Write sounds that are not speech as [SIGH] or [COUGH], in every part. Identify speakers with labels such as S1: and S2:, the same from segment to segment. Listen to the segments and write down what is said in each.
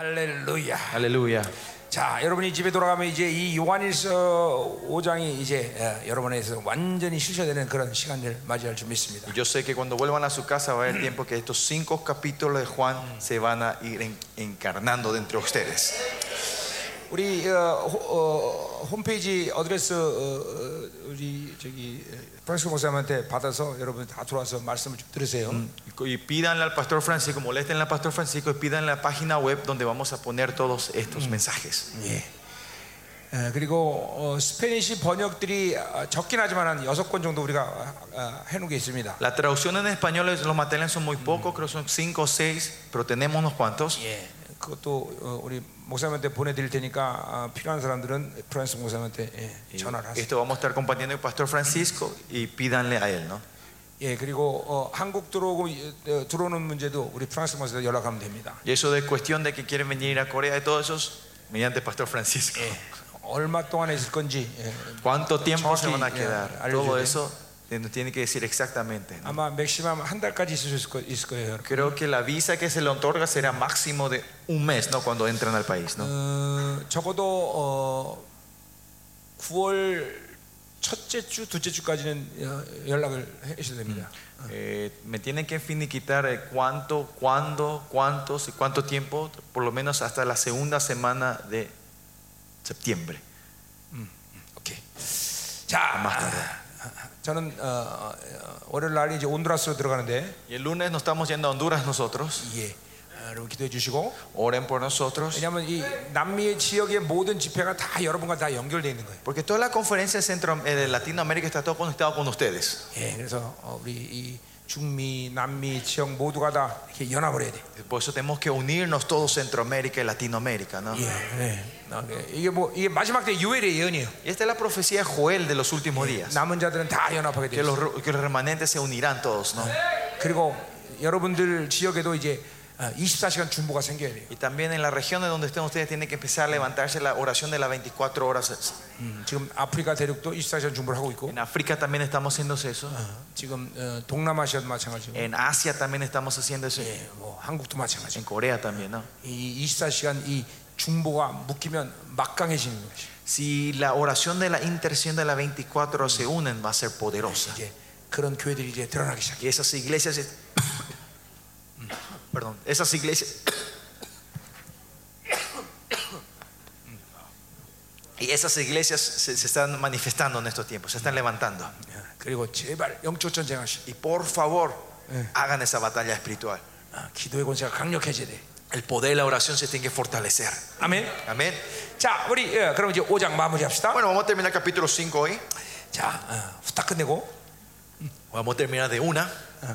S1: 할렐루야.
S2: 할렐루야.
S1: 자, 여러분이 집에 돌아가면 이제 이 요한일서 5장이 이제 예, 여러분에게서 완전히 실셔되는 그런 시간을 맞이할 줄 믿습니다.
S2: Y yo sé que cuando vuelvan a su casa va a haber tiempo que estos cinco capítulos de Juan se van a ir en- encarnando dentro de ustedes.
S1: 우리 어, 호- 어, 홈페이지 어드레스 어, 어, 우리 저기 에, 프랑스 목사님한테 받아서 여러분 다 들어와서 말씀을 좀 들으세요.
S2: 음, Y pídanle al pastor Francisco, molesten al pastor Francisco y pídanle la página web donde vamos a poner todos estos mensajes.
S1: 예. 에, 그리고 어, 스페니시 번역들이 아, 적긴 하지만 한 여섯 권 정도 우리가 아, 아, 해놓은 게 있습니다.
S2: La traducción en español, es- los materiales son muy pocos, creo que son cinco o seis, pero tenemos unos cuantos.
S1: 예. 그것도 어, 우리 목사님한테 보내드릴 테니까 아, 필요한 사람들은 프랑스 목사님한테 예,
S2: Y
S1: 전화를 하세요.
S2: Esto vamos a estar compartiendo con el pastor Francisco y pídanle a él, ¿no?
S1: 예, 그리고 어, 한국 들어오고 이- 어, 들어오는 문제도 우리 프랑스 목사님 연락하면 됩니다.
S2: Y eso de cuestión de que quieren venir a Corea y todo eso, mediante el pastor Francisco.
S1: Eh, 얼마 동안 있을 건지 예,
S2: ¿Cuánto tiempo se van a
S1: Chorqui, eh,
S2: quedar?
S1: al
S2: Todo
S1: Yude.
S2: eso eh, nos tiene que decir exactamente. ¿no?
S1: 아마 맥시멈 한 달까지 있을 수 있을 거- 있을 거예요. 여러분.
S2: Ah, Creo que la visa que se le otorga será máximo de un mes, ¿no? Cuando entran al país, ¿no?
S1: 어, 적어도 어, 9월 첫째 주, 둘째 주까지는 어, 연락을 해 주셔야 됩니다.
S2: Eh, me tienen que finiquitar eh, cuánto, cuándo, cuántos y cuánto tiempo, por lo menos hasta la segunda semana de septiembre.
S1: 오케이. 자, 아, 저는 어, 어, 월요일 날 이제 온두라스로 들어가는데
S2: Y el lunes nos estamos yendo a Honduras nosotros.
S1: 예, 어, 여러분 기도해 주시고
S2: Oren por nosotros.
S1: 왜냐하면 이 남미의 지역의 모든 집회가 다 여러분과 다 연결돼 있는 거예요.
S2: Porque toda la conferencia de, Centro, eh, de Latinoamérica está todo conectado con ustedes.
S1: 예, 그래서 어, 우리 이 중미, 남미 지역 모두가 다 이렇게 연합을 해야 돼.
S2: Por eso tenemos que unirnos todos Centroamérica y Latinoamérica, ¿no?
S1: 예, 예. 어, 예. 이게 뭐 이게 마지막 때 유엘의 예언이에요.
S2: Y esta es la profecía de Joel de los últimos días.
S1: 남은 자들은 다 연합하게
S2: Que
S1: 돼요.
S2: los, que los remanentes se unirán todos, ¿no?
S1: 그리고 여러분들 지역에도 이제 어, 24시간 중보가 생겨야 돼요.
S2: Y también en las regiones donde estén ustedes tienen que empezar a levantarse la oración de las 24 horas.
S1: 음, 지금 아프리카 대륙도 24시간 중보를 하고 있고
S2: En África también estamos haciendo eso.
S1: 지금 어, 동남아시아도 마찬가지고
S2: En Asia también estamos haciendo eso.
S1: 예, 뭐 한국도
S2: En
S1: 마찬가지고
S2: Corea también, ¿no?
S1: 이 24시간 이 중보가 묶이면 막강해지는 것이
S2: Si la oración de la intercesión de las 24 horas se unen, va a ser poderosa.
S1: 이제 그런 교회들이 이제 드러나기 시작해.
S2: Y esas iglesias. Perdón, esas iglesias. Y esas iglesias se, se están manifestando en estos tiempos, se están levantando.
S1: 그리고 제발 영적 전쟁하시.
S2: Y por favor, hagan esa batalla espiritual.
S1: 아, 기도의 권세가 강력해져야 돼.
S2: El poder de la oración se tiene que fortalecer.
S1: 아멘.
S2: Amén.
S1: 자, 우리 예, 그럼 이제 5장 마무리합시다.
S2: Bueno, vamos a terminar el capítulo 5 hoy.
S1: 자, 어, 후딱 끝내고
S2: Vamos a terminar de una.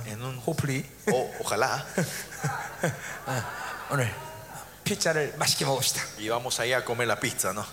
S2: En un,
S1: 호플리
S2: o- ojalá.
S1: 오늘 피자를 맛있게 먹읍시다.
S2: Y vamos a ir a comer la pizza, ¿no?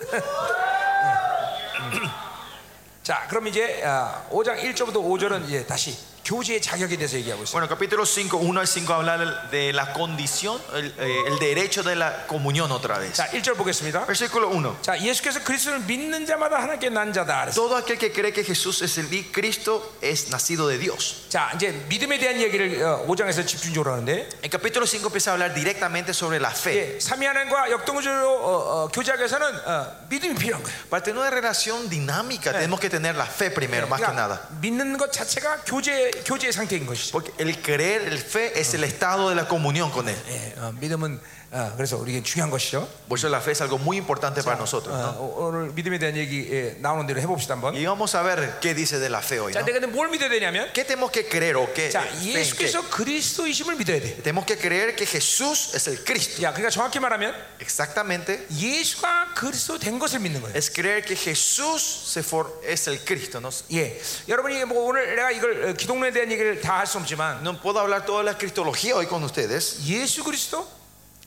S1: 자, 그럼 이제 아, 5장 1절부터 5절은 이제 다시 교제의 자격에 대해서 얘기하고 있습니다.
S2: Bueno, capítulo 5, 1 al 5 habla de la condición, el, eh, el derecho de la comunión otra vez.
S1: 자, 1절 보겠습니다.
S2: Versículo 1.
S1: 자, 예수께서 그리스도를 믿는 자마다 하나님께 난 자다. 그랬어요.
S2: Todo aquel que cree que Jesús es el Hijo, Cristo es nacido de Dios.
S1: 자, 이제 믿음에 대한 얘기를 어, 5장에서 집중적으로 하는데
S2: En capítulo 5 empieza a hablar directamente sobre la fe.
S1: 예, 삼위 하나님과 역동구조로 어, 어, 교제하기 위해서는 어, 믿음이 필요한 거예요.
S2: Para tener una relación dinámica tenemos que tener la fe primero, más que nada.
S1: 그러니까 믿는 것 자체가 교제 교제의 상태인 것이죠.
S2: Porque el creer, el fe es el estado de la comunión con Él.
S1: 예, 어, 믿음은 어, 그래서 우리에게 중요한 것이죠.
S2: Por eso la fe es algo muy importante para nosotros.
S1: 어,
S2: ¿no?
S1: 오늘 믿음에 대한 얘기 예, 나오는 대로 해봅시다 한번.
S2: Y vamos a ver qué dice de la fe hoy.
S1: 자,
S2: ¿no?
S1: 근데 근데 뭘 믿어야 되냐면,
S2: ¿Qué tenemos que creer o qué?
S1: 자
S2: eh, fe en qué?
S1: 예. 예수께서 그리스도이심을 믿어야 돼.
S2: Tenemos que creer que Jesús es el Cristo.
S1: 야, 그러니까 정확히 말하면
S2: Exactamente.
S1: 예수가 그리스도 된 것을 믿는 거예요.
S2: es creer que Jesús se for- es el Cristo. ¿no?
S1: 예, 여러분이 뭐 오늘 내가 이걸 어, 기독론에 대한 얘기를 다 할 수 없지만
S2: No puedo hablar toda la cristología hoy con ustedes.
S1: 예수 그리스도,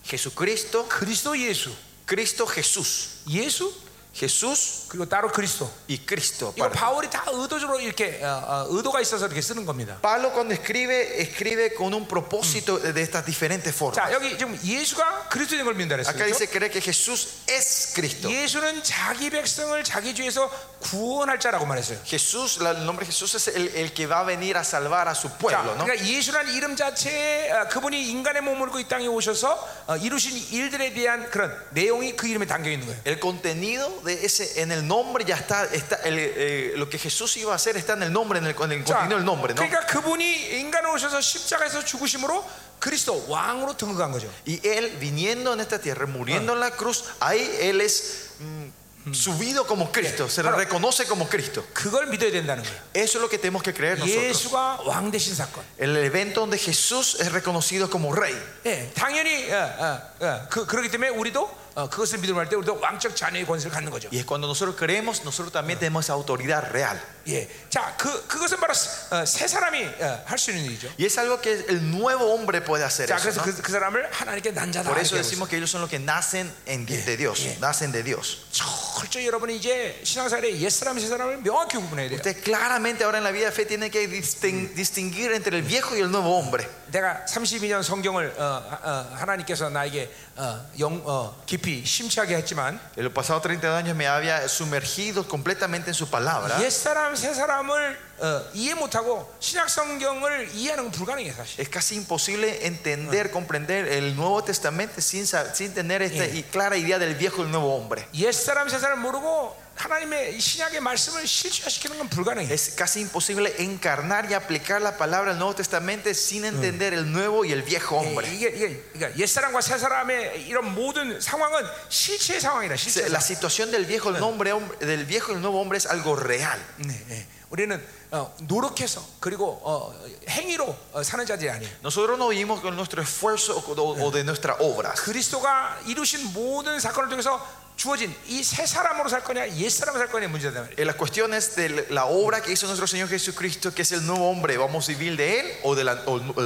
S2: Jesucristo,
S1: 그리스도 예수,
S2: Cristo Jesús.
S1: 예수
S2: Jesús
S1: 그리고 따로 그리스도.
S2: y Cristo.
S1: 이거
S2: aparte.
S1: 바울이 다 의도적으로 이렇게 어, 어, 의도가 있어서 이렇게 쓰는 겁니다.
S2: Pablo cuando escribe, escribe con un propósito de estas diferentes formas.
S1: 자 여기 지금 예수가 그리스도인 걸 믿는다 그랬어요.
S2: Acá
S1: 그렇죠?
S2: dice creer que Jesús es Cristo.
S1: 예수는 자기 백성을 자기 죄에서 구원할 자라고 말했어요.
S2: Jesús, la- el nombre de Jesús es el, el que va a venir a salvar a su
S1: 자,
S2: pueblo, ¿no?
S1: 그러니까 예수라는 이름 자체에 어, 그분이 인간의 몸을 입고 이 땅에 오셔서 어, 이루신 일들에 대한 그런 내용이 그 이름에 담겨 있는 거예요.
S2: El contenido de ese en el nombre ya está, está el, eh, lo que Jesús iba a hacer está en el nombre, en el, en el
S1: 자,
S2: contenido del nombre, ¿no?
S1: 그러니까 그분이 인간으로 오셔서 십자가에서 죽으심으로 그리스도 왕으로 등극한 거죠.
S2: Y él viniendo en esta tierra, muriendo en la cruz, ahí él es mm, subido como Cristo, se le
S1: Claro.
S2: reconoce como Cristo.
S1: 그걸 믿어야 된다는 거예요.
S2: Eso es lo que tenemos que creer
S1: 그렇죠.
S2: nosotros.
S1: 예수가 왕 되신 사건.
S2: El evento donde Jesús es reconocido como Rey.
S1: 예, 당연히 어, 어, 어, 그, 그렇기 때문에 우리도 어, 그것을 믿음을 할 때 우리도 왕적 자녀의 권세를 갖는 거죠.
S2: Y es cuando nosotros creemos, nosotros también tenemos esa autoridad real.
S1: 예, 자, 그 그것은 바로 어, 세 사람이 할 수 있는 일이죠.
S2: Y es algo que el nuevo hombre puede hacer.
S1: 자,
S2: eso,
S1: 그래서 뭐
S2: ¿no?
S1: 그, 그 사람을 하나님께 난자다.
S2: Por eso
S1: 이렇게 하고
S2: decimos que ellos son los que nacen en, de Dios,
S1: bien.
S2: nacen de Dios.
S1: 있어요. 철저히 여러분이 이제 신앙생활에 옛 사람, 새 사람을 명확히 구분해야 돼요.
S2: Usted claramente ahora en la vida de fe tiene que distin- distinguir entre el viejo y el nuevo hombre.
S1: 내가 32년 성경을 어, 어, 하나님께서 나에게 어, 영, 어, 깊이 심취하게 했지만
S2: En los pasados 30 años me había sumergido completamente en su palabra.
S1: 옛 사람, 새 사람을 어, 이해 못하고 신약 성경을 이해하는 건 불가능해 사실.
S2: Es casi imposible entender, comprender el Nuevo Testamento sin, sa- sin tener esta
S1: Bien.
S2: y clara idea del viejo y el nuevo hombre.
S1: 옛 사람, 새 사람 모르고 하나님의 이 신약의 말씀을 실체화시키는 건 불가능해.
S2: Es casi imposible encarnar y aplicar la palabra del Nuevo Testamento sin entender el nuevo y el viejo hombre.
S1: 이게 이게 그러니까 옛 사람과 새 사람의 이런 모든 상황은 실체의 상황이다. 실체.
S2: Se- La situación del viejo, el nombre, hombre- del viejo y el nuevo hombre es algo real.
S1: 네, 네. 우리는 어, 노력해서 그리고 어, 행위로 어, 사는 자들이 아니에요.
S2: Nosotros no vivimos con nuestro esfuerzo o, o- o de nuestra obra.
S1: 그리스도가 이루신 모든 사건을 통해서 주어진 이 새 사람으로 살 거냐, 옛 사람으로 살 거냐의 문제다 말이에요.
S2: Eh, La cuestión es de la obra que hizo nuestro Señor Jesucristo, que es el nuevo hombre. ¿Vamos a vivir de él o del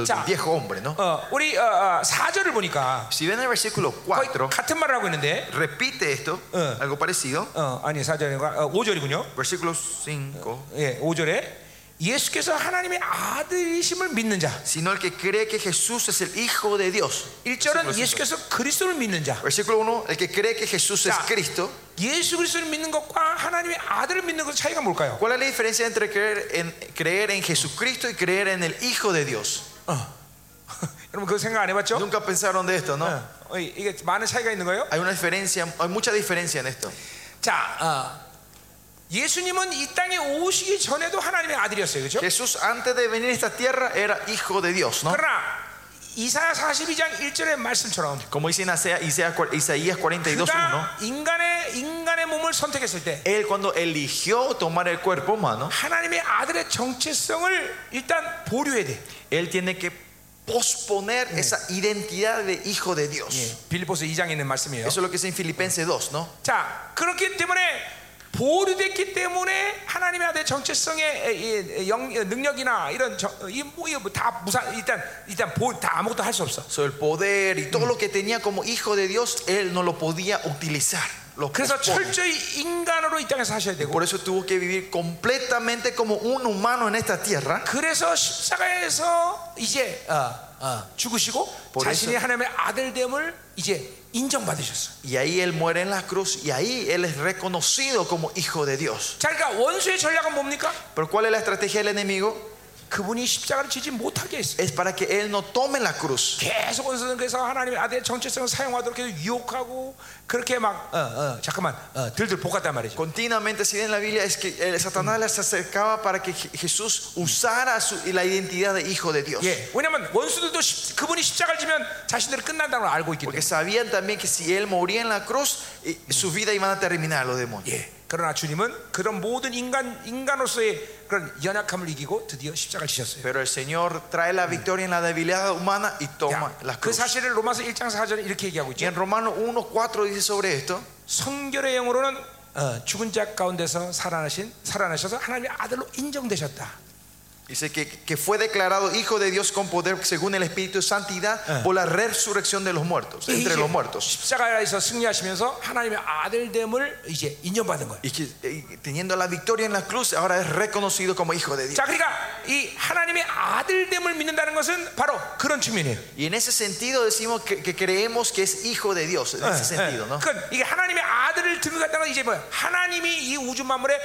S1: Ya.
S2: viejo hombre? ¿no?
S1: 어, 우리 어, 어, 4절을 보니까
S2: Si ven el versículo
S1: 거의
S2: 4,
S1: 같은 말을 하고 있는데
S2: repite esto,
S1: Eh.
S2: algo parecido.
S1: 어, 아니 4절인가? 어, 5절이군요.
S2: Versículo 5.
S1: 예, 5절에 예수께서 하나님의 아들이심을 믿는 자.
S2: Sino el que cree que Jesús es el Hijo de Dios.
S1: 1절은 예수께서 그리스도를 믿는 자.
S2: Versículo 1, el que cree que Jesús es
S1: Ya.
S2: Cristo.
S1: 예수 그리스도를 믿는 것과 하나님의 아들을 믿는 것 차이가 뭘까요?
S2: ¿Cuál es la diferencia entre creer en, creer en Jesucristo y creer en el Hijo de Dios?
S1: 여러분 그거 생각 안 해봤죠?
S2: Nunca pensaron de esto, ¿no?
S1: 어, 이- 이게 많은 차이가 있는 거예요.
S2: Hay una diferencia, hay mucha diferencia en esto.
S1: 자, 어, 예수님은 이 땅에 오시기 전에도 하나님의 아들이었어요, 그렇죠?
S2: Jesús antes de venir a esta tierra era hijo de Dios, ¿no?
S1: 그러나 이사야 42장 1절의 말씀처럼
S2: Como dice en Asea- Isaías cuar- Isaías 42.1,
S1: 그가 인간의 인간의 몸을 선택했을 때
S2: él cuando eligió tomar el cuerpo humano,
S1: 하나님의 아들의 정체성을 일단 보류해야 돼.
S2: él tiene que posponer esa identidad de hijo de Dios.
S1: 예, 빌리포스 2장에 있는 말씀이에요.
S2: Eso es lo que dice en Filipenses 2, ¿no?
S1: 자, 그렇기 때문에 보류됐기 때문에 하나님의 아들 정체성의 이- 이 영- 능력이나 이런 이뭐다 무사 일단 일단 보- 다 아무것도 할 수 없어.
S2: Sobre el poder y todo lo que tenía como hijo de Dios, él no lo podía utilizar. Lo
S1: 그래서
S2: pospone.
S1: 철저히 인간으로 이 땅에 사셔야 되고
S2: Por eso tuvo que vivir completamente como un humano en esta tierra.
S1: 그래서 십자가에서 이제 어, 어, 죽으시고
S2: 보내서-
S1: 자신이 하나님의 아들됨을 이제 인정받으셨어요.
S2: Y ahí él muere en la cruz y ahí él es reconocido como hijo de Dios.
S1: 자, 그러니까 원수의 전략은 뭡니까?
S2: Pero ¿cuál es la estrategia del enemigo?
S1: 그분이 십자가를 지지 못하게 했어요.
S2: Es para que él no tome la cruz.
S1: 계속 원수는 그래서 하나님의 아들의 정체성을 사용하도록 계속 유혹하고 그렇게 막 어, 어, 잠깐만 어, 들들 볶았단 말이죠.
S2: Continuamente, si ven la Biblia, es que el Satanás les acercaba para que Je- Jesús usara su- la identidad de hijo de Dios.
S1: 예, 왜냐하면 원수들도 십- 그분이 십자가를 지면 자신들이 끝난다는 걸 알고 있기 때문에.
S2: Porque sabían también que si él moría en la cruz, eh, su vida iban a terminar los demonios.
S1: 예. 그러나 주님은 그런 모든 인간 인간으로서의 그런 연약함을 이기고 드디어 십자가를 지셨어요.
S2: Pero el Señor trae la victoria en la debilidad humana y toma
S1: 야,
S2: la
S1: 그
S2: cruz.
S1: 사실을 로마서 1장 4절에 이렇게 얘기하고
S2: Y
S1: 있죠.
S2: en Romanos 1.4 dice sobre esto.
S1: 성결의 영으로는 어, 죽은 자 가운데서 살아나신 살아나셔서 하나님의 아들로 인정되셨다.
S2: Dice que, que fue declarado hijo de Dios con poder según el Espíritu de Santidad por la resurrección de los muertos, entre
S1: 이제
S2: los muertos.
S1: 십자가에서 승리하시면서 하나님의 아들됨을 이제 인정받은 거예요.
S2: Y que, eh, teniendo la victoria en la cruz, ahora es reconocido como hijo de Dios.
S1: 자, 그러니까 이 하나님의 아들됨을 믿는다는 것은 바로 그런 측면이에요.
S2: Y en ese sentido decimos que, que creemos que es hijo de Dios, en
S1: Eh,
S2: ese sentido, ¿no?
S1: 그러니까 이게 하나님의 아들을 등극했다는 건 이제 뭐야? 하나님이 이 우주 만물의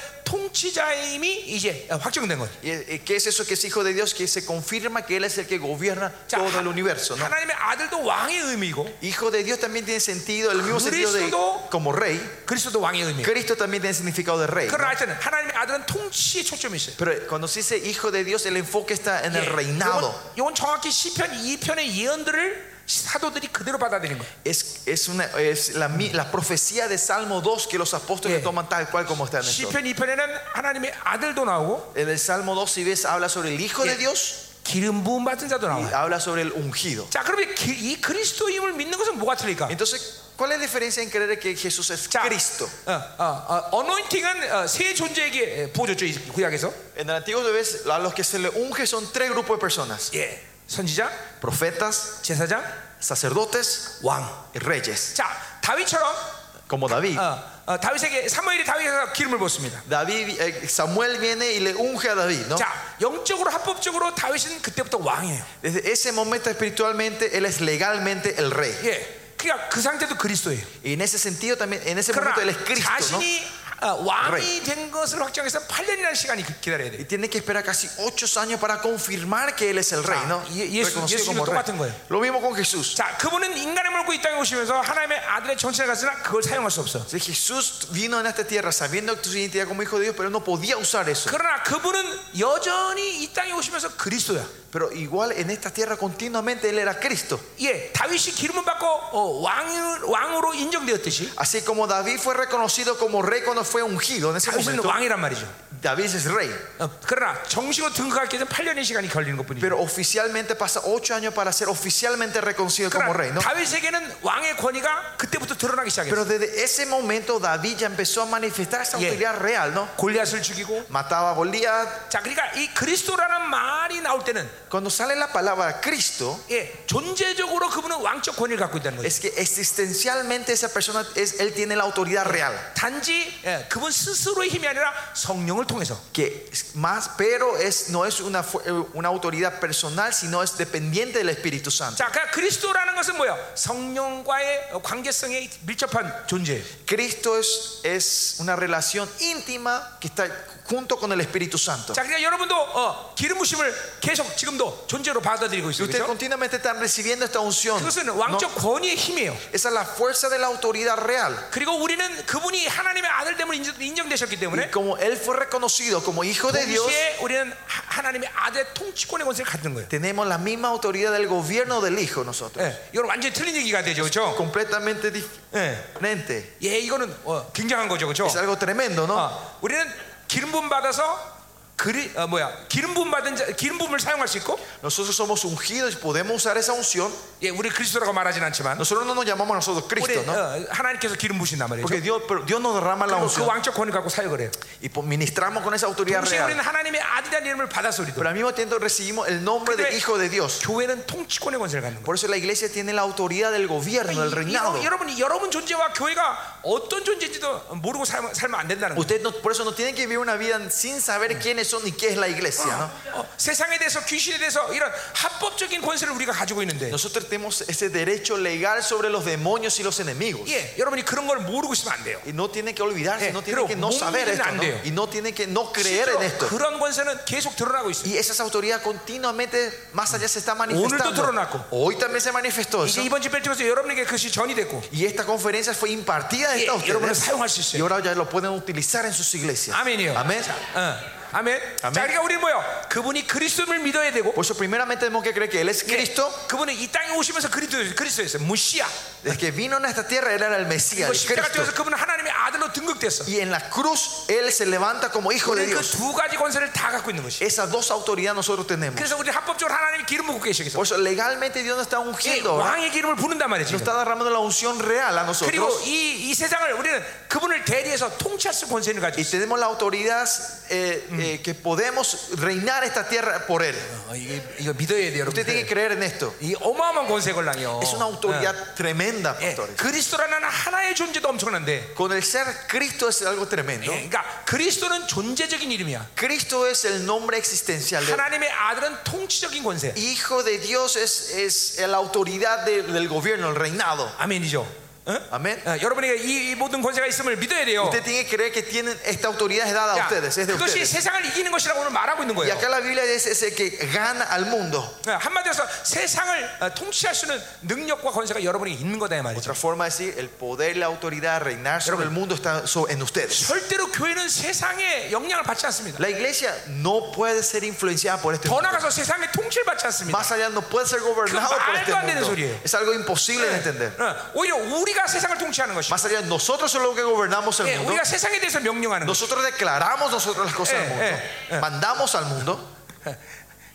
S1: 통치자임이 이제 확정된 거예요.
S2: Y, eh, ¿Qué es eso que es hijo de Dios? Que se confirma que Él es el que gobierna
S1: 자,
S2: todo el universo, ¿no?
S1: 하나님의 아들도 왕의 의미고
S2: Hijo de Dios también tiene sentido, el mismo sentido de
S1: Cristo-
S2: como rey.
S1: 그리스도도 왕의 의미.
S2: Cristo también tiene significado de rey.
S1: 그러나
S2: ¿no?
S1: 하여튼 하나님의 아들은 통치에 초점이 있어요.
S2: Pero cuando se dice hijo de Dios, el enfoque está en
S1: 예,
S2: el reinado.
S1: 요건, 요건 정확히 시편 2편의 예언들을 사도들이 그대로 받아들인 거예요.
S2: Es, es, una, es la, mi- la profecía de Salmo 2 que los apóstoles
S1: 예.
S2: toman tal cual como está en eso.
S1: 시편 2편에는 하나님의 아들도 나오고
S2: En el Salmo 2, si ves, habla sobre el hijo
S1: 예.
S2: de Dios
S1: 기름 부음 받은 자도
S2: y
S1: 나와요.
S2: habla sobre el ungido.
S1: 자, 그러면 기- 이 그리스도임을 믿는 것은 뭐가 틀릴까?
S2: Entonces, ¿cuál es la diferencia en creer que Jesús es
S1: 자,
S2: Cristo?
S1: 어, 어, 어, 어노인팅은 어, 세 존재에게 보여줬죠 이 구약에서.
S2: En el Antiguo ves, a los que se le unge son tres grupos de personas:
S1: 예, 선지자,
S2: profetas,
S1: 제사장,
S2: sacerdotes
S1: 왕.
S2: y reyes.
S1: 자, 다윗처럼
S2: Como David.
S1: 어, 어, 다윗에게 사무엘이 다윗에게 기름을 붓습니다.
S2: David eh, Samuel viene y le unge a David, ¿no?
S1: 자, 영적으로 합법적으로 다윗은 그때부터 왕이에요.
S2: Desde ese momento espiritualmente él es legalmente el rey.
S1: 예, 그러니까 그 상태도 그리스도예요.
S2: Y en ese sentido también en ese
S1: 그러나
S2: momento él es Cristo, ¿no?
S1: 자신이 어, 왕이
S2: Rey.
S1: 된 것을 확정해서 8년이라는 시간이 그 기- 기다려야
S2: Y
S1: 돼요.
S2: tiene que esperar casi ocho años para confirmar que él es el rey, ¿no?
S1: Ah, y- y eso-
S2: Reconocido
S1: y eso
S2: como
S1: es lo
S2: rey.
S1: 똑같은 거예요.
S2: Lo mismo con Jesús.
S1: 자, 그분은 인간의 몰고 이 땅에 오시면서 하나님의 아들의 정체를 가지나 그걸 사용할 수 없어.
S2: O sea, Jesús vino en esta tierra sabiendo su identidad como hijo de Dios, pero él no podía usar eso.
S1: 그러나 그분은 여전히 이 땅에 오시면서 그리스도야.
S2: Pero igual en esta tierra continuamente él era Cristo.
S1: 예, 다윗이 기름을 받고 어, 왕, 왕으로 인정되었듯이
S2: Así como David fue reconocido como rey cuando fue ungido en ese
S1: 다윗은
S2: momento,
S1: 왕이란 말이죠.
S2: David es rey.
S1: 어, 그러나 정식으로 등극하기 위해서는 8년의 시간이 걸리는 것뿐이죠.
S2: Pero oficialmente pasa ocho años para ser oficialmente reconocido como rey,
S1: 그러나
S2: ¿no?
S1: 다윗에게는 왕의 권위가 그때부터 드러나기 시작했어요.
S2: Pero desde ese momento David ya empezó a manifestar esa
S1: Yeah.
S2: autoridad real, ¿no?
S1: 골리앗을 죽이고
S2: Mataba a Goliat.
S1: 자, 그러니까 이 그리스도라는 말이 나올 때는
S2: Cuando sale la palabra Cristo,
S1: 예, 존재적으로 그분은 왕적 권위를 갖고 있다는 거예요.
S2: es que existencialmente esa persona es él tiene la autoridad real,
S1: 단지 예, 그분 스스로의 힘이 아니라 성령을 통해서
S2: que es más, pero es no es una fu- eh, una autoridad personal, sino es dependiente del Espíritu Santo.
S1: 자, 그러니까 그리스도라는 것은 뭐예요? 성령과의 관계성에 밀접한 존재예요.
S2: Cristo es es una relación íntima que está junto con el Espíritu Santo.
S1: 자, 그러니까 여러분도 어, 기름 부심을 계속 지금도 존재로 받아들이고 있어요.
S2: Ustedes
S1: 그렇죠?
S2: continuamente están recibiendo esta unción.
S1: 그것은
S2: ¿no?
S1: 왕적 권위의 힘이에요.
S2: Esa es la fuerza de la autoridad real.
S1: 그리고 우리는 그분이 하나님의 아들됨을 인정, 인정되셨기
S2: Y
S1: 때문에
S2: como él fue reconocido como
S1: 그
S2: hijo de Dios,
S1: 동시에 우리는 하- 하나님의 아들의 통치권의 권세를 갖는 거예요.
S2: tenemos la misma autoridad del gobierno del hijo nosotros.
S1: 예, 이건 완전히 틀린 얘기가 되죠, 그렇죠?
S2: Completamente
S1: 예,
S2: diferente.
S1: 예, 이거는 어, 굉장한 거죠, 그렇죠?
S2: Es algo tremendo, ¿no?
S1: 어, 우리는 기름 부음 받아서 그리 어, 뭐야 기름 부음 받은 자, 기름 부음을 사용할 수 있고,
S2: Nosotros somos ungidos y podemos usar esa unción.
S1: 예, 우리 그리스도라고 말하진 않지만,
S2: Nosotros no nos llamamos a nosotros
S1: 우리
S2: Cristo, ¿no?
S1: 어, 하나님께서 기름 부신단 말이죠.
S2: Porque Dios, pero Dios nos derrama la
S1: 그리고 그
S2: unción
S1: 왕적 권위 갖고 사역을 해요.
S2: y pues, ministramos con esa autoridad
S1: 동시에 우리는
S2: real.
S1: 하나님의 아들이라는 이름을 받아서 우리도
S2: Pero al mismo tiempo recibimos el nombre de
S1: Pero-
S2: hijo de Dios.
S1: 교회는 통치권의 권세를 갖는 거예요.
S2: Por eso la iglesia tiene la autoridad del gobierno, del
S1: 여러분,
S2: reinado.
S1: 그러니까 여러분이 여러분 존재와 교회가 어떤 존재인지도 모르고 살면, 살면 안 된다는 거예요.
S2: Ustedes no- por eso no tienen que vivir una vida sin saber quiénes son ni qué es la iglesia. ¿no?
S1: 어, 세상에 대해서 귀신에 대해서 이런 합법적인 권세를 우리가 가지고 있는데,
S2: Nosotros tenemos ese derecho legal sobre los demonios y los enemigos.
S1: 예, 여러분이 그런 걸 모르고 있으면 안 돼요.
S2: Y no tienen que olvidarse,
S1: Eh,
S2: no tienen
S1: pero
S2: que no
S1: muy
S2: saber esto, ¿no?
S1: grande.
S2: y no tienen que no creer
S1: 실제로
S2: en esto.
S1: 그런 권세는 계속 드러나고 있어요.
S2: Y esas autoridades continuamente más allá se está
S1: 드러났고.
S2: manifestando. Hoy también se manifestó eso.
S1: 이제 이번 집회를 통해서 여러분에게 그것이 전이 됐고,
S2: Y esta conferencia fue impartida
S1: 예,
S2: a
S1: 여러분은
S2: ustedes.
S1: 사용할 수
S2: Y
S1: 있어요.
S2: ahora ya lo pueden utilizar en sus iglesias.
S1: 아멘이요.
S2: Amén.
S1: 어, 아멘. 자,
S2: 아멘.
S1: 그러니까 우리는 뭐요? 그분이 그리스도를 믿어야 되고,
S2: Por eso primeramente tenemos que creer que Él es
S1: 예,
S2: Cristo.
S1: 그분은 이 땅에 오시면서 그리스도, 그리스도였어요. 무시야.
S2: Desde que vino a esta tierra, Él era el Mesías,
S1: 그
S2: el
S1: 십자가
S2: Cristo.
S1: 통해서 그분은 하나님의 아들로 등극됐어.
S2: Y en la cruz, Él se levanta como hijo de
S1: 우리는
S2: Dios.
S1: 그두 가지 권세를 다 갖고 있는 것이.
S2: Esas dos autoridades nosotros tenemos.
S1: 그래서 우리 합법적으로 하나님의 기름을 붓고 계시겠어.
S2: Por eso legalmente Dios nos está ungiendo. ¿verdad?
S1: 왕의 기름을 부는단 말이지.
S2: Nos está derramando la unción real a
S1: 그리고
S2: nosotros.
S1: 이, 이 세상을 우리는 그분을 대리해서 통치할 수 권세를 가지고
S2: Y
S1: 있어.
S2: tenemos la autoridad eh, eh, que podemos reinar esta tierra por Él.
S1: 어, 이게 이거 믿어야 돼요,
S2: Usted
S1: 여러분들. 예,
S2: tiene que creer en esto.
S1: 이 어마어마한 권세 권랑이요.
S2: Es una autoridad tremenda,
S1: 예,
S2: pastores.
S1: 그리스도라는 하나의 존재도 엄청난데.
S2: Con el ser Cristo es algo tremendo.
S1: 예, 그러니까 그리스도는 존재적인 이름이야.
S2: Cristo es el nombre existencial. de-
S1: 하나님의 아들은 통치적인 권세.
S2: Hijo de Dios es, es la autoridad de- del gobierno, el reinado.
S1: 아멘이죠. 어?
S2: Amén.
S1: 어, 여러분에게 이, 이 모든 권세가 있음을 믿어야 돼요.
S2: Usted tiene que creer que tienen esta autoridad es dada a
S1: 야,
S2: ustedes, es de
S1: 그것이
S2: ustedes.
S1: 세상을 이기는 것이라고 오늘 말하고 있는
S2: Y
S1: 거예요.
S2: acá la Biblia es ese que gana al mundo.
S1: 어, 한마디로 해서 세상을 어, 통치할 수 있는 능력과 권세가 여러분에게 있는 거다 이 말이죠.
S2: Otra forma de decir, el poder, la autoridad, de reinar sobre el mundo está so- en ustedes.
S1: 절대로 교회는 세상의 영향을 받지 않습니다.
S2: La iglesia no puede ser influenciada por este
S1: 더
S2: mundo.
S1: 나가서 세상의 통치를 받지 않습니다.
S2: Más allá no puede ser gobernado
S1: Que
S2: por este
S1: 말도 안 되는
S2: mundo.
S1: 소리예요.
S2: Es algo imposible de entender.
S1: 어, 오히려 우리가 세상을 통치하는 것이.
S2: Más allá nosotros somos los que gobernamos
S1: 예,
S2: el mundo.
S1: 우리가 세상에 대해서 명령하는 것.
S2: Nosotros declaramos nosotros las cosas al
S1: Eh, eh,
S2: mundo. Mandamos al mundo.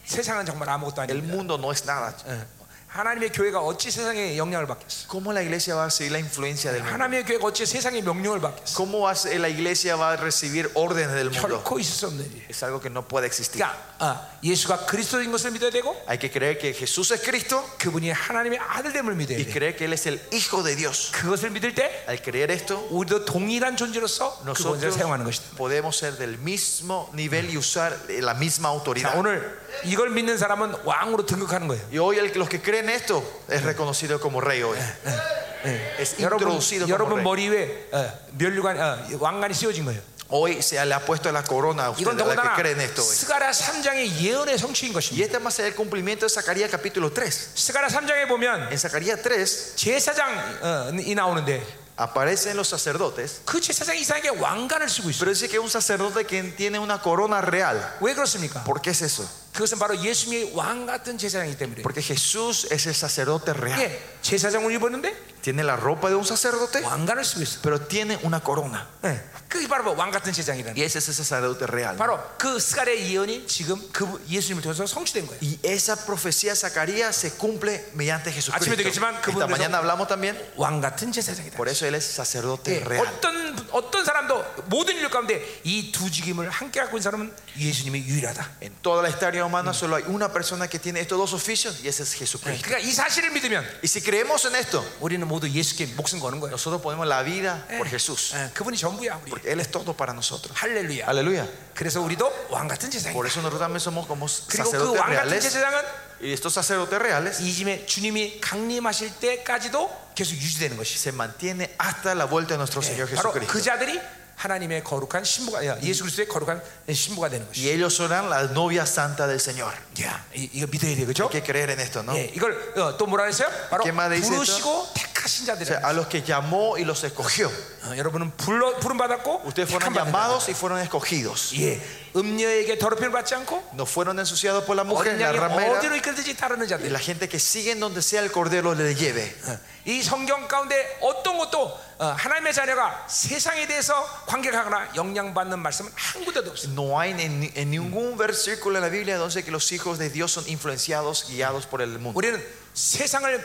S1: 세상은 정말 아무것도
S2: El
S1: 아닙니다.
S2: mundo no es nada.
S1: 예. 하나님의 교회가 어찌 세상의 영향을 받겠어?
S2: ¿Cómo la iglesia va a recibir la influencia del mundo?
S1: 하나님의 교회가 어찌 세상의 명령을 받겠어?
S2: ¿Cómo va a ser- la iglesia va a recibir órdenes del mundo?
S1: 결코 있을 수 없는 일이에요.
S2: Es algo que no puede existir.
S1: 그러니까 아, 예수가 그리스도인 것을 믿어야 되고
S2: Hay que creer que Jesús es Cristo
S1: 그분이 하나님의 아들됨을 믿어야
S2: y
S1: 돼.
S2: creer que Él es el Hijo de Dios.
S1: 그것을 믿을 때
S2: Al creer esto,
S1: 우리도 동일한 존재로서 그 권세를
S2: nosotros
S1: 사용하는 것이다.
S2: podemos ser del mismo nivel y usar la misma
S1: 자,
S2: autoridad.
S1: 오늘 이걸 믿는 사람은 왕으로 등극하는 거예요.
S2: Y hoy el- los que creen esto es reconocido como rey hoy. Es
S1: 여러분,
S2: introducido como
S1: 여러분
S2: rey.
S1: 머리 위에 어, 멸류관 어, 왕관이 씌워진 거예요.
S2: Hoy se le ha puesto la corona a ustedes,
S1: 이건
S2: a la
S1: 더군다나
S2: que creen esto hoy.
S1: 스가랴 3장의 예언의 성취인
S2: Y
S1: 것입니다.
S2: este más allá el cumplimiento de Zacarías capítulo 3.
S1: 스가랴 3장에 보면
S2: En Zacarías 3
S1: 제사장이 나오는데
S2: aparecen los sacerdotes,
S1: 그 제사장 이상하게 왕관을 쓰고 있어요.
S2: pero dice que es un sacerdote que tiene una corona real.
S1: 왜 그렇습니까?
S2: ¿Por qué es eso?
S1: 그것은 바로 예수님의 왕 같은 제사장이기 때문에.
S2: Porque Jesús es el sacerdote real.
S1: 예, 제사장을 입었는데
S2: Tiene la ropa de un sacerdote,
S1: 왕관을 쓰고 있어.
S2: pero tiene una corona.
S1: 예, 그게 바로 왕 같은 제사장이라는. 거예요.
S2: Y ese es el sacerdote real.
S1: 바로 그 스가랴의 예언이 지금 그 예수님을 통해서 성취된 거예요.
S2: Y esa profecía de Zacarías se cumple mediante Jesucristo.
S1: Achime di겠지만,
S2: Esta
S1: 그분들도-
S2: mañana hablamos también.
S1: 왕 같은 제사장이다.
S2: Por eso él es
S1: 예,
S2: sacerdote real.
S1: 어떤 어떤 사람도 모든 인류 가운데 이 두 직임을 함께 갖고 있는 사람은 예수님이 유일하다.
S2: En toda la historia humana solo hay una persona que tiene estos dos oficios y ese es
S1: 예,
S2: Jesucristo.
S1: 그러니까 이 사실을 믿으면
S2: Y si creemos en esto,
S1: 우리는 모두 예수께 목숨 거는 거예요.
S2: nosotros ponemos la vida por Jesús.
S1: 예, 그분이 전부야 우리.
S2: Porque él es todo para nosotros.
S1: 할렐루야.
S2: Aleluya.
S1: 그래서 우리도 왕 같은 제사장.
S2: Por eso nosotros también somos como
S1: 그리고 그 왕
S2: sacerdotes
S1: 같은
S2: reales.
S1: 제사장은
S2: Y estos sacerdotes reales
S1: 이집에 주님이 강림하실 때까지도 계속 유지되는 것이.
S2: se mantiene hasta la vuelta de nuestro Señor
S1: 바로 그
S2: Jesucristo.
S1: 자들이 하나님의 거룩한 신부가 야, 예수 그리스도의 거룩한 신부가 되는 것이.
S2: Y ellos serán la novia santa del Señor.
S1: 야, 이, 이거 믿어야 돼, 그죠?
S2: Hay que creer en esto, ¿no?
S1: 예, 이걸 어, 또 뭐라 그랬어요? 바로
S2: ¿Qué más dice
S1: 부르시고 택하신
S2: O sea,
S1: 자들이야.
S2: a los que llamó y los escogió.
S1: 어, 여러분은 불러 부름 받았고
S2: Ustedes fueron
S1: 택함 받은 자들.
S2: llamados y fueron escogidos.
S1: 예, 음녀에게 더럽힘을 받지 않고
S2: No fueron ensuciados por la mujer,
S1: 어린
S2: la
S1: 양이
S2: ramera.
S1: 어디로 이끌든지 따르는
S2: Y
S1: 자들.
S2: la gente que sigue en donde sea el cordero le lleve.
S1: 어, 이 성경 가운데 어떤 것도 어, 하나님의 자녀가 세상에 대해서 관객하거나 영향받는 말씀은 한 군데도 없어요.
S2: No hay en, en ningún versículo de la Biblia donde dice que los hijos de Dios son influenciados, guiados por el mundo.
S1: 우리는 세상을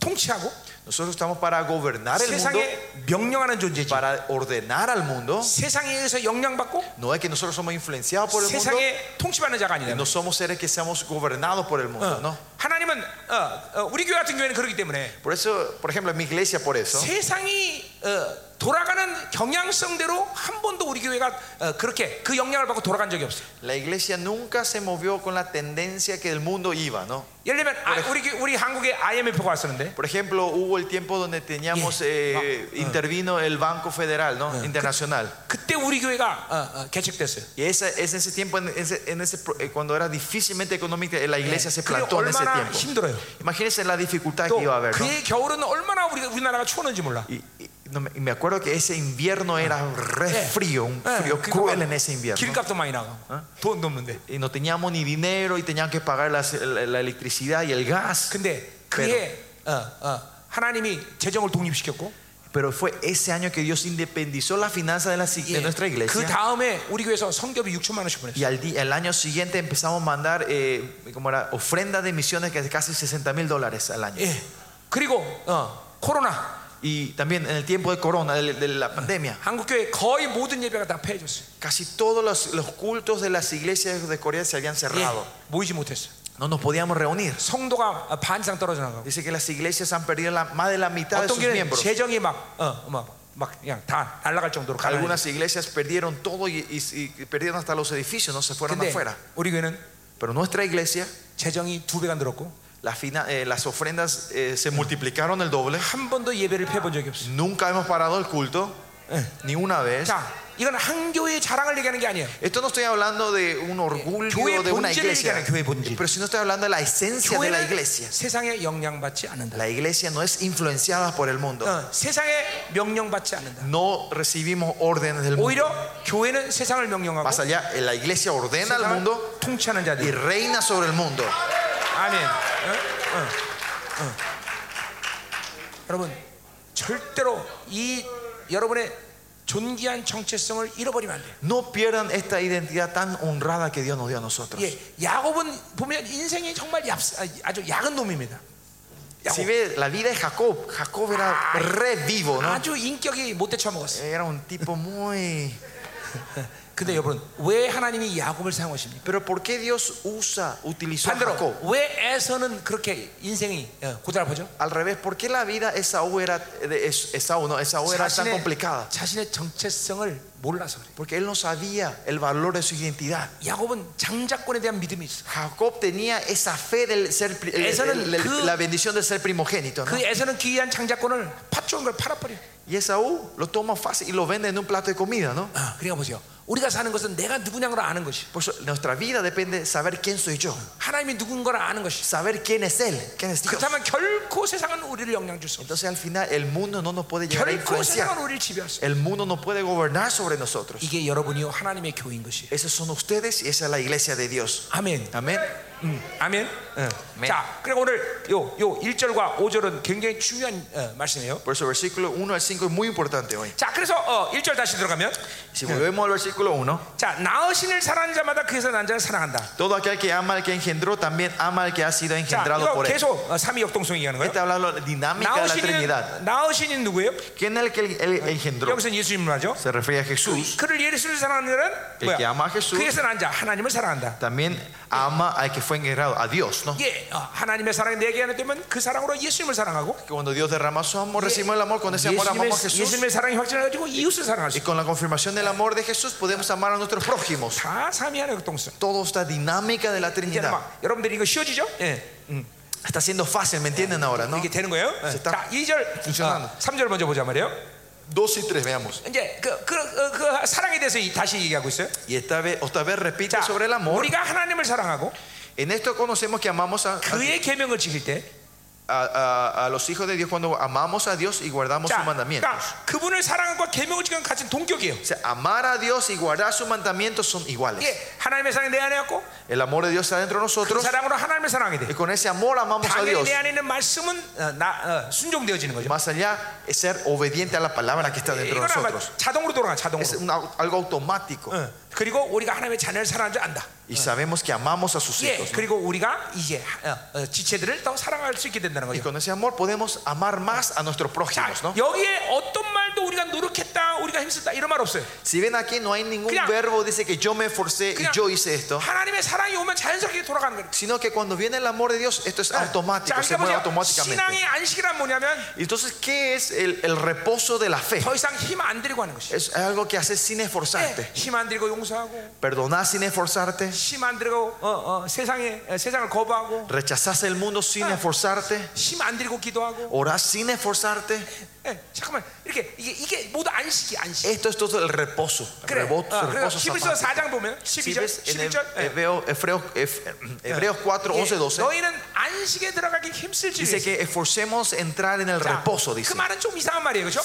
S1: 통치하고
S2: Nosotros estamos para gobernar el mundo,
S1: 세상에 명령하는 존재지.
S2: para ordenar al mundo.
S1: 세상에 의해서 영향받고
S2: No es que nosotros somos influenciados por el mundo,
S1: 세상에 통치받는 자가 아니다.
S2: no somos seres que seamos gobernados por el
S1: Ah.
S2: mundo, ¿no?
S1: 하나님은 어, 어, 우리 교회 같은 교회는 그러기 때문에
S2: Por eso, por ejemplo, en mi iglesia, por eso,
S1: 세상이 어, 돌아가는 경향성대로 한 번도 우리 교회가 어, 그렇게 그 영향을 받고 돌아간 적이 없어요.
S2: la iglesia nunca se movió con la tendencia que el mundo iba, ¿no?
S1: 예를 들면 아, 우리 교- 우리 한국에 IMF가 왔었는데
S2: Por ejemplo, hubo el tiempo donde teníamos,
S1: Yeah.
S2: eh, intervino el Banco Federal, ¿no? Internacional.
S1: 그때 우리 교회가 어, 어, 개척됐어요.
S2: Y esa, es ese tiempo, en ese, en ese pro- eh, cuando era difícilmente económica, eh, la iglesia se
S1: 그게
S2: plantó en ese
S1: 얼마나
S2: tiempo.
S1: 힘들어요.
S2: Imagínense la dificultad
S1: 또
S2: que iba a haber. ¿no?
S1: 그의 겨울은 얼마나 우리 우리나라가 추웠는지 몰라.
S2: Y, y- no me, y me acuerdo que ese invierno era re frío, un
S1: 예,
S2: frío
S1: 그러니까
S2: cruel
S1: 막
S2: en ese invierno. 어?
S1: 길값도 많이 나고 돈도 없는데.
S2: Y no teníamos ni dinero y tenían que pagar las- la, la electricidad y el gas.
S1: 근데 그의 어, 어, 하나님이 재정을 독립시켰고
S2: Pero fue ese año que Dios independizó la finanza de, la, si- de nuestra
S1: 그
S2: iglesia.
S1: 다음에 우리 교회에서 성교비 6천만 원씩 보냈어요.
S2: Y al, di- al año siguiente empezamos a mandar eh, ¿cómo era? ofrendas de misiones que es casi 60 mil dólares al año.
S1: 예. 그리고 어, 예. 코로나
S2: y también en el tiempo de corona, de, de la pandemia,
S1: 한국 교회 거의 모든 예배가 다 폐해졌어요.
S2: casi todos los, los cultos de las iglesias de Corea se habían cerrado.
S1: 모이지 못했어요.
S2: No nos podíamos reunir.
S1: 성도가 반 이상 떨어져 나가고
S2: Dice que las iglesias han perdido la- más de la mitad de
S1: 어떤
S2: sus
S1: 교회는
S2: miembros.
S1: 재정이 막, 어, 막, 막 그냥 다 날아갈 정도로 가난해요.
S2: Algunas iglesias perdieron todo y, y- y perdieron hasta los edificios, no se fueron
S1: 근데
S2: afuera.
S1: 우리 교회는
S2: Pero nuestra iglesia,
S1: 재정이 두 배가 늘었고
S2: la fina- eh, las ofrendas eh, se multiplicaron el doble.
S1: 한 번도 예배를 패본 적이 없어요.
S2: Nunca hemos parado el culto, ni una vez.
S1: 자, 이건 한 교회의 자랑을 얘기하는 게 아니에요.
S2: Esto no estoy hablando de un
S1: 교회
S2: orgullo de una
S1: 본질을
S2: iglesia,
S1: 얘기하는 교회 본질.
S2: pero si no estoy hablando de la esencia de la
S1: 교회는
S2: iglesia.
S1: 세상에 영향받지 않는다.
S2: La iglesia no es influenciada por el mundo.
S1: 어, 세상에 명령받지 않는다.
S2: No recibimos órdenes del mundo.
S1: 오히려 교회는 세상을 명령하고
S2: Más allá, eh, la iglesia ordena al
S1: 세상을
S2: mundo
S1: 통치하는
S2: y
S1: 자들.
S2: reina sobre el mundo.
S1: 아멘. 어? 어. 어. 여러분 절대로 이 여러분의 존귀한 정체성을 잃어버리면 안 돼요.
S2: No pierdan esta identidad tan honrada que Dios nos dio a nosotros.
S1: 예, 야곱은 보면 인생이 정말 얍, 아, 아주 약은 놈입니다.
S2: Si
S1: 야곱
S2: ve la vida de Jacob, Jacob era re vivo, ¿no?
S1: 아주 인격이 못 대처먹었어요.
S2: Era un tipo muy...
S1: 근데 여러분 왜 하나님이 야곱을 사용하십니까?
S2: Pero ¿por qué Dios usa, utilizó a Jacob?
S1: 반대로 왜 에서는 그렇게 인생이 어, 고달프죠?
S2: Al revés, ¿por qué la vida de Esaú era, de Es- Esaú, no, Esaú era tan
S1: 자신의,
S2: complicada?
S1: 자신의 정체성을 몰라서 그래요.
S2: Porque él no sabía el valor de su identidad.
S1: 야곱은 장자권에 대한 믿음이 있어.
S2: Jacob tenía esa fe del ser, pri- el-
S1: Eso no-
S2: el- el-
S1: 그-
S2: la bendición de ser primogénito. ¿no?
S1: 그 에서는 귀한 장자권을 팥 좋은 걸 팔아버려.
S2: Y Esaú lo toma fácil y lo vende en un plato de comida, ¿no?
S1: 아, 그러니까 보세요. 우리가 사는 것은 내가 누구냐는 걸 아는 것이.
S2: Por eso, nuestra vida depende de saber quién soy yo,
S1: 하나님이 누군 걸 아는 것이.
S2: saber quién es él, quién es Dios.
S1: 그렇다면 결코 세상은 우리를 영향 줄 수 없어.
S2: Entonces al final el mundo no nos puede
S1: 예,
S2: llegar a
S1: 결코
S2: influenciar.
S1: 세상은 우리를 지배할 수 없어.
S2: El mundo no puede gobernar sobre nosotros.
S1: 이게 여러분이 하나님의 교인 것이.
S2: Esos son ustedes y esa es la iglesia de Dios.
S1: 아멘.
S2: Amén.
S1: 음, 아멘. 어.
S2: 아멘.
S1: 자, 그리고 오늘 요 요 1절과 5절은 굉장히 중요한 어, 말씀이에요.
S2: Por eso versículo 1 al 5 es muy importante hoy.
S1: 자, 그래서 어, 1절 다시 들어가면
S2: Si volvemos al versículo 1,
S1: 자, 나으신을 사랑하는 자마다 그에서 난 자를 사랑한다.
S2: todo aquel que ama al que engendró también ama al que ha sido
S1: 자,
S2: engendrado
S1: 이거
S2: por él.
S1: 계속 어, 삼위 역동성 얘기하는 거예요.
S2: Está hablando de la dinámica de la Trinidad.
S1: 나으신은 나으신인 누구예요?
S2: ¿Quién es el que él engendró?
S1: 여기서 예수님을 말하죠.
S2: Se refiere a Jesús.
S1: 그를 예수를 사랑하는 자는
S2: El que
S1: 뭐야?
S2: ama a Jesús
S1: 그에서 난 자, 하나님을 사랑한다.
S2: también ama al que fue engendrado, a Dios, ¿no?
S1: 예, 어, 하나님의 사랑이 내게 안에 되면 그 사랑으로 예수님을 사랑하고
S2: Que Cuando Dios derrama su amor, recibimos el amor. Con ese amor
S1: 예수님의,
S2: amamos a Jesús.
S1: 예수님의 사랑이 확증해가지고 이웃을 사랑할 수
S2: Y
S1: 있다.
S2: con la confirmación del amor de Jesús podemos amar a nuestros prójimos.
S1: 다 삼위하는 역동성.
S2: Toda esta dinámica de la
S1: 이제는
S2: Trinidad
S1: 막 여러분들이 이거 쉬워지죠? 예.
S2: está siendo fácil, ¿me entienden ahora? ¿no?
S1: 이게 되는 거예요. 예.
S2: 됐다.
S1: 자, 2절, 어,
S2: 괜찮아.
S1: 3절 먼저 보자 말이에요.
S2: Dos y tres, veamos.
S1: 이제 그, 그, 그, 그 사랑에 대해서 이- 다시 얘기하고 있어요.
S2: Y esta vez, otra vez repite
S1: 자,
S2: sobre el amor.
S1: 우리가 하나님을 사랑하고
S2: En esto conocemos que amamos a,
S1: 그의 계명을 지킬 때,
S2: a- a- a los hijos de Dios cuando amamos a Dios y guardamos
S1: 자,
S2: su mandamiento.
S1: 그러니까 그분을 사랑과 계명을 지금 같은 동격이에요.
S2: O sea, amar a Dios y guardar sus mandamientos son iguales.
S1: 예, 하나님의 사랑이 내 안에 있고
S2: El amor de Dios está dentro de
S1: 그
S2: nosotros
S1: 사랑으로 하나님의 사랑이 돼.
S2: y con ese amor amamos a
S1: 당연히
S2: Dios.
S1: 내 안에 있는 말씀은 어, 나, 어, 순종되어지는 거죠.
S2: Más allá es ser obediente a la palabra que está dentro de
S1: 이거는 아마
S2: nosotros.
S1: 자동으로 돌아가 자동으로.
S2: Es un au- algo automático.
S1: 어, 그리고 우리가 하나님의 자녀를 사랑하는 줄 안다.
S2: Y sabemos que amamos a sus
S1: 예,
S2: hijos.
S1: 그리고 우리가 이제 어, 어, 지체들을 더 사랑할 수 있게 된다는
S2: Y
S1: 거죠.
S2: con ese amor podemos amar más a nuestros
S1: 자,
S2: prójimos. ¿no?
S1: 여기에 어떤 말도 우리가 노력했다, 우리가 힘썼다 이런 말 없어요.
S2: Si ven aquí, no hay ningún
S1: 그냥-
S2: verbo dice que yo me esforcé y
S1: 그냥
S2: yo hice esto.
S1: 하나님의 사랑이 오면 자연스럽게 돌아가는 거예요.
S2: Sino que cuando viene el amor de Dios, esto
S1: 아,
S2: es
S1: 자,
S2: automático, se mueve
S1: 그러니까 보세요.
S2: automáticamente.
S1: 신앙의 안식이란 뭐냐면
S2: Entonces, ¿qué es el, el reposo de la fe?
S1: 더 이상 힘 안 들이고 하는 것이.
S2: Es algo que haces sin esforzarte.
S1: 힘 안 들이고 용서하고,
S2: Perdonás sin esforzarte.
S1: 힘 안 들이고 어, 어, 세상에 어, 세상을 거부하고,
S2: Rechazás el mundo sin esforzarte.
S1: 힘 안 들이고 기도하고.
S2: Orás sin esforzarte.
S1: 예, 잠깐만 이렇게 이게 이게 모두 안식이 안식.
S2: Esto es todo el reposo.
S1: 그래.
S2: Rebo-
S1: 어, 그래서
S2: reposo
S1: 히브리서
S2: sabático.
S1: 4장 보면
S2: Si
S1: 12절,
S2: ves en Heb-
S1: 11절. 예.
S2: Hebreo- Hebreo- Hef- Hebreos 4, 11, 12,
S1: 너희는 안식에 들어가기 힘쓸지
S2: dice que esforcemos entrar en el reposo.
S1: 그
S2: Dice
S1: 말은 좀 이상한 말이에요, 그렇죠?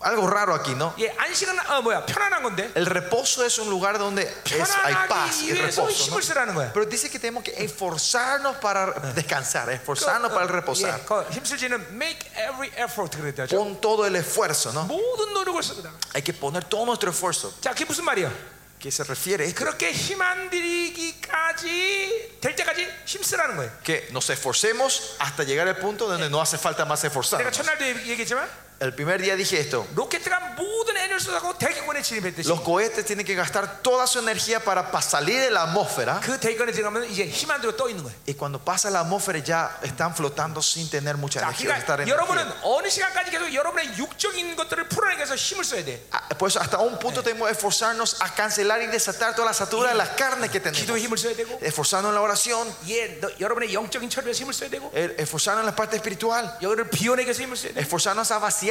S2: algo raro aquí, ¿no?
S1: 예, 안식은 어, 뭐야 편안한 건데
S2: El reposo es un lugar donde es, hay
S1: 편안하기
S2: paz y
S1: 위해서
S2: reposo.
S1: 힘을
S2: ¿no?
S1: 쓰라는 거야.
S2: Pero dice que tenemos que esforzarnos para descansar, esforzarnos para reposar.
S1: 예, 그 힘쓸지는 make every effort 그랬죠.
S2: Pon todo el esfuerzo, ¿no?
S1: 모든 노력을 쓰거든.
S2: Hay que poner todo nuestro esfuerzo.
S1: 자, 그게 무슨 말이에요?
S2: que se refiere esto,
S1: 그렇게 힘안들이기까지 될 때까지 힘쓰라는 거예요.
S2: que nos esforcemos hasta llegar al punto donde no hace falta más
S1: 내가
S2: esforzarnos.
S1: 첫날도 얘기- 얘기했지만
S2: El primer día dije esto.
S1: 로켓트가 모든 에너지를 쏟아고 대기권에 진입했듯이
S2: Los cohetes tienen que gastar toda su energía para pa- salir de la atmósfera.
S1: 그 대기권에 들어가면 이제 힘안들고 떠 있는 거예요.
S2: Y cuando pasa la atmósfera ya están flotando sin tener mucha
S1: 자,
S2: energía. estar
S1: 그러니까
S2: en energía.
S1: 여러분은 어느 시간까지 계속 여러분의 육적인 것들을 풀어내기 위해서 힘을 써야 돼.
S2: Ah, Por eso hasta un punto tenemos que esforzarnos a cancelar y desatar toda la satura de las carnes que tenemos.
S1: 기도에 힘을 써야 되고,
S2: Esforzarnos en la oración,
S1: 예, 너, 여러분의 영적인 처리에서 힘을 써야 되고,
S2: eh, esforzarnos en la parte espiritual,
S1: 여러분을 비워내기 위해서 힘을 써야 돼.
S2: esforzarnos a vaciarnos.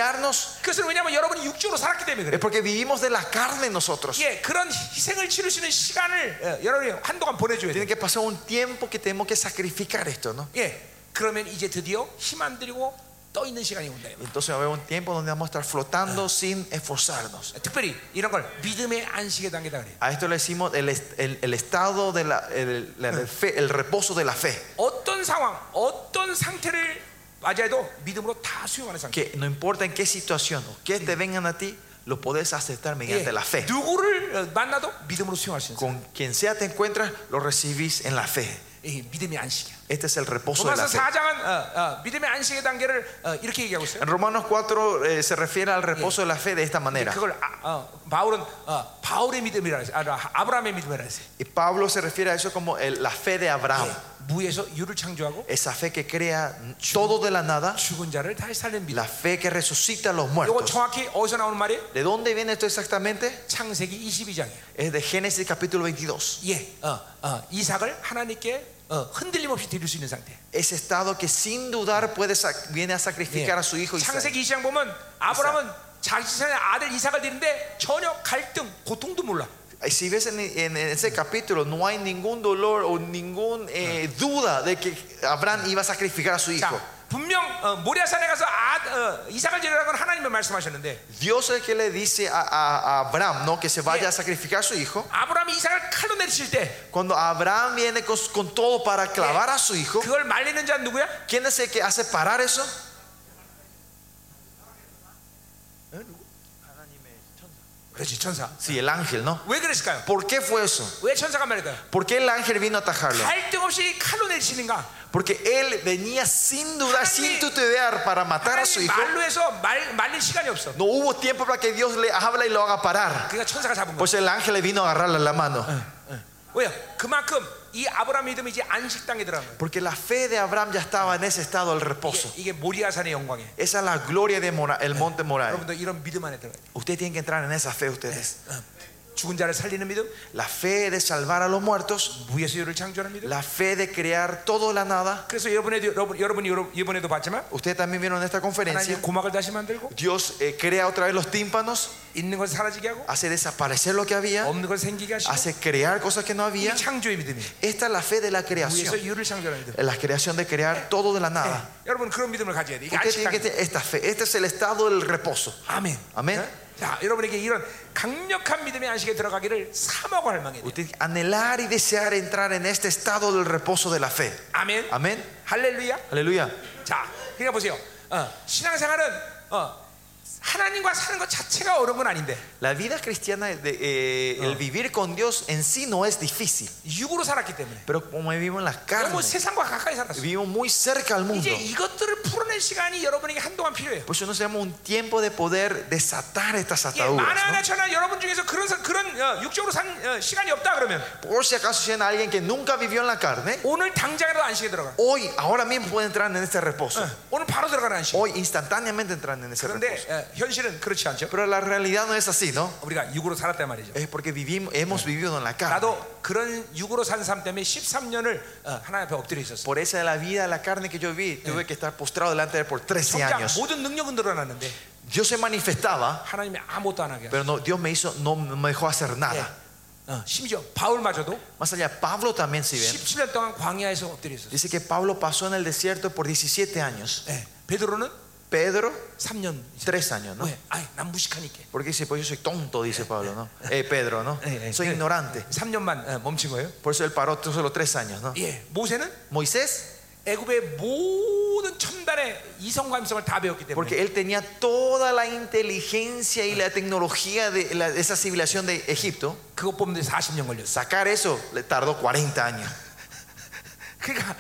S1: 그것은 왜냐하면 여러분이 육적으로 살았기 때문에
S2: Es
S1: 그래요.
S2: porque vivimos de la carne nosotros.
S1: 예, 그런 희생을 치를 수 있는 시간을 어, 여러분이 한동안 보내줘야 돼.
S2: Tiene que pasar un tiempo que tenemos que sacrificar esto, ¿no?
S1: 예, 그러면 이제 드디어 힘 안 들이고 떠 있는 시간이 온다. 이 말이에요.
S2: Y entonces va a haber un tiempo donde vamos a estar flotando sin esforzarnos.
S1: 특별히 이런 걸 믿음의 안식에 당기다 그래요.
S2: A esto le decimos el, est- el- el estado de la, el, la- la fe, el reposo de la fe.
S1: 어떤 상황, 어떤 상태를 맞이해도 믿음으로 다 수용하는 상태.
S2: Que no importa en qué situación o qué te vengan a ti, lo podés aceptar
S1: 예,
S2: mediante la fe.
S1: 누구를 어, 만나도 믿음으로 수용할 수 있는
S2: Con quien sea te encuentras, lo recibís en la fe.
S1: 상태. 예, 믿음의 안식이야.
S2: Este es el reposo de
S1: 로마서
S2: la fe.
S1: 4장은 어, 어, 믿음의 안식의 단계를 어, 이렇게 얘기하고 있어요.
S2: En Romanos 4 eh, se refiere al reposo de la fe de esta manera.
S1: 그걸 아, 어, 바울은 어, 바울의 믿음이라 했어요. 아, 아브라함의 믿음이라 했어요.
S2: Y Pablo se refiere a eso como el- la fe de Abraham.
S1: 예, 무에서 유를 창조하고
S2: Esa fe que crea todo de la nada,
S1: 죽은 자를 다시 살리는 믿음.
S2: la fe que resucita a los
S1: 이거
S2: muertos.
S1: 정확히 어디서 나오는 말이에요?
S2: ¿De dónde viene esto exactamente?
S1: 창세기 22장이에요.
S2: Es de Génesis capítulo 22.
S1: 예, 어, 어, 이삭을 하나님께 어, 흔들림 없이 드릴 수 있는 상태. 예.
S2: ese estado que sin dudar puede sac- viene a sacrificar a su hijo Isaac.
S1: 창세기 20장 보면 아브라함은 자기 자신의 아들 이삭을 드리는데 전혀 갈등, 고통도 몰라.
S2: Y Si ves en, en ese capítulo no hay ningún dolor o ningún eh, duda de que Abraham iba a sacrificar a su
S1: 자,
S2: hijo.
S1: 분명 어, 모리아산에 가서 아, 어, 이삭을 드리라는 건 하나님이 말씀하셨는데
S2: Dios es el que le dice a, a- a Abraham no que se
S1: Sí.
S2: vaya a sacrificar a su hijo.
S1: 아브라함이 이삭을 칼로 내리칠 때
S2: Cuando Abraham viene con, con todo para clavar a su hijo,
S1: 그걸 말리는 자는 누구야?
S2: ¿quién es el que hace parar eso?
S1: 그렇지, 천사.
S2: Sí, el ángel, ¿no?
S1: 왜 그랬을까요?
S2: ¿Por qué fue eso?
S1: 왜 천사가 말했을까요?
S2: ¿Por qué el ángel vino a atajarlo?
S1: 갈등 없이 칼로 내리치는가?
S2: Porque él venía sin dudar, sin tutear para matar a su
S1: 하나님
S2: hijo.
S1: 말로 해서 말, 말릴 시간이 없어.
S2: No hubo tiempo para que Dios le habla y lo haga parar.
S1: 그러니까 천사가 잡은 거야.
S2: Pues el ángel le vino a agarrarle la mano.
S1: 왜요? 그만큼 이 아브라함 믿음이 이제 안식 땅에 들어간 거예요.
S2: Porque la fe de Abraham ya estaba en ese estado del reposo.
S1: 이게 모리아산의 영광이에요.
S2: Esa es la gloria del el monte Moray.
S1: 여러분도 이런 믿음 안에 들어가요.
S2: Ustedes tienen que entrar en esa fe ustedes.
S1: 죽은 자를 살리는 믿음,
S2: La fe de salvar a los muertos.
S1: 무에서 유를 창조하는 믿음.
S2: La fe de crear todo de la nada.
S1: 그래서 여러분에도 여러분 여러분이 여러- 이번에도 봤지만
S2: Ustedes también vieron en esta conferencia.
S1: 하나님 고막을 다시 만들고
S2: Dios eh, crea otra vez los tímpanos.
S1: 있는 것을 사라지게 하고
S2: Hace desaparecer lo que había.
S1: 없는 것을 생기게 하시고
S2: Hace crear cosas que no
S1: 이게
S2: había.
S1: 창조의 믿음이에요.
S2: Esta es la fe de la
S1: 무에서
S2: creación.
S1: 유를 창조하는 믿음.
S2: La creación de crear todo de la nada.
S1: 네, 여러분 그런 믿음을 가져야 돼. 이게
S2: Usted
S1: 안식
S2: tiene
S1: 땅.
S2: que tener esta fe. Este es el estado del reposo.
S1: 아멘.
S2: 아멘.
S1: 네? 자, 여러분에게 이런 강력한 믿음의 안식에 들어가기를 사모하고 할망해야 돼.
S2: Usted tiene que anhelar y desear entrar en este estado del reposo de la fe.
S1: 아멘.
S2: Amén.
S1: 할렐루야.
S2: Aleluya.
S1: 자, 그러니까 보세요. 어, 신앙생활은 어, 하나님과 사는 것 자체가 어려운 건 아닌데
S2: La vida cristiana, de, eh, el vivir con Dios en sí no es difícil.
S1: 육으로 살았기 때문에
S2: Pero como vivimos en la carne,
S1: 너무 세상과 가까이 살았어. 요
S2: vivimos muy cerca al mundo.
S1: 이제 이것들을 풀어낼 시간이 여러분에게 한동안 필요해요.
S2: Por eso nos damos un tiempo de poder desatar estas
S1: 예,
S2: ataduras.
S1: 만화나
S2: ¿no?
S1: 천하 여러분 중에서 그런 사- 그런 어, 육적으로 산 어, 시간이 없다 그러면
S2: Por si acaso si hay alguien que nunca vivió en la carne,
S1: 오늘 당장이라도 안식에 들어가.
S2: hoy, ahora mismo puede entrar en este reposo.
S1: 오늘 바로 들어가는 안식.
S2: Hoy instantáneamente entran en ese
S1: 그런데
S2: reposo.
S1: 어, 현실은 그렇지 않죠.
S2: Pero la realidad no es así, ¿no?
S1: 우리가 육으로 살았단 말이죠.
S2: Es porque vivimos, hemos vivido en la carne.
S1: 나도 그런 육으로 산 삶 때문에 13년을 어, 하나님 앞에 엎드려 있었어.
S2: Por esa de la vida, de la carne que yo vi,
S1: Eh.
S2: tuve que estar postrado delante de él por 13
S1: 성장
S2: años.
S1: 모든 능력은 늘어났는데
S2: Dios se manifestaba,
S1: 하나님이 아무것도 안 하게.
S2: pero no, Dios me hizo, no me dejó hacer nada.
S1: 예. 어, 심지어 바울마저도
S2: Más allá, Pablo también, si ven,
S1: 17년 동안 광야에서 엎드려 있었어요.
S2: dice que Pablo pasó en el desierto por 17 años.
S1: 예. 베드로는
S2: Pedro,
S1: 3년.
S2: 3 años, ¿no?
S1: 왜? 아이, 난 무식하니까.
S2: Porque dice, pues yo soy tonto, dice Pablo, ¿no? Eh, Pedro, ¿no?
S1: [LAUGHS] Eh, eh,
S2: Soy
S1: eh.
S2: ignorante.
S1: 3년만 멈춘 거예요.
S2: Por eso él paró solo 3 años, ¿no?
S1: 예. 모세는
S2: Moisés
S1: 애굽의 예. 모든 모든 첨단의 이성 감성을 다 배웠기 때문에
S2: Porque él tenía toda la inteligencia y la tecnología de la- de esa civilización de Egipto.
S1: 그것 뽑는데 40년 걸렸어.
S2: Sacar eso le tardó 40 años.
S1: [LAUGHS] 그러니까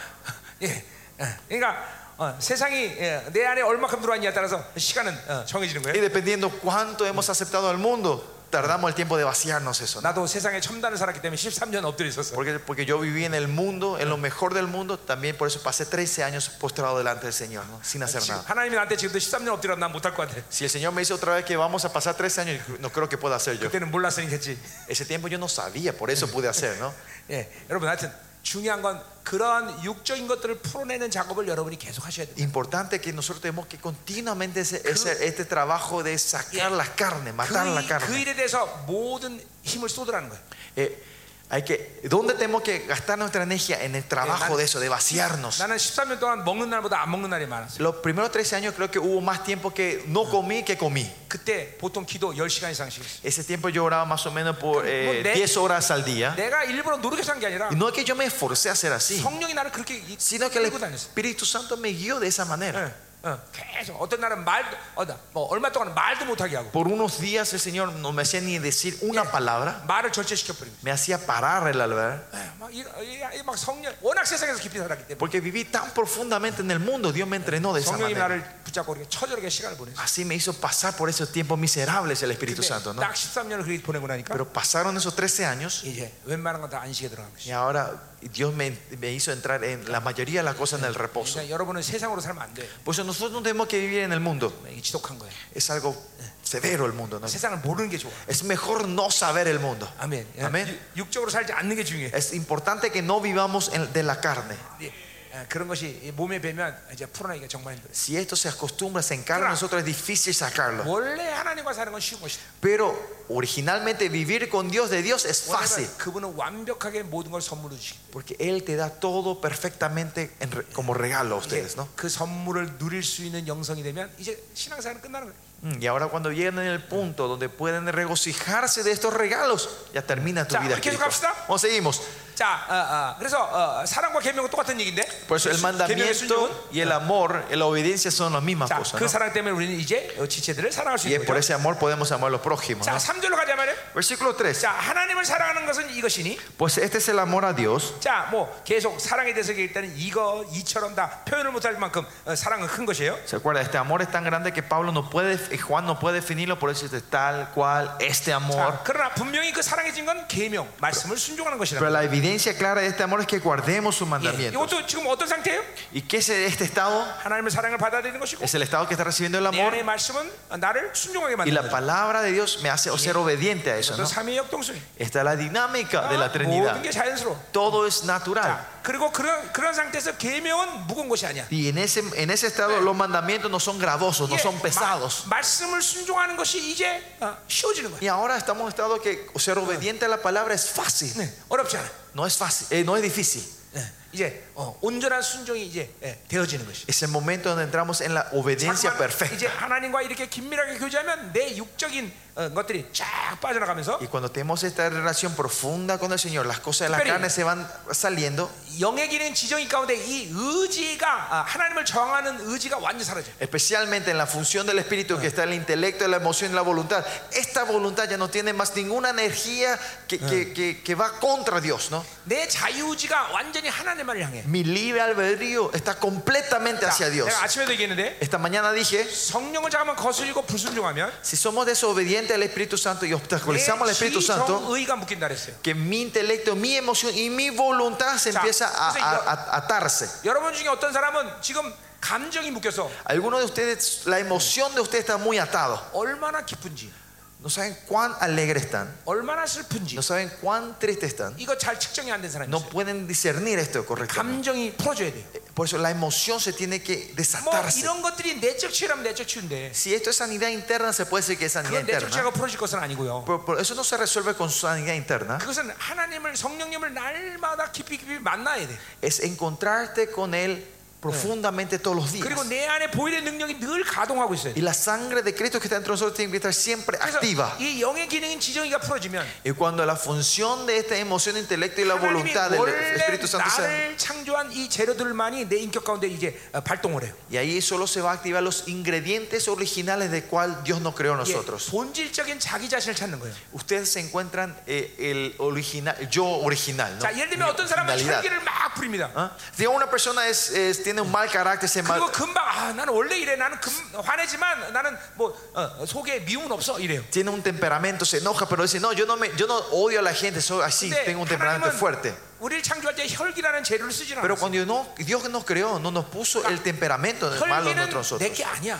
S1: 예, 예, 그러니까 어, 세상이 예, 내 안에 얼마큼 들어왔냐에 따라서 시간은 어, 정해지는
S2: Y
S1: 거예요.
S2: dependiendo cuánto hemos aceptado al mundo, tardamos el tiempo de vaciarnos eso. ¿no?
S1: 나도 세상에 첨단을 살았기 때문에 13년 엎드려 있었어.
S2: Porque, porque yo viví en el mundo, en lo mejor del mundo, también por eso pasé 13 años postrado delante del Señor, ¿no? sin hacer
S1: 지금
S2: nada.
S1: 하나님이 나한테 지금도 13년 엎드려도 난 못할 것 같아.
S2: Si el Señor me dice otra vez que vamos a pasar 13 años, no creo que pueda hacer yo.
S1: 그때는 몰랐으니 했지. [LAUGHS]
S2: Ese tiempo yo no sabía, por eso pude hacer, ¿no?
S1: 예, 여러분 하여튼 중요한 건 그러한 육적인 것들을 풀어내는 작업을 여러분이 계속 하셔야 됩니다.
S2: Importante que nosotros tenemos que continuamente ese- ese- este trabajo de sacar la carne, matar
S1: 그,
S2: la
S1: 일- 그
S2: carne.
S1: 일에 대해서 모든 힘을 쏟으라는 거예요.
S2: Eh, hay que, ¿Dónde tenemos que gastar nuestra energía? En el trabajo de eso, de vaciarnos.
S1: 나는 13년 동안 먹는 날보다 안 먹는 날이 많았어요.
S2: Los primeros 13 años creo que hubo más tiempo que no comí que comí.
S1: 그때 보통 기도 10시간 이상씩 했어요.
S2: Ese tiempo yo oraba más o menos por eh,
S1: de-
S2: 10 horas al día.
S1: 내가 일부러 노력해서 한 게 아니라
S2: Y no es que yo me esforcé a hacer así,
S1: 성령이 나를 그렇게 이-
S2: sino que el
S1: 끌고 다녔어요.
S2: Espíritu Santo me guió de esa manera.
S1: 예, 예, 계속 어떤 날은 말, 어, 나- 뭐 얼마 동안 말도 못하게 하고
S2: Por unos días el Señor no me hacía ni decir
S1: Eh.
S2: una palabra,
S1: 말을 절제시켜 버립니다. 네,
S2: me hacía parar el hablar.
S1: 막, 이- 이- 이- 막 성령 워낙 세상에서 깊이 살았기 때문에
S2: Porque viví tan profundamente en el mundo, Dios me entrenó de esa
S1: 성령이
S2: manera.
S1: 나를 붙잡고 이렇게 처절하게 시간을 보냈어요.
S2: Así me hizo pasar por esos tiempos miserables el Espíritu Santo, ¿no?
S1: 딱 13년을 그렇게 보내고 나니까
S2: Pero pasaron esos 13 años
S1: 이제 웬만한 건 다 안식에 들어간 것이.
S2: y ahora Dios me, me hizo entrar en la mayoría de las cosas en el reposo.
S1: 그러니까 여러분은 세상으로 살면 안 돼요.
S2: Por eso nosotros no tenemos que vivir en el mundo.
S1: 이게 지독한 거예요.
S2: Es algo severo el mundo. ¿no?
S1: 세상을 모르는 게 좋아.
S2: Es mejor no saber el mundo.
S1: 아멘. 예,
S2: Amén.
S1: 육- 육적으로 살지 않는 게 중요해.
S2: Es importante que no vivamos en- de la carne.
S1: 예, 예, 그런 것이 이 몸에 배면 이제 풀어내기가 정말 힘들어요.
S2: Si esto se acostumbra, se encarga a nosotros, es difícil sacarlo.
S1: 원래 하나님과 사는 건 쉬운 것이다.
S2: Pero originalmente vivir con Dios de Dios es fácil.
S1: 왜냐면 그분은 완벽하게 모든 걸 선물로 주시기 때문에.
S2: Porque Él te da todo perfectamente en re- como regalo a
S1: 이제
S2: ustedes, ¿no?
S1: 그 선물을 누릴 수 있는 영성이 되면 이제 신앙생활은 끝나는 거예요.
S2: Mm, Y ahora cuando llegan en el punto donde pueden regocijarse de estos regalos, ya termina tu
S1: Ya,
S2: vida.
S1: ¿qué es lo que
S2: espiritual.
S1: habla?
S2: Vamos, seguimos.
S1: 자, 어, 어, 그래서 어, 사랑과 계명은 똑같은 얘기인데.
S2: Por eso el
S1: 계명의 순종은
S2: mandamiento y el amor, la obediencia son las mismas
S1: 자,
S2: cosas.
S1: 그
S2: ¿no?
S1: 사랑 때문에 우리는 이제 어, 지체들을 사랑할 수
S2: Y es
S1: 있는
S2: por
S1: 거죠.
S2: ese amor podemos amar a los prójimos.
S1: 자,
S2: ¿no?
S1: 3절로 가자 말이에요.
S2: Versículo 3.
S1: 자, 하나님을 사랑하는 것은 이것이니.
S2: Pues este es el amor a Dios.
S1: 자, 뭐 계속 사랑에 대해서 얘기했다는 이거 이처럼 다 표현을 못할 만큼 어, 사랑은 큰 것이에요.
S2: ¿Se acuerda? Este amor es tan grande que Pablo no puede, y Juan no puede definirlo, por eso dice tal cual, este amor.
S1: 자, 그러나 분명히 그 사랑해진 건 계명, 말씀을 순종하는
S2: Pero
S1: 것이라는
S2: la evidencia clara de este amor es que guardemos sus
S1: 예,
S2: mandamientos.
S1: 이것도 지금 어떤 상태예요?
S2: ¿Y qué es este estado?
S1: 하나님의 사랑을 받아들이는 것이고
S2: Es el estado que está recibiendo el
S1: 내
S2: amor
S1: 안의 말씀은 나를 순종하게
S2: y
S1: 만드는
S2: la
S1: 거죠.
S2: palabra de Dios me hace ser obediente a eso.
S1: 그래서 아, 네,
S2: ¿no?
S1: 삼위 역동성.
S2: Está la dinámica de la
S1: 모든
S2: Trinidad.
S1: 게 자연스러워.
S2: Todo es natural.
S1: 자, 그리고 그런 그런 상태에서 계명은 무거운 것이 아니야.
S2: Y en ese, en ese estado los mandamientos no son gravosos, no
S1: 이게
S2: son pesados.
S1: 마- 말씀을 순종하는 것이 이제 어, 쉬워지는 거야.
S2: Y ahora estamos en un estado que ser obediente a la palabra es fácil.
S1: 네, 어렵지 않아.
S2: No es fácil, eh, no es difícil.
S1: 예, 이제 어, 온전한 순종이 이제 예, 되어지는 것이.
S2: Es el momento donde entramos en la obediencia
S1: 자꾸만
S2: perfecta.
S1: 이제 하나님과 이렇게 긴밀하게 교제하면 내 육적인 어, 것들이 쫙 빠져나가면서
S2: Y cuando tenemos esta relación profunda con el Señor, las cosas de la
S1: Espere.
S2: carne se van saliendo.
S1: 영의 기능 지정이 가운데 이 의지가 아, 하나님을 정하는 의지가 완전 사라져. 요
S2: Especialmente en la función del espíritu que está en el intelecto, la emoción y la voluntad. Esta voluntad ya no tiene más ninguna energía que, que- que- que va contra Dios. ¿no?
S1: 내 자유의지가 완전히 하나님만을 향해.
S2: Mi libre albedrío está completamente
S1: 자,
S2: hacia Dios.
S1: 내가 아침에도 얘기했는데
S2: Esta mañana dije,
S1: 성령을 잠깐만 거슬리고 불순종하면
S2: si somos desobedientes al Espíritu Santo y
S1: 내
S2: obstaculizamos al Espíritu Santo,
S1: 지정의가 묶인다 그랬어요.
S2: que mi intelecto, mi emoción y mi voluntad se
S1: Ya.
S2: empieza a,
S1: Entonces,
S2: a-
S1: yo-
S2: a- atarse.
S1: 여러분 중에 어떤 사람은 지금 감정이 묶여서
S2: Algunos de ustedes, la emoción de ustedes está muy atado.
S1: 얼마나 기쁜지,
S2: No saben cuán alegres están,
S1: 얼마나 슬픈지
S2: no saben cuán tristes están.
S1: 이거 잘 측정이 안 된 사람이
S2: No
S1: 있어요.
S2: pueden discernir esto correctamente.
S1: 감정이 풀어줘야 돼.
S2: Por eso la emoción se tiene que
S1: 뭐
S2: desatarse.
S1: 이런 것들이 내적 치유라면 내적 치유인데
S2: Si esto es sanidad interna, se puede decir que es sanidad
S1: 그건 내적
S2: interna.
S1: 치유가 풀어질 것은 아니고요.
S2: Pero, pero eso no se resuelve con sanidad interna.
S1: 그것은 하나님을 성령님을 날마다 깊이 깊이 만나야 돼.
S2: Es encontrarte con Él profundamente todos los días.
S1: 그리고 내 안에 보일의 능력이 늘 가동하고 있어요.
S2: Y la sangre de Cristo que está dentro de nosotros tiene que estar siempre
S1: 그래서
S2: activa.
S1: 이 영의 기능인 지정이가 풀어지면
S2: Y cuando la función de esta emoción, intelecto y la
S1: 하나님이
S2: voluntad del
S1: 원래
S2: Espíritu Santo se...
S1: 나를 창조한 이 재료들만이 내 인격 가운데 이제 어, 발동을 해요.
S2: Y ahí solo se va a activar los ingredientes originales de cual Dios nos creó a
S1: 예,
S2: nosotros.
S1: 본질적인 자기 자신을 찾는 거예요.
S2: Ustedes se encuentran eh, el original, el yo original, ¿no?
S1: 자, 예를 들면 어떤 사람은
S2: Originalidad.
S1: 혈기를 막 부립니다.
S2: ¿Ah? Digo, una persona es, es- tiene un mal carácter, se mal,
S1: 그리고 금방 아 나는 원래 이래 나는 금, 화내지만 나는 뭐 어, 속에 미움은 없어 이래요.
S2: tiene un temperamento, se enoja, pero dice, no, yo no, me, yo no odio a la gente, soy así,
S1: 근데
S2: tengo un temperamento
S1: 하나님은
S2: fuerte.
S1: 우리를 창조할 때 혈기라는 재료를 쓰지는
S2: Pero
S1: 않았어요.
S2: cuando Dios, no- Dios nos creó, no nos puso el temperamento malo en
S1: 혈기는
S2: nosotros.
S1: 내게 아니야.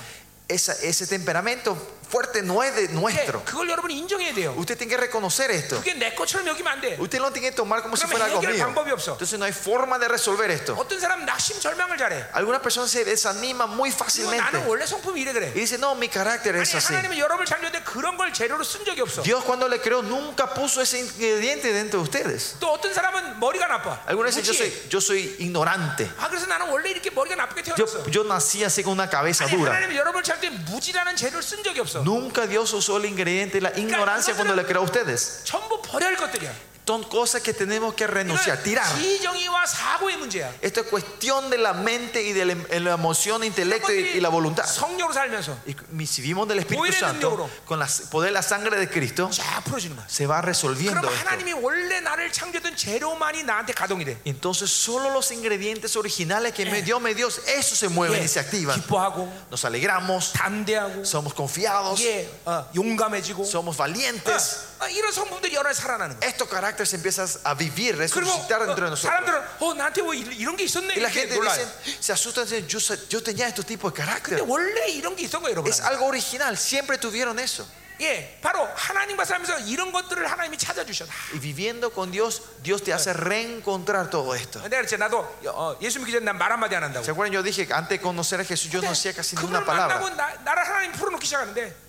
S2: Esa- ese temperamento fuerte no es de
S1: 예,
S2: nuestro.
S1: 그걸 여러분 인정해야 돼요.
S2: Usted tiene que reconocer esto.
S1: 그게 내 것처럼 여기면 안 돼.
S2: Usted no tiene que tomar como si
S1: 그러면
S2: fuera algo
S1: 해결
S2: mío.
S1: 방법이 없어.
S2: Entonces no hay forma de resolver esto.
S1: 어떤 사람은 낙심 절망을 잘해.
S2: Algunas personas se desaniman muy
S1: 그리고 나는
S2: fácilmente
S1: 원래 성품이 이래 그래.
S2: y dicen, no, mi carácter
S1: 아니
S2: es así.
S1: 하나님은 여러분을 창조했는데 그런 걸 재료로 쓴 적이 없어.
S2: Dios cuando le creó nunca puso ese ingrediente dentro de ustedes.
S1: 또 어떤 사람은 머리가 나빠.
S2: Algunos dicen, yo
S1: 무지해.
S2: soy, yo soy ignorante.
S1: 아 그래서 나는 원래 이렇게 머리가 나쁘게
S2: Yo,
S1: 태어났어.
S2: yo nací así con una cabeza
S1: 아니
S2: dura.
S1: 하나님은 여러분을 창조할 때 무지라는 재료를 쓴 적이 없어.
S2: Nunca Dios usó el ingrediente de la ignorancia cuando le creó a ustedes.
S1: 전부 버려야 할 것들이야.
S2: Son cosas que tenemos que renunciar, tirar.
S1: 지정의와 사고의 문제야.
S2: Esto es cuestión de la mente y de la, de la emoción, intelecto y, y la voluntad.
S1: 성령으로 살면서
S2: Y si vivimos del Espíritu
S1: Poder
S2: Santo,
S1: 능력으로.
S2: con el poder de la sangre de Cristo,
S1: 쫙 풀어지는 거야.
S2: se va
S1: 그럼
S2: resolviendo esto.
S1: 하나님이 원래 나를 창조했던 재료만이 나한테 가동이 돼.
S2: Entonces, solo los ingredientes originales que me dio, me dio, eso se mueven y se activan.
S1: 예. 기뻐하고
S2: Nos alegramos,
S1: 담대하고
S2: somos confiados,
S1: 예, 어, 용감해지고
S2: somos valientes.
S1: 어, 어, 이런 성품들이 여러 살아나는 거야.
S2: Estos caracteres empiezan a vivir,
S1: 그리고
S2: resucitar dentro de
S1: 어,
S2: nosotros.
S1: 사람들은 어 나한테 뭐 이- 이런 게 있었네
S2: Y la
S1: 이렇게
S2: gente dice,
S1: 놀라요.
S2: se asustan, dicen, yo, sa- yo tenía estos tipos de
S1: 근데
S2: carácter.
S1: 원래 이런 게 있었던 거예요, 여러분.
S2: Es algo original, siempre tuvieron eso.
S1: 예, 바로 하나님과 살면서 이런 것들을 하나님이 찾아주셨다.
S2: Y viviendo con Dios, Dios te hace reencontrar todo esto.
S1: 내가 그랬지 나도 어, 예수 믿기 전에 난 말 한마디 안 한다고. 네.
S2: ¿Se acuerdan? Yo dije que antes de conocer a Jesús yo no hacía casi ni
S1: 그분을
S2: una
S1: 만나고
S2: palabra.
S1: 나, 나를 하나님 풀어놓기 시작하는데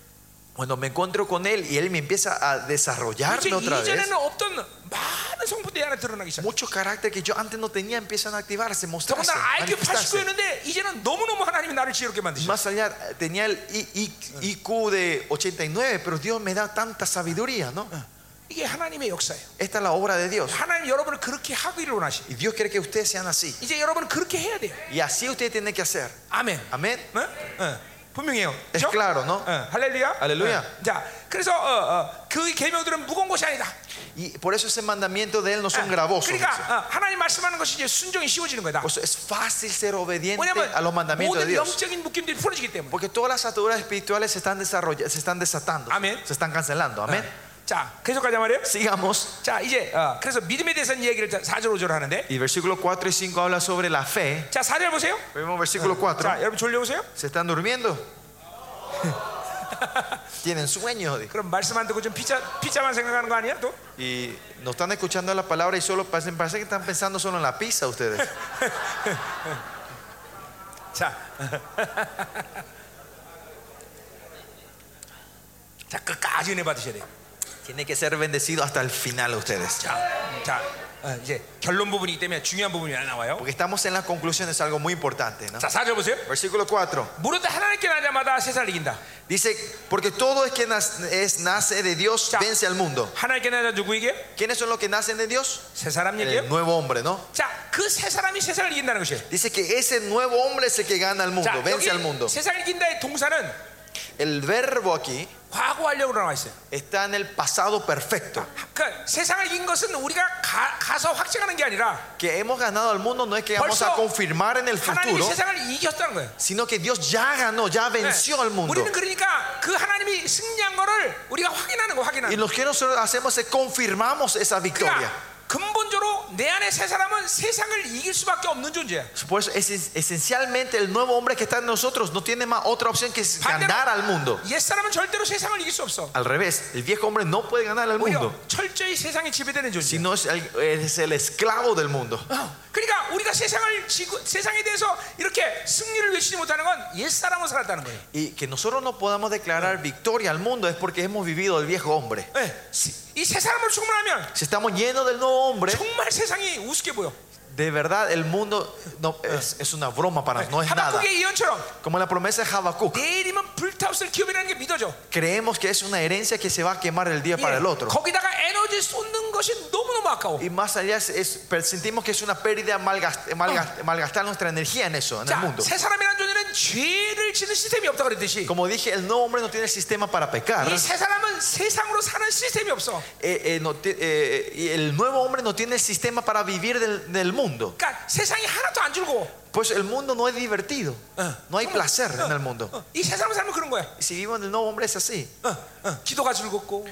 S2: Cuando me encuentro con Él y Él me empieza a
S1: 이제
S2: desarrollarme otra vez,
S1: 이전에는 없던 많은 성품들이 하나 드러나기 시작.
S2: muchos caracteres que yo antes no tenía empiezan a activarse, mostrarse,
S1: 더군다나 IQ
S2: manifestarse.
S1: 89였는데 이제는 너무너무 하나님이 나를 지혜롭게 만드셨어.
S2: Más allá tenía el I- I- IQ de 89, pero Dios me da tanta sabiduría, ¿no?
S1: 이게 하나님의 역사예요.
S2: Esta es la obra de Dios.
S1: 하나님 여러분을 그렇게 하기를 원하시.
S2: Y Dios quiere que ustedes sean así.
S1: 이제 여러분은 그렇게 해야 돼요.
S2: Y así ustedes tienen que hacer.
S1: 아멘.
S2: Amén.
S1: 어? 어, 분명해요.
S2: Es
S1: 그죠?
S2: claro, ¿no?
S1: 어, 할렐루야.
S2: 할렐루야.
S1: 어, 자, 그래서 어, 어, 그 계명들은 무거운 것이 아니다. 네.
S2: Y por eso ese mandamiento de Él no
S1: Ah,
S2: son gravosos.
S1: 그러니까
S2: dice.
S1: 어, 네. 하나님 말씀하는 것이 이제 순종이 쉬워지는 거다.
S2: Por eso es fácil ser obediente
S1: 왜냐하면
S2: a los mandamientos de
S1: 모든
S2: Dios.
S1: 영적인 묶임들이 풀어지기 때문에.
S2: Porque todas las ataduras espirituales se están desarrollando, se están desatando,
S1: Amén. Ah.
S2: se están cancelando. Amén.
S1: 네. 자, 계속 가자 말이에요.
S2: Sigamos.
S1: 자, 이제 어, 그래서 믿음에 대해서는 얘기를 4절 5절 하는데.
S2: Y versículo 4 y 5 habla sobre la fe.
S1: 자, 4절 보세요.
S2: Vemos versículo 4.
S1: 자, 여러분 졸려 오세요?
S2: ¿Se están durmiendo? [LAUGHS] Tienen sueño. dijo.
S1: 그럼 말씀 안 듣고 좀 피자 피자만 생각하는 거 아니야? 또?
S2: Y no están escuchando la palabra y solo parecen, parece que están pensando solo en la pizza [LAUGHS] ustedes.
S1: 자. [LAUGHS] 자, 끝까지 은혜 받으셔야 돼요.
S2: Tienen que ser bendecidos hasta el final ustedes.
S1: 자, 자, 어, 이제 결론 부분이기 때문에 중요한 부분이 하나 나와요.
S2: Porque estamos en las conclusiones, es algo muy importante. ¿no?
S1: 자, 4절 보세요.
S2: Versículo 4.
S1: 무릇 하나님께 나자마다 세상을 이긴다.
S2: Dice, porque todo es que nas- es, nace de Dios
S1: Ya.
S2: vence al mundo.
S1: 하나님께 나자 누구에게?
S2: ¿Quiénes son los que nacen de Dios?
S1: 세 사람 얘기예요.
S2: El nuevo hombre, ¿no?
S1: 자, 그 세 사람이 세상을 이긴다는 것이에요.
S2: Dice que ese nuevo hombre es el que gana al mundo,
S1: 자,
S2: vence al mundo.
S1: 여기 세상을 이긴다의 동사는
S2: El verbo aquí
S1: 과거 완료로 나와 있어요.
S2: está en el pasado perfecto.
S1: 그러니까 세상을 이긴 것은 우리가 가, 가서 확증하는 게 아니라
S2: Que hemos ganado al mundo no es que vamos
S1: Por
S2: a
S1: eso,
S2: confirmar en el
S1: 하나님이
S2: futuro,
S1: 세상을 이겼다는 거예요.
S2: sino que Dios ya ganó, ya
S1: 네.
S2: venció al mundo.
S1: 우리는 그러니까 그 하나님이 승리한 거를 우리가 확인하는 거
S2: Y
S1: 확인하는 거.
S2: lo que nosotros hacemos es confirmamos esa victoria.
S1: 그러니까 근본적으로 내 안에 세 사람은 세상을 이길 수밖에 없는 존재야.
S2: Por eso Pues, es, esencialmente el nuevo hombre que está en nosotros no tiene más otra opción que es
S1: 반대로
S2: ganar al mundo.
S1: 옛 사람은 절대로 세상을 이길 수 없어.
S2: Al revés, el viejo hombre no puede ganar al
S1: 오히려
S2: mundo,
S1: 철저히 세상에 지배되는 존재.
S2: sino es el, es el esclavo del mundo.
S1: 그러니까 우리가 세상을 지구, 세상에 대해서 이렇게 승리를 외치지 못하는 건 옛 사람으로 살았다는 거예요.
S2: Y que nosotros no podamos declarar victoria al mundo es porque hemos vivido el viejo hombre.
S1: 예. 이 세 사람으로 충분하면 네.
S2: Si estamos llenos del nuevo hombre,
S1: 정말 세상이 우습게 보여.
S2: de verdad el mundo no, es, es una broma para no es nada.
S1: 하박국의 예언처럼
S2: Como la promesa de Habacuc,
S1: 내일이면 불타오를 기업이라는 게 믿어져.
S2: creemos que es una herencia que se va a quemar el día para el otro.
S1: 예, 거기다가 에너지 쏟는 것이 너무너무 아까워.
S2: Y más allá es- es- per- sentimos que es una pérdida malgast- malgast- malgastar nuestra energía en eso, en el
S1: 자,
S2: mundo.
S1: 새 사람이라는 존재는 죄를 짓는 시스템이 없다 그랬듯이
S2: Como dije, el nuevo hombre no tiene sistema para pecar.
S1: 이 새 사람은 세상으로 사는 시스템이 없어.
S2: Eh, eh, no ti- eh, y el nuevo hombre no tiene el sistema para vivir del, del mundo.
S1: 그러니까 세상이 하나도 안 즐거워.
S2: Pues el mundo no es divertido. No hay placer en el mundo.
S1: 어, 이 세상으로 살면 그런 거야.
S2: Si vivimos en el nuevo hombre es así.
S1: 어, 어, 기도가 즐겁고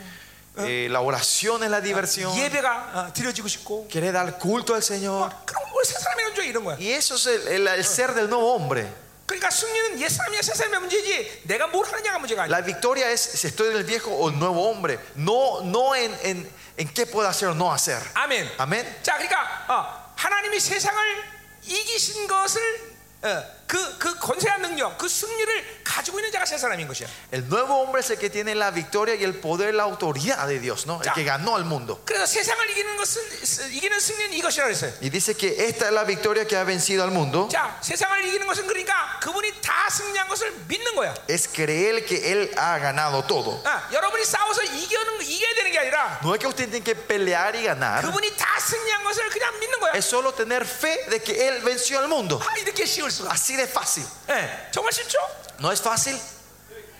S2: Eh, la oración es la diversión.
S1: 예배가 어, 드려지고 싶고
S2: Quiere dar culto al Señor.
S1: 그럼 우리 새 사람이라는 존재 이런 거야.
S2: Y eso es el, el- el ser del nuevo hombre.
S1: 그러니까 승리는 옛 사람이야 새 사람의 문제지 내가 뭘 하느냐가 문제가 아니야.
S2: La victoria es si estoy en el viejo o el nuevo hombre. No, no en, en, en qué puedo hacer o no hacer.
S1: 아멘.
S2: Amén.
S1: 자, 그러니까 어, 하나님이 세상을 이기신 것을 그그 그 권세한 능력, 그 승리를 가지고 있는 자가 새 사람인 것이야.
S2: El nuevo hombre es el que tiene la victoria y el poder, la autoridad de Dios, ¿no? El
S1: Ya.
S2: que ganó al mundo.
S1: 그래서 세상을 이기는 것은 이기는 승리는 이것이라 그랬어요.
S2: Y dice que esta es la victoria que ha vencido al mundo.
S1: 자, 세상을 이기는 것은 그러니까 그분이 다 승리한 것을 믿는 거야.
S2: Es creer que Él ha ganado todo.
S1: 아, 여러분이 싸워서 이겨는 이겨야 되는 게 아니라
S2: No es que usted tiene que pelear y ganar.
S1: 그분이 다 승리한 것을 그냥 믿는 거야.
S2: Es solo tener fe de que Él venció al mundo.
S1: 아, 이렇게 쉬울 수가.
S2: Así de fácil.
S1: 예, 정말 쉽죠?
S2: ¿No es fácil?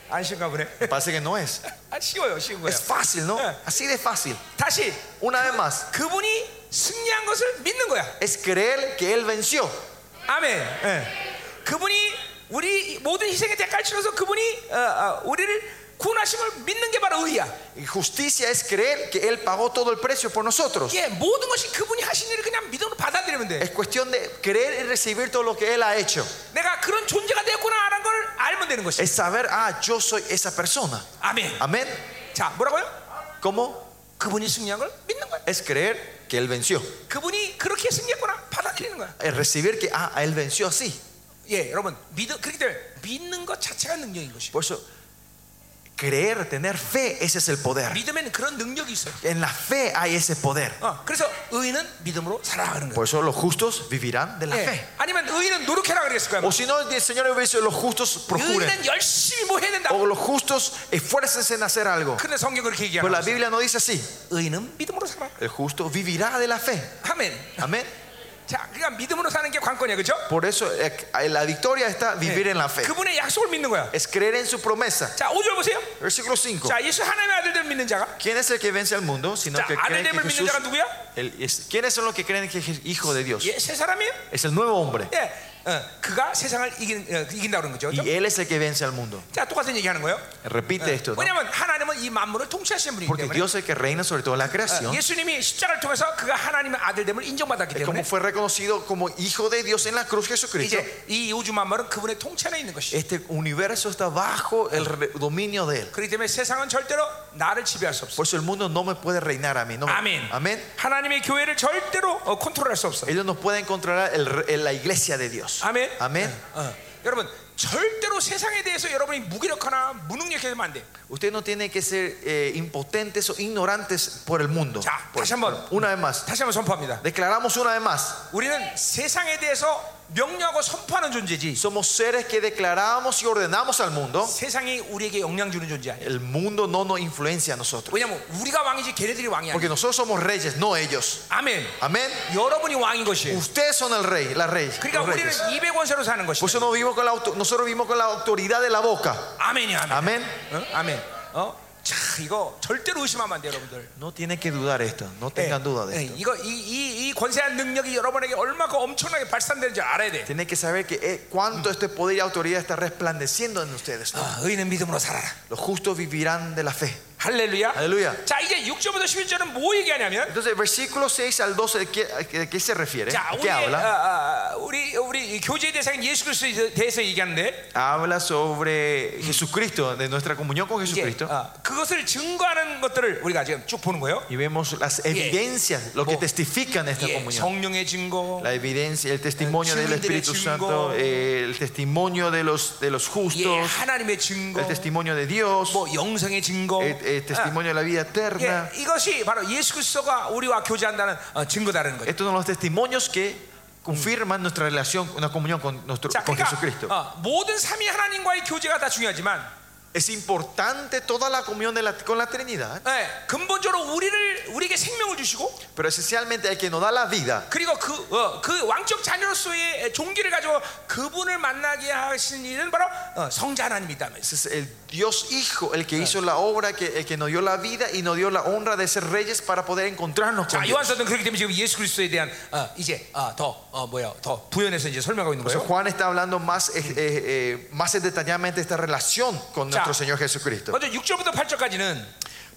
S1: 안 쉬운가 보네.
S2: Me parece que
S1: [LAUGHS]
S2: no es.
S1: 아, 쉬워요, 쉬운 거야.
S2: Es fácil, ¿no?
S1: Eh.
S2: Así de fácil.
S1: 다시
S2: Una vez más,
S1: 그분이 승리한 것을 믿는 거야.
S2: es creer que Él venció.
S1: 아멘. 예. 그분이 우리 모든 희생의 대가를 치러서 그분이 어, 어, 우리를 구원하심을 믿는 게 바로 의야.
S2: Y Justicia es creer que Él pagó todo el precio por nosotros.
S1: 예, 모든 것이 그분이 하신 일을 그냥 믿음으로 받아들이면 돼.
S2: Es cuestión de creer y recibir todo lo que Él ha hecho.
S1: 내가 그런 존재가 되었구나라는 걸 알면 되는 것이.
S2: Es 사ber, ah, yo soy esa persona.
S1: 아멘.
S2: Amén.
S1: 자, 뭐라고요?
S2: ¿Cómo?
S1: 그분이 승리한 걸 믿는 거야.
S2: Es creer que Él venció.
S1: 그분이 그렇게 승리했구나 받아들이는 거야.
S2: Es recibir que, ah, Él venció así.
S1: 예, 여러분 믿 그렇기 때문에 믿는 것 자체가 능력인 것이.
S2: Por eso, creer, tener fe, ese es el poder.
S1: 믿음에는 그런 능력이 있어요.
S2: En la fe hay ese poder.
S1: 어, 그래서 의인은 믿음으로 살아가는 거예요.
S2: Por eso los justos vivirán de la fe.
S1: 예, 아니면 의인은 노력해라 그랬을 거야.
S2: O si no, el Señor dice, los justos procuren.
S1: 의인은 열심히 뭐 해야 된다.
S2: O los justos esfuércense en hacer algo.
S1: 근데 성경 그렇게
S2: Pero
S1: 얘기하는
S2: la
S1: 거예요.
S2: Biblia no dice así.
S1: 의인은 믿음으로 살아.
S2: El justo vivirá de la fe.
S1: 아멘.
S2: Amén.
S1: 자, 그러니까 믿음으로 사는 게 관건이야, 그렇죠? 네.
S2: Por eso eh, la victoria está vivir en la fe.
S1: 그분의 약속을 믿는 거야.
S2: Es creer en su promesa.
S1: 자, 5절 보세요.
S2: Versículo 5.
S1: 자, 예수 하나님의 아들들 믿는 자가.
S2: ¿Quién es el que vence al mundo? Sino
S1: 자,
S2: que cree que
S1: 아들됨을 믿는
S2: Jesús.
S1: 자가 누구야?
S2: el- es- ¿Quiénes son los que creen que es hijo de Dios?
S1: 예, 세 사람이에요.
S2: Es el nuevo hombre.
S1: 예, 어, 그가 세상을 이긴, 어, 이긴다 그런 거죠. 그죠?
S2: Y él es el que vence al mundo.
S1: 자, 똑같은 얘기하는 거예요.
S2: Repite esto. ¿no?
S1: 왜냐하면 하나님은 이 만물을 통치하시는 분이기
S2: Porque
S1: 때문에. 어,
S2: Dios es el que reina sobre toda la creación.
S1: 예수님이 십자가를 통해서 그가 하나님의 아들됨을 인정받았기
S2: como
S1: 때문에
S2: fue reconocido como hijo de Eh. Dios en la cruz Jesucristo.
S1: 이제 이 우주 만물은 그분의 통치 안에 있는 것이.
S2: Este universo está bajo el re- dominio de él.
S1: 그렇기 때문에 세상은 절대로 나를 지배할 수 없어.
S2: Por eso el mundo no me puede reinar a mí. No me-
S1: 어, 아멘.
S2: Amén.
S1: 하나님의 교회를 절대로 어, 컨트롤할 수 없어.
S2: Ellos no pueden controlar el re- el- la iglesia de Dios.
S1: 아멘.
S2: Amén.
S1: 어. 여러분 절대로 세상에 대해서 여러분이 무기력하나 무능력해 되면 안 돼.
S2: Usted no tiene que ser eh, impotentes o ignorantes por el mundo.
S1: Ya,
S2: Por-
S1: 다시 한번.
S2: una vez más.
S1: 다시 한번 선포합니다.
S2: Declaramos una vez más.
S1: 우리는 세상에 대해서 명령하고 선포하는 존재지.
S2: Somos seres que declaramos y ordenamos al mundo.
S1: 세상이 우리에게 영향 주는 존재 아니야.
S2: El mundo no nos influencia a nosotros.
S1: 왜냐면 우리가 왕이지 걔네들이 왕이 아니야.
S2: Porque nosotros somos reyes, no ellos.
S1: 아멘.
S2: Amén.
S1: 여러분이 왕인 것이에요.
S2: Ustedes son el rey, la rey.
S1: 그러니까
S2: los
S1: 우리는
S2: reyes.
S1: 200원세로 사는 것이.
S2: Por eso no vivimos con la auto- nosotros vivimos con la autoridad de la boca.
S1: 아멘이야. 아멘.
S2: Amén.
S1: 어? 아멘. 어? 자, 이거 절대로 의심하면 안 돼, 여러분들.
S2: No tiene que dudar esto. No tengan duda de
S1: 예,
S2: esto.
S1: 이거 이, 이, 이 권세한 능력이 여러분에게 얼마큼 엄청나게 발산되는지 알아야 돼.
S2: Tiene que saber que eh, cuánto este poder y autoridad está resplandeciendo en ustedes. ¿no?
S1: 아, 의인은 믿음으로 살아라.
S2: Los justos vivirán de la fe.
S1: 할렐루야.
S2: Aleluya.
S1: 자 이제 6절부터 11절은 뭐 얘기하냐면
S2: Entonces, versículo 6 al 12, ¿de qué, de qué se refiere?
S1: 자
S2: ¿De
S1: 우리 아,
S2: qué habla?
S1: 우리 우리 이 교제의 대상인 예수 그리스도에 대해서 얘기하는데
S2: Habla sobre Jesucristo, de nuestra comunión con
S1: 이제,
S2: Jesucristo.
S1: 어, 그것을 증거하는 것들을 우리가 지금 쭉 보는 거예요.
S2: Y vemos las evidencias, lo que testifican esta
S1: 예,
S2: comunión.
S1: 성령의 증거,
S2: La evidencia, el testimonio del Espíritu Santo, eh, el testimonio de los, de los
S1: 예,
S2: justos,
S1: 하나님의 증거,
S2: el testimonio de Dios,
S1: 뭐 영성의 증거,
S2: el, eh, testimonio de la vida eterna.
S1: 예, 이것이 바로 예수 그리스도가 우리와 교제한다는 어, 증거다라는 거죠.
S2: Estos son los testimonios que confirman nuestra relación, una comunión con, nuestro,
S1: 자,
S2: con
S1: 그러니까
S2: Jesucristo.
S1: 어, 모든 삼위 하나님과의 교제가 다 중요하지만
S2: Es importante toda la comunión de la- con la Trinidad,
S1: 예, 근본적으로 우리를 우리에게 생명을 주시고
S2: pero esencialmente el que nos da la vida
S1: 그리고 그, 어, 그 왕적 자녀로서의 종기를 가지고 그분을 만나게 하신 일은 바로 어, 성자 하나님이다면서.
S2: es el Dios Hijo, el que hizo la obra, que, el que nos dio la vida y nos dio la honra de ser reyes para poder encontrarnos con
S1: 자,
S2: Dios.
S1: 요한서는 그렇기 때문에 지금 예수 그리스도에 대한 어, 이제 어, 더 어, 뭐야 더 부연해서 이제 설명하고 있는
S2: Entonces
S1: 거예요.
S2: Juan está hablando más, eh, eh, eh, más detalladamente esta relación con nuestro Señor Jesucristo.
S1: 먼저 6절부터 8절까지는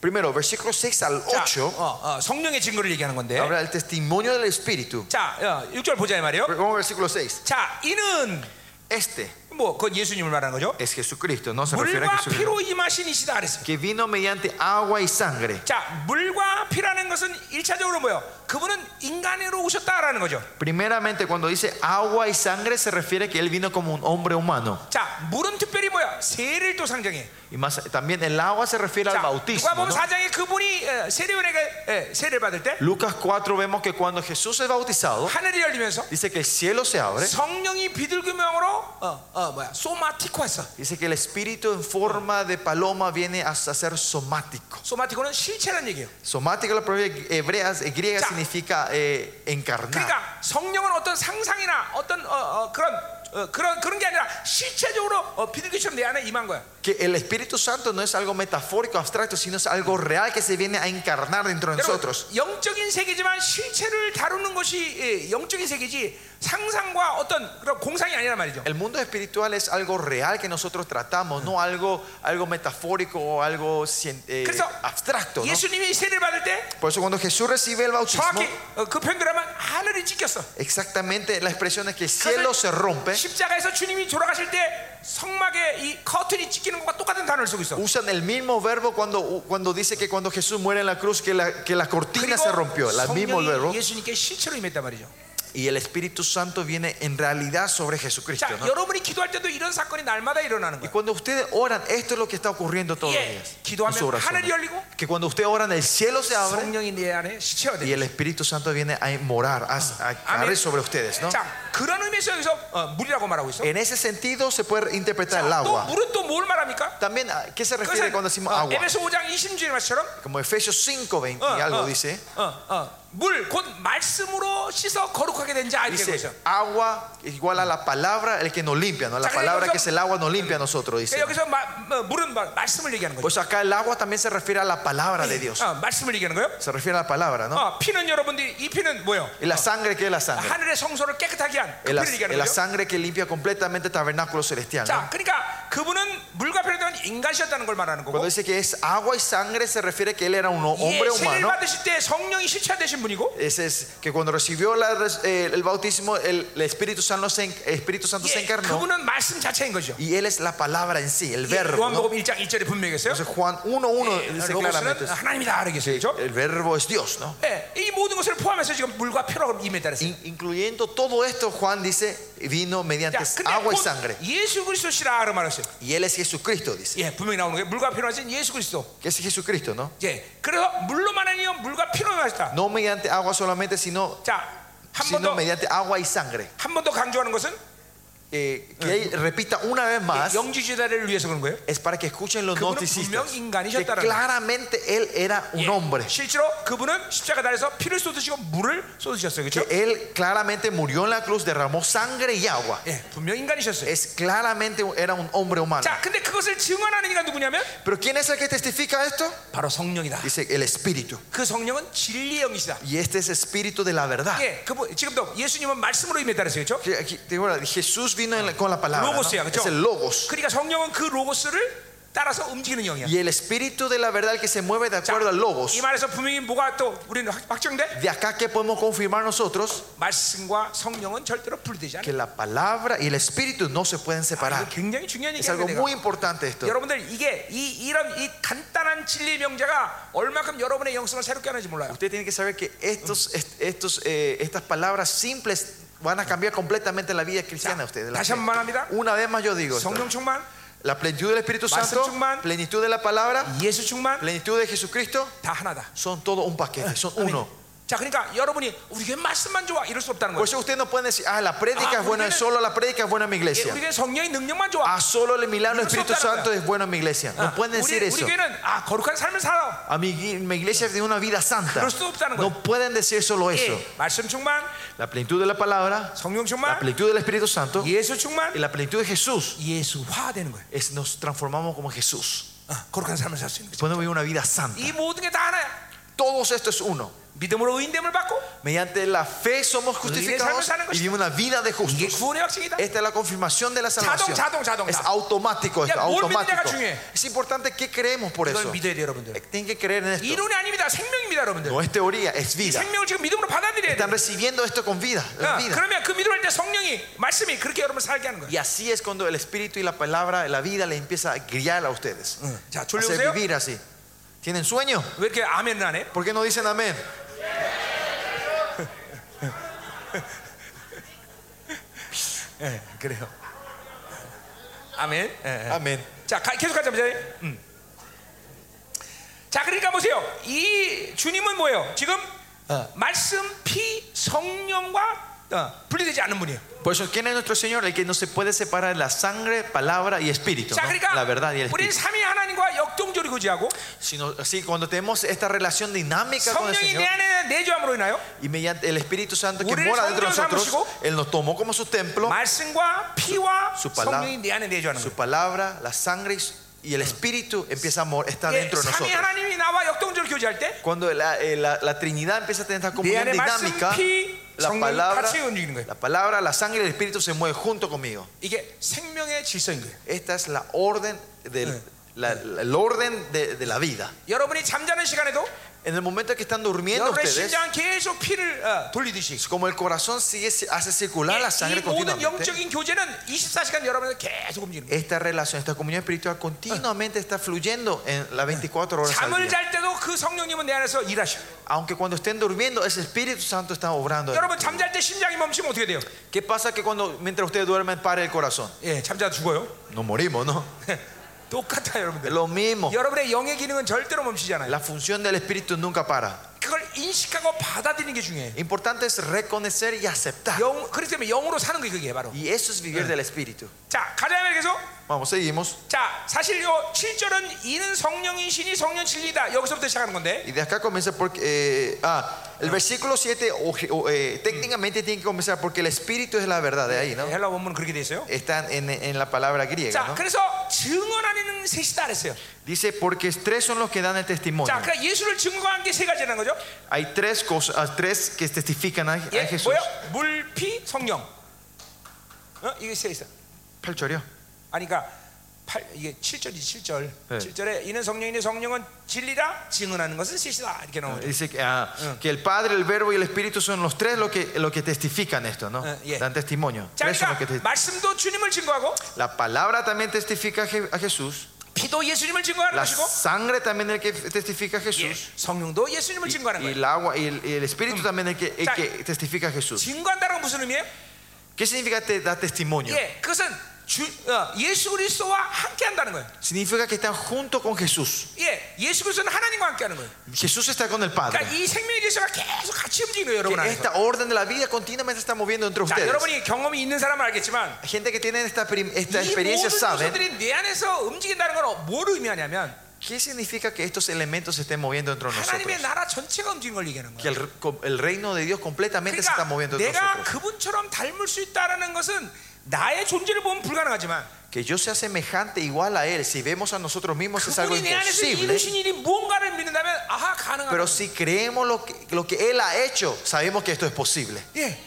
S2: Primero, versículo 6 al
S1: 자,
S2: 8,
S1: 어, 어, 성령의 증거를 얘기하는 건데.
S2: habla del testimonio del Espíritu.
S1: 자, 어, 6절 보자 이 말이에요.
S2: Vamos al versículo 6.
S1: 자, 이는
S2: Este
S1: 뭐 그건 예수님을 말하는 거죠.
S2: es Jesucristo, no se refiere a
S1: 물과
S2: Jesucristo.
S1: 피로 임하신 이시다 그랬어요.
S2: Que vino mediante agua y sangre.
S1: 자, 물과 피라는 것은 일차적으로 뭐예요? 그분은 인간으로 오셨다라는 거죠.
S2: Primeramente, cuando dice agua y sangre, se refiere que él vino como un hombre humano.
S1: 자, 물은 특별히 뭐야? 세를 또 상징해.
S2: Y más, también el agua se refiere
S1: 자,
S2: al bautismo.
S1: 누가복음
S2: ¿no?
S1: 4장에 그분이 에, 세례원에게 에, 세례를 받을 때
S2: Lucas 4 vemos que cuando Jesús es bautizado,
S1: 하늘이 열리면서
S2: dice que el cielo se abre.
S1: 성령이 비둘기명으로 어, 어 뭐야? 소마티코 했어.
S2: Dice que el espíritu en forma de paloma viene a ser somático.
S1: 소마티코는 실체라는 얘기예요.
S2: Somático, la palabra hebrea, griega,
S1: Ya.
S2: significa eh, encarnar.
S1: 그러니까 성령은 어떤 상상이나 어떤 어, 어, 그런 어, 그런 그런 게 아니라 실체적으로 어, 비둘기처럼 내 안에 임한 거야.
S2: Que el Espíritu Santo no es algo metafórico, abstracto, sino es algo real que se viene a encarnar dentro de
S1: 여러분,
S2: nosotros.
S1: 영적인 세계지만 실체를 다루는 것이 예, 영적인 세계지 상상과 어떤 그런 공상이 아니란 말이죠.
S2: El mundo espiritual es algo real que nosotros tratamos, no algo, algo metafórico o algo cien- eh,
S1: 그래서
S2: abstracto. ¿no?
S1: 예수님이 세례를 받을 때
S2: Por eso cuando Jesús recibe el bautismo,
S1: 정확히 어, 그 편들하면 하늘이 찢겼어.
S2: exactamente la expresión es que el cielo se rompe.
S1: 십자가에서 주님이 돌아가실 때 성막에 이 커튼이 찢기는 것과 똑같은 단어를 쓰고 있어.
S2: Usan el mismo verbo cuando, cuando dice que cuando Jesús muere en la cruz, que la, que la cortina se rompió. El mismo verbo.
S1: 성령이 예수님께 실체로 임했단 말이죠.
S2: Y el Espíritu Santo viene en realidad sobre Jesucristo.
S1: 자,
S2: ¿no?
S1: 여러분이 기도할 때도 이런 사건이 날마다 일어나는
S2: Y
S1: 거예요.
S2: cuando ustedes oran, esto es lo que está ocurriendo todos los
S1: 예,
S2: días. en su
S1: 기도하면
S2: oración.
S1: 하늘이 열리고
S2: Que cuando ustedes oran, el cielo se abre.
S1: 성령이 내 안에 실체가
S2: y
S1: 돼.
S2: el Espíritu Santo viene a morar, a, a caer
S1: Ah, Amén.
S2: sobre ustedes, ¿no?
S1: 자, 그런 의미에서 여기서 어, 물이라고 말하고 있어.
S2: En ese sentido se puede interpretar el
S1: 또
S2: agua.
S1: 물은 또 뭘 말합니까?
S2: También, ¿a qué se refiere cuando
S1: 그것은
S2: decimos
S1: 어,
S2: agua?
S1: 에베소 5장 20절 말씀처럼
S2: Como Efesios 5, 20
S1: 어,
S2: y algo
S1: 어,
S2: dice,
S1: 어, 어, 물, 곧 말씀으로 씻어 거룩하게 된자 이렇게 되고 있어.
S2: dice agua igual a la palabra, el que nos limpia, ¿no? La
S1: Saca-
S2: palabra
S1: saca-
S2: que es el agua nos limpia a nosotros, dice.
S1: 그러니까 여기서 마- 어, 물은 마- 말씀을 얘기하는 거죠.
S2: Pues acá el agua también se refiere a la palabra
S1: Ah.
S2: de Dios.
S1: 어, 말씀을 얘기하는 거예요.
S2: Se refiere a la palabra, ¿no?
S1: 어, 네. 피는 여러분들이 이 피는 뭐예요?
S2: Y la sangre, ¿qué es la sangre?
S1: 하늘의 성소를 깨끗하게 한그
S2: Es la,
S1: 피를
S2: es
S1: 얘기하는
S2: la
S1: 거죠.
S2: sangre que limpia completamente el tabernáculo celestial. ¿no?
S1: 자, 그러니까 그분은 물과 피로 된 인간이셨다는 걸 말하는 거고.
S2: Cuando dice que es agua y sangre, se refiere que él era un
S1: 예,
S2: hombre
S1: 세례를
S2: humano.
S1: 받으실 때 성령이 실체되신 분이고
S2: Ese es que cuando recibió la res- eh, el bautismo, el, el Espíritu Santo, se, en- el Espíritu Santo se
S1: 예,
S2: encarnó
S1: 그분은 말씀 자체인 거죠.
S2: y Él es la palabra en sí, el
S1: 예,
S2: verbo. ¿no?
S1: 요한복음 1장 1절에 분명히 했어요.
S2: Entonces Juan 1.1 dice claramente,
S1: 예, 로고스는 하나님이다 이렇게 했죠.
S2: el verbo es Dios, ¿no?
S1: 예, 이 모든 것을 포함해서 지금 물과 피로 임했다 그랬어요.
S2: In- incluyendo todo esto, Juan dice, vino mediante
S1: 자,
S2: agua y
S1: 근데
S2: sangre.
S1: 곧 예수 그리스도시라 그 말했어요.
S2: Y Él es Jesucristo, dice.
S1: 예, 분명히 나오는 게 물과 피로 하신 예수 그리스도.
S2: Que es Jesucristo, ¿no?
S1: 예, 그래서 물로만 아니요 물과 피로 하셨다.
S2: No mediante agua solamente, sino,
S1: 자, 한 번
S2: sino
S1: 더
S2: mediante agua y sangre.
S1: 한 번 더 강조하는 것은 예,
S2: Eh, que él repita una vez más.
S1: 영지주의자를 위해서 그런 거예요.
S2: Es para que escuchen los
S1: 그분은
S2: noticistas
S1: 분명
S2: que
S1: 인간이셨다라는
S2: claramente él era un
S1: 예,
S2: hombre.
S1: 실제로 그분은 십자가 달에서 피를 쏟으시고 물을 쏟으셨어요.
S2: que
S1: 그렇죠?
S2: él claramente murió en la cruz, derramó sangre y agua.
S1: 예, 분명 인간이셨어요.
S2: Es claramente era un hombre humano.
S1: 자, 근데 그것을 증언하는 이가 누구냐면
S2: Pero ¿quién es el que testifica esto?
S1: 바로 성령이다.
S2: Dice el espíritu.
S1: 그 성령은 진리의 영이시다.
S2: Y este es espíritu de la verdad.
S1: 예, 그분 지금도 예수님은 말씀으로 임했다 그랬어요. 그렇죠?
S2: Que aquí- te digo, Jesús vino en la- con
S1: 아,
S2: la palabra. ¿no?
S1: Logos이야, 그쵸?
S2: Es el logos.
S1: 그러니까 성령은 그 로고스를 따라서 움직이는 영이야.
S2: Y el espíritu de la verdad el que se mueve de
S1: 자,
S2: acuerdo al logos.
S1: 이 말에서 분명히 뭐가 또 우리는 확- 확정돼?
S2: De acá que podemos confirmar nosotros
S1: 말씀과 성령은 절대로 분리되지 않아.
S2: que la palabra y el espíritu no se pueden
S1: 이거
S2: separar.
S1: 굉장히 중요한
S2: Es
S1: 얘기예요.
S2: algo
S1: 내가.
S2: muy importante esto.
S1: 여러분들 이게 이 이런 이 간단한 진리 명제가 얼마큼 여러분의 영성을 새롭게 하는지 몰라요.
S2: Usted tiene que saber que estos, est- estos, eh, estas palabras simples van a cambiar completamente la vida cristiana de ustedes. la
S1: 다시
S2: fe.
S1: 한 번 말합니다.
S2: Una vez más yo digo, esto.
S1: 성령 충만,
S2: La plenitud del Espíritu Santo,
S1: 충만,
S2: plenitud de la palabra,
S1: 예수 충만
S2: plenitud de Jesucristo,
S1: 다 하나다.
S2: son todo un paquete, son uno.
S1: 자, 그러니까 여러분이 우리에게 말씀만 좋아 이럴 수 없다는 거예요.
S2: Por eso ustedes no pueden decir, ah, la
S1: Ah,
S2: prédica es buena,
S1: ustedes-
S2: solo la prédica es buena en mi
S1: 예,
S2: iglesia.
S1: 우리에게 성령의 능력만 좋아.
S2: Ah, solo el milagro del
S1: Incluso
S2: Espíritu
S1: tarda.
S2: Santo es bueno en mi iglesia.
S1: 아,
S2: No pueden
S1: 우리,
S2: decir
S1: 우리
S2: eso.
S1: 교회는 아 거룩한 삶을 살아.
S2: A mi, mi iglesia tiene una vida santa.
S1: 그럴 수도 없다는 거예요.
S2: No pueden decir solo eso.
S1: 예, 말씀 충만,
S2: La plenitud de la palabra,
S1: 성령
S2: la
S1: 충만,
S2: plenitud del Espíritu Santo
S1: 예수
S2: y
S1: 충만,
S2: la plenitud de Jesús.
S1: 예수화 되는 거예요.
S2: Es, nos transformamos como Jesús.
S1: 아, 거룩한 삶을 살 수 있는 거죠.
S2: Podemos vivir una vida santa.
S1: 이 모든 게 다 하나야.
S2: Todos esto es uno.
S1: 믿음으로 의인됨을 받고
S2: Mediante la fe somos justificados y vivimos una vida de
S1: 이게
S2: justos.
S1: 구원의 확신이다.
S2: Esta es la confirmación de la salvación.
S1: 자동, 자동,
S2: Es
S1: 자동.
S2: automático, esto,
S1: Ya, 뭘
S2: automático.
S1: 믿느냐가 중요해.
S2: Es importante que creemos por
S1: 이걸
S2: eso.
S1: 믿어야 돼요, 여러분들.
S2: Tienen que creer en esto.
S1: 이론이 아닙니다. 생명입니다, 여러분들.
S2: No es teoría, es
S1: 이
S2: vida.
S1: 생명을 지금 믿음으로 받아들여야 돼.
S2: Están recibiendo esto con vida, la
S1: 어,
S2: vida.
S1: 그러면 그 믿음을 할 때 성령이 말씀이 그렇게 여러분 살게 하는 거예요.
S2: Y así es cuando el espíritu y la palabra, la vida le empieza a guiar a ustedes.
S1: 자,
S2: Hacer
S1: 졸려오세요? 왜
S2: vivir así. ¿Tienen sueño?
S1: 이렇게 아멘을 안 해?
S2: ¿Por qué no dicen amén?
S1: 예, 그래요. 아멘. 예, 예.
S2: Amén.
S1: 자, 가- 계속 가자, 이제. 음. 자, 그러니까 보세요. 이 주님은 뭐예요? 지금 말씀, 피, 성령과 어, 분리되지 않는 분이에요.
S2: Por eso, ¿quién es nuestro Señor? El que no se puede separar la sangre, palabra y espíritu.
S1: 자,
S2: ¿no?
S1: 그러니까
S2: La verdad y el
S1: 우리
S2: espíritu.
S1: 삼위 하나님과 역동조리 고지하고
S2: Sino, así, cuando tenemos esta relación dinámica con el
S1: 성령이 내
S2: Señor
S1: 안에 내주함으로 인하여
S2: y mediante el Espíritu Santo que
S1: 우리를
S2: mora dentro de
S1: 성전
S2: nosotros, Él nos tomó como su templo,
S1: 말씀과 피와
S2: 수- 수팔라.
S1: 성령이 내 안에 내주하는
S2: su
S1: 거예요.
S2: palabra, la sangre y el espíritu empieza a mor- estar
S1: 예,
S2: dentro de
S1: 삼위
S2: nosotros.
S1: 하나님이 나와 역동조리 교제할 때
S2: Cuando la, eh, la- la Trinidad empieza a tener esta
S1: 내
S2: comunión
S1: 안에 말씀,
S2: dinámica,
S1: 피,
S2: la
S1: 성령이
S2: palabra,
S1: 같이 움직이는 거예요.
S2: la palabra, la sangre y el espíritu se mueven junto conmigo.
S1: 이게 생명의 질서인 거예요.
S2: Esta es la orden del, la- la- el orden de, de la vida.
S1: 여러분이 잠자는 시간에도
S2: En el momento que están durmiendo
S1: 여러분의
S2: ustedes,
S1: 심장 계속 피를 어, 돌리듯이
S2: como el corazón sigue hace circular la
S1: 이
S2: sangre
S1: 모든
S2: continuamente.
S1: 영적인 교제는 24시간 여러분에게 계속 움직이는 거예요.
S2: Esta relación, esta comunión espiritual continuamente está fluyendo en las 24 horas al
S1: 잠을
S2: día.
S1: 잘 때도 그 성령님은 내 안에서 일하셔.
S2: Aunque cuando estén durmiendo, ese Espíritu Santo está obrando.
S1: 여러분 잠잘 때 심장이 멈추면 어떻게 돼요?
S2: ¿Qué pasa que cuando mientras ustedes duermen para el corazón?
S1: 예, 잠자다 죽어요. [LAUGHS]
S2: No morimos, ¿no?
S1: 똑같아요,
S2: Es
S1: 여러분들.
S2: lo mismo.
S1: 여러분의 영의 기능은 절대로 멈추지 않아요.
S2: La función del Espíritu nunca para.
S1: 그걸 인식하고 받아들이는 게 중요해요.
S2: Importante es reconocer y aceptar.
S1: 영, 그렇기 때문에 영으로 사는 게 그게 바로.
S2: Y eso es vivir del Espíritu.
S1: 자, 가자면 계속.
S2: Vamos, seguimos.
S1: 자, 사실 요 7절은 이는 성령이 신이 성령 진리다. 여기서부터 시작하는 건데.
S2: Y de acá comienza porque. eh, ah, el versículo 7 o- o, eh, técnicamente tiene que comenzar porque el Espíritu es la verdad de ahí, ¿no?
S1: 예, 헬라 원문은 그렇게 돼 있어요.
S2: Está en, en la palabra griega,
S1: 자,
S2: ¿no?
S1: 그래서 증언하는 셋이다 그랬어요.
S2: Dice, porque tres son los que dan el testimonio.
S1: 자, 그러니까 예수를 증거한 게 세 가지라는 거죠.
S2: Hay tres cosas, ah, tres que testifican a, a
S1: 예,
S2: Jesús.
S1: 뭐요? 물, 피, 성령. 어? 이게 세 있어.
S2: Palchorio.
S1: 아니 그러니까 팔, 이게 7절이지 7절.
S2: 네.
S1: 7절에 이는 성령이니 성령은 진리다. 증언하는 것은 셋이다. 이렇게 나오죠.
S2: Dice que, ah, que el Padre, el Verbo y el Espíritu son los tres los que, los que testifican esto, ¿no?
S1: Eh, yeah.
S2: Dan testimonio.
S1: 자,
S2: Tres son los que
S1: 그러니까
S2: testifican.
S1: 말씀도 주님을 증거하고
S2: La palabra también testifica a Je- a Jesús.
S1: 피도 예수님을 증거하는
S2: La
S1: 것이고
S2: sangre también el que testifica a
S1: 예,
S2: Jesús.
S1: 성령도 예수님을
S2: Y,
S1: 증거하는
S2: y
S1: 거예요.
S2: el agua y el, y el Espíritu también el que, el
S1: 자,
S2: que testifica a Jesús.
S1: 증거한다는 건 무슨 의미예요?
S2: ¿Qué significa te da testimonio?
S1: 예, 그것은 주, 어, 예수 그리스도와 함께 한다는 거예요.
S2: Significa que están junto con Jesús.
S1: 예, 예수 그리스도는 하나님과 함께 하는 거예요.
S2: Jesús está con el Padre.
S1: 그러니까 이 생명의 질서가 계속 같이 움직이는 거예요, 여러분
S2: Que
S1: 안에서.
S2: esta orden de la vida continuamente se está moviendo entre
S1: 자,
S2: ustedes.
S1: 여러분이 경험이 있는 사람은 알겠지만
S2: Gente que tiene esta, prim-
S1: 이
S2: esta
S1: 모든
S2: experiencia saben
S1: 요소들이 내 안에서 움직인다는 건 뭘 의미하냐면
S2: ¿Qué significa que estos elementos se estén moviendo dentro de nosotros?
S1: 하나님의 나라 전체가 움직이는 걸 얘기하는
S2: Que
S1: 거예요.
S2: el, el reino de Dios completamente se está
S1: 그러니까
S2: moviendo dentro de
S1: 내가
S2: nosotros.
S1: 그분처럼 닮을 수 있다라는 것은 나의 존재를 보면 불가능하지만
S2: Que yo sea semejante igual a Él. Si vemos a nosotros mismos es algo
S1: 그분이 내 안에서
S2: imposible.
S1: 이루신 일이 무언가를 믿는다면 아하 가능하다.
S2: Pero si creemos lo que, lo que Él ha hecho, sabemos que esto es posible.
S1: 예.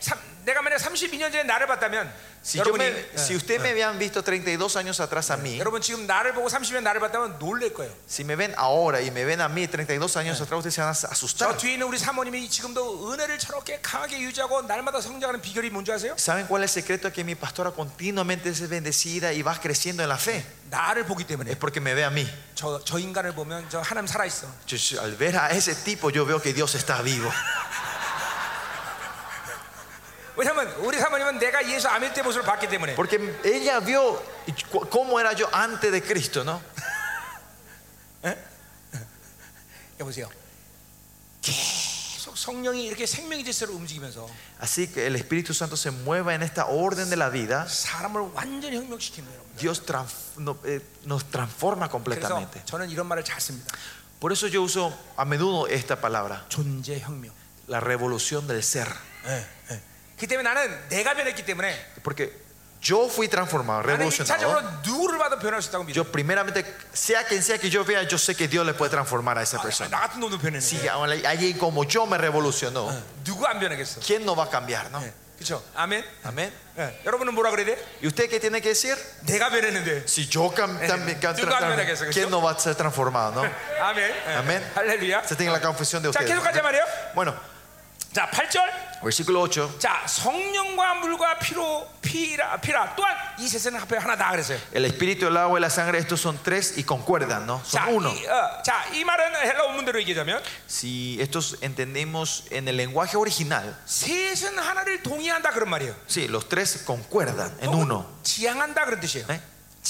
S1: 삼- 내가 만약 32년 전에 나를 봤다면
S2: Si, yo
S1: 여러분이,
S2: me-
S1: 예.
S2: si usted me habían visto 32 años atrás a mí,
S1: 여러분 지금 나를 보고 30년 나를 봤다면 놀랄 거예요.
S2: si me ven ahora y me ven a mí 32 años atrás, ustedes se van a
S1: 저
S2: asustar.
S1: 뒤에 있는 우리 사모님이 지금도 은혜를 저렇게 강하게 유지하고 날마다 성장하는 비결이 뭔지 아세요?
S2: ¿Saben cuál es el secreto? Que mi pastora continuamente es bendecida y va creciendo en la fe.
S1: 나를 보기
S2: Es
S1: 때문에
S2: porque me ve a mí.
S1: 저, 저 인간을 보면 저 하나님 살아있어
S2: Yo- yo- al ver a ese tipo, yo veo que Dios está vivo.
S1: 왜냐면 우리 사모님은 내가 예수 아밀 때 모습을 봤기 때문에
S2: Porque ella vio cu- cómo era yo antes de Cristo, ¿no?
S1: 여보세요. 계속 성령이 이렇게 생명의 질서를 움직이면서
S2: Así que el Espíritu Santo se mueva en esta orden de la vida.
S1: 사람을 완전히 혁명시키는 거예요. 여러분.
S2: Dios trans- no- eh, nos transforma
S1: 그래서
S2: completamente.
S1: 저는 이런 말을 잘 씁니다.
S2: Por eso yo uso a menudo esta palabra,
S1: 존재 혁명.
S2: la revolución del ser.
S1: 예, 그 때문에 나는 내가 변했기 때문에
S2: Porque yo fui transformado,
S1: 나는
S2: revolucionado.
S1: 차적으로 누구를 봐도 변할 수 있다고 믿어.
S2: Yo primeramente, sea quien sea que yo vea, yo sé que Dios le puede transformar a esa persona.
S1: 나 같은 놈도 변했네.
S2: Si a- alguien como yo me revolucionó,
S1: 누구 안 변하겠어?
S2: ¿quién no va a cambiar,
S1: Eh.
S2: no?
S1: 그렇죠. 아멘.
S2: Amén.
S1: 예. 여러분은 뭐라 그래야 돼?
S2: ¿Y usted qué tiene que decir?
S1: 내가 변했는데.
S2: Si yo cam- también cam-
S1: Tú cambias,
S2: tra- ¿quién no va a ser transformado, no?
S1: 아멘. 예.
S2: 아멘.
S1: 할렐루야.
S2: Se tiene la confesión de
S1: 자,
S2: ustedes.
S1: 계속 하자 말이에요.
S2: Bueno,
S1: 자, 8절.
S2: versículo 8.
S1: 자, 성령과 물과 피로 피라 피라 또한 이 세상은 합해 하나다 그랬어요.
S2: El espíritu, el agua y la sangre, estos son tres y concuerdan, ¿no? Son
S1: 자,
S2: uno.
S1: 이, 어, 자, 이 말은 헬라 원문대로 얘기하자면
S2: Si estos entendemos en el lenguaje original,
S1: 셋은 하나를 동의한다 그런 말이에요.
S2: sí, los tres concuerdan en uno. ¿eh?
S1: 지향한다 그런 뜻이에요.
S2: 네?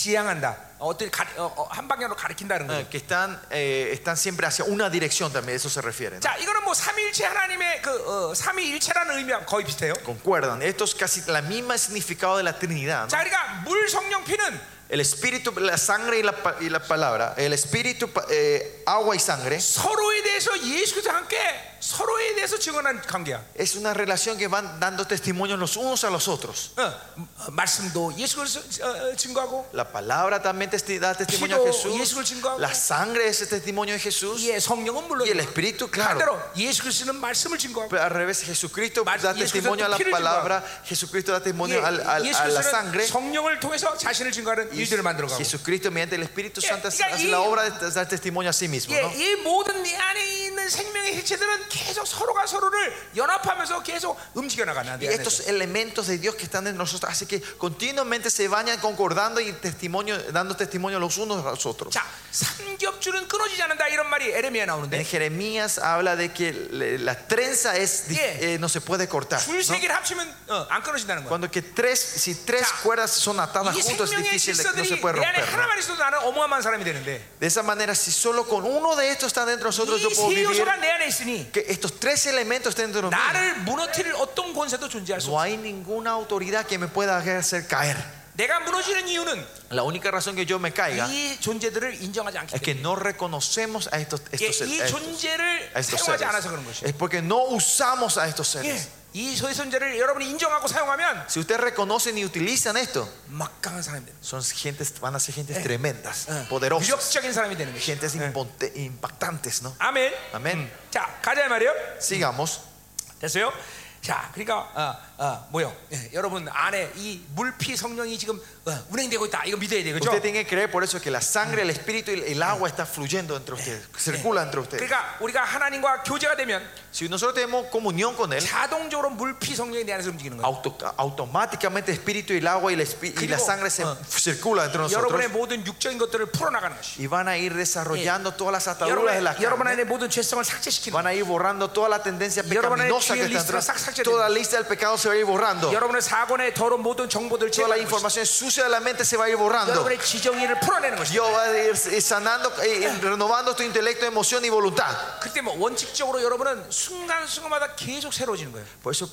S1: 지향한다. 어떤 가, 어, 어, 한 방향으로 가리킨다는 거죠.
S2: Eh, que están, eh, están siempre hacia una dirección también, eso se refiere. ¿no?
S1: 자, 이거는 뭐 삼위일체 하나님의 그 어, 삼위일체라는 의미와 거의 비슷해요.
S2: Concuerdan. Esto es casi la misma significado de la Trinidad. ¿no?
S1: 자, 그러니까 물, 성령, 피는
S2: El espíritu, la sangre y la, pa- y la palabra. El espíritu, pa- eh, agua y sangre.
S1: 서로에 대해서 예수께서 함께 서로에 대해서 증언한 관계야. 어,
S2: Es una relación que van dando testimonios los unos a los otros.
S1: 어, 어, 말씀도 예수 그리스도 어, 어, 증거하고
S2: La palabra también testi- da testimonio
S1: Pido
S2: de
S1: Jesús
S2: Jesús.
S1: chingado.
S2: La sangre es el testimonio de Jesús.
S1: 예, 성령은 물론
S2: Y el espíritu,
S1: 반대로 예,
S2: claro.
S1: 예수 그리스도는 말씀을 증거하고
S2: Pero Al revés, Jesucristo
S1: Mas-
S2: da
S1: y es que
S2: testimonio a la
S1: tanto quiere
S2: palabra. Jesucristo da testimonio al- al-
S1: 예, 예수
S2: a la
S1: 그리스도는
S2: sangre.
S1: 성령을 통해서 자신을 증거하는
S2: Y
S1: 일들을 만들어가고
S2: Jesucristo mediante el Espíritu
S1: Yeah,
S2: Santo hace
S1: yeah,
S2: hace
S1: y-
S2: la obra de este, dar testimonio a sí mismo.
S1: 예,
S2: ¿no?
S1: 이 모든 내 안에 있는 생명의 해체들은 계속 서로가 서로를 연합하면서 계속 움직여 나가는
S2: Y estos elementos de Dios que están en nosotros, así que continuamente se bañan concordando y testimonio, dando testimonio los unos a los otros.
S1: 자, 삼겹줄은 끊어지지 않는다 이런 말이 에레미야
S2: En
S1: 나오는데
S2: Jeremías habla de que le- la trenza es, di-
S1: Yeah.
S2: eh, no se puede cortar. ¿no?
S1: 줄세 개를 합치면 어, 안 끊어진다는 거야.
S2: Cuando que tres, si tres
S1: Ya.
S2: cuerdas son atadas
S1: 이
S2: juntas, es
S1: 생명의
S2: difícil, de, no se
S1: 질서들이
S2: puede
S1: 내 안에
S2: romper. ¿no?
S1: 하나만 있어도 나는 어마어마한 사람이 되는데
S2: De esa manera, si solo con uno de estos está dentro de nosotros, yo
S1: 이
S2: puedo
S1: 세
S2: vivir.
S1: 요소가 내 안에 있으니
S2: Que estos tres elementos estén dentro de mí.
S1: 나를 무너뜨릴 어떤 권세도 존재할 수
S2: No
S1: 없어.
S2: hay ninguna autoridad que me pueda hacer caer.
S1: 내가 무너지는 이유는
S2: La única razón que yo me caiga
S1: 이 존재들을 인정하지 않기
S2: es que
S1: 때문에
S2: no reconocemos a estos,
S1: 예,
S2: estos,
S1: 이
S2: a estos-
S1: 존재를
S2: a estos
S1: 사용하지 않아서 그런
S2: seres.
S1: 것이에요.
S2: Es porque no usamos a estos
S1: 예,
S2: seres.
S1: 이 소위 존재를 여러분이 인정하고 사용하면
S2: Si ustedes reconocen y utilizan esto,
S1: 막강한 사람이 되는
S2: son gentes, van a ser gentes tremendas,
S1: 거예요.
S2: poderosas,
S1: 유력적인 사람이 되는 거예요.
S2: gentes imponte- impactantes, ¿no?
S1: 아멘. 음.
S2: Amén.
S1: 자, 가자 이 말이에요.
S2: Sigamos.
S1: 됐어요? 자, 그러니까 어, 어, 뭐요? 예, 여러분 안에 이 물피 성령이 지금 어, 운행되고 있다. 이거 믿어야 돼요.
S2: Usted
S1: 그렇죠?
S2: tiene que creer por eso que la sangre, el espíritu y el agua está fluyendo entre ustedes, circula
S1: Eh.
S2: entre ustedes.
S1: 예. 그러니까 우리가 하나님과 교제가 되면
S2: Si nosotros tenemos comunión
S1: 예.
S2: con él,
S1: 자동적으로 물피 성령이 내 안에서 움직이는 거예요.
S2: auto- automáticamente el espíritu y el agua y, el espi- y la
S1: Querido,
S2: sangre se
S1: ah.
S2: circula entre nosotros.
S1: 여러분의 모든 육적인 것들을 풀어나가는 것이.
S2: y van a Eh, ir desarrollando todas las ataduras de
S1: 여러분,
S2: la
S1: 여러분
S2: carne
S1: 안에 모든 죄성을 삭제시키는
S2: van a ir borrando toda la tendencia
S1: 여러분 안에
S2: pecaminosa que
S1: 죄의
S2: está
S1: 리스트가
S2: atrás.
S1: 싹 삭제되는
S2: toda la lista del pecado se va a ir borrando
S1: 여러분의 사고의 더러운 모든 정보들
S2: toda la
S1: 제거하는 것이.
S2: información sucia de la mente se va a ir borrando
S1: 여러분의 지정의를 풀어내는 것이.
S2: Dios va a ir sanando eh, eh, renovando tu intelecto emoción y voluntad
S1: 그때 뭐 원칙적으로 여러분은 순간순간마다 계속 새로워지는 거예요.
S2: por eso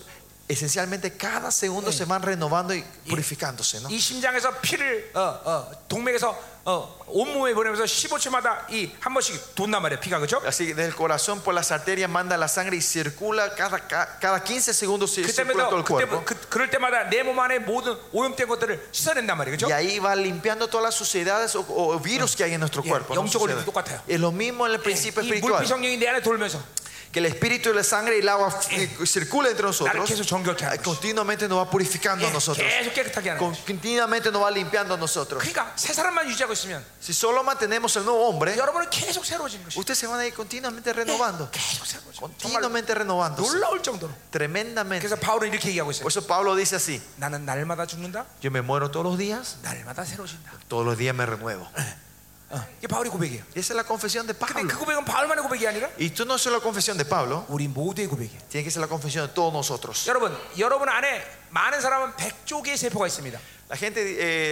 S2: esencialmente cada segundo se van renovando Eh. y purificándose ¿no?
S1: 이 심장에서 피를 어, 어, 동맥에서 어, 온몸에 보내면서 15초마다 이 한 번씩 돈단 말이에요. 피가 그죠?
S2: así que del corazón por las arterias manda la sangre y circula cada, ca- cada 15 segundos se circula
S1: 그때마다
S2: todo el
S1: 그때
S2: cuerpo
S1: 그, 그럴 때마다 내 몸 안에 모든 오염된 것들을 씻어낸단 말이에요. 그죠?
S2: Y ahí va limpiando todas las suciedades o, o virus que hay en nuestro
S1: Yeah,
S2: cuerpo. ¿no?
S1: 영적으로
S2: Suciedad.
S1: 똑같아요.
S2: Es lo mismo en el principio
S1: 이 물피
S2: espiritual.
S1: 성령이 내 안에 돌면서
S2: Que el espíritu, la sangre y el agua eh, circula entre
S1: 나를
S2: nosotros.
S1: 계속 정결케 하는
S2: eh, Continuamente nos va purificando a nosotros.
S1: 계속 깨끗하게 하는 거예요.
S2: Continuamente nos va limpiando a nosotros.
S1: 그러니까 새 사람만 유지하고 있으면
S2: Si solo mantenemos el nuevo hombre,
S1: 여러분은 계속 새로워지는 것이.
S2: ustedes se van a ir continuamente renovando.
S1: 계속 뭐네 새로워지는 정말
S2: Continuamente renovando.
S1: 놀라울 정도로.
S2: Tremendamente.
S1: 그래서 바울은 이렇게 얘기하고 있어요.
S2: Por eso Pablo dice así:
S1: 나는 날마다 죽는다.
S2: Yo me muero todos los días,
S1: 날마다 새로워진다.
S2: todos los días me renuevo.
S1: 이게 바울의 고백이에요.
S2: Y esa es la confesión de
S1: 근데 그
S2: Pablo.
S1: 고백은 네. 바울만의 고백이 아니라
S2: Y tú no es solo la confesión de Pablo,
S1: 우리 모두의 고백이에요.
S2: tiene que ser la confesión de todos nosotros.
S1: 여러분, 여러분 안에 많은 사람은 100조개의 세포가 있습니다.
S2: La gente,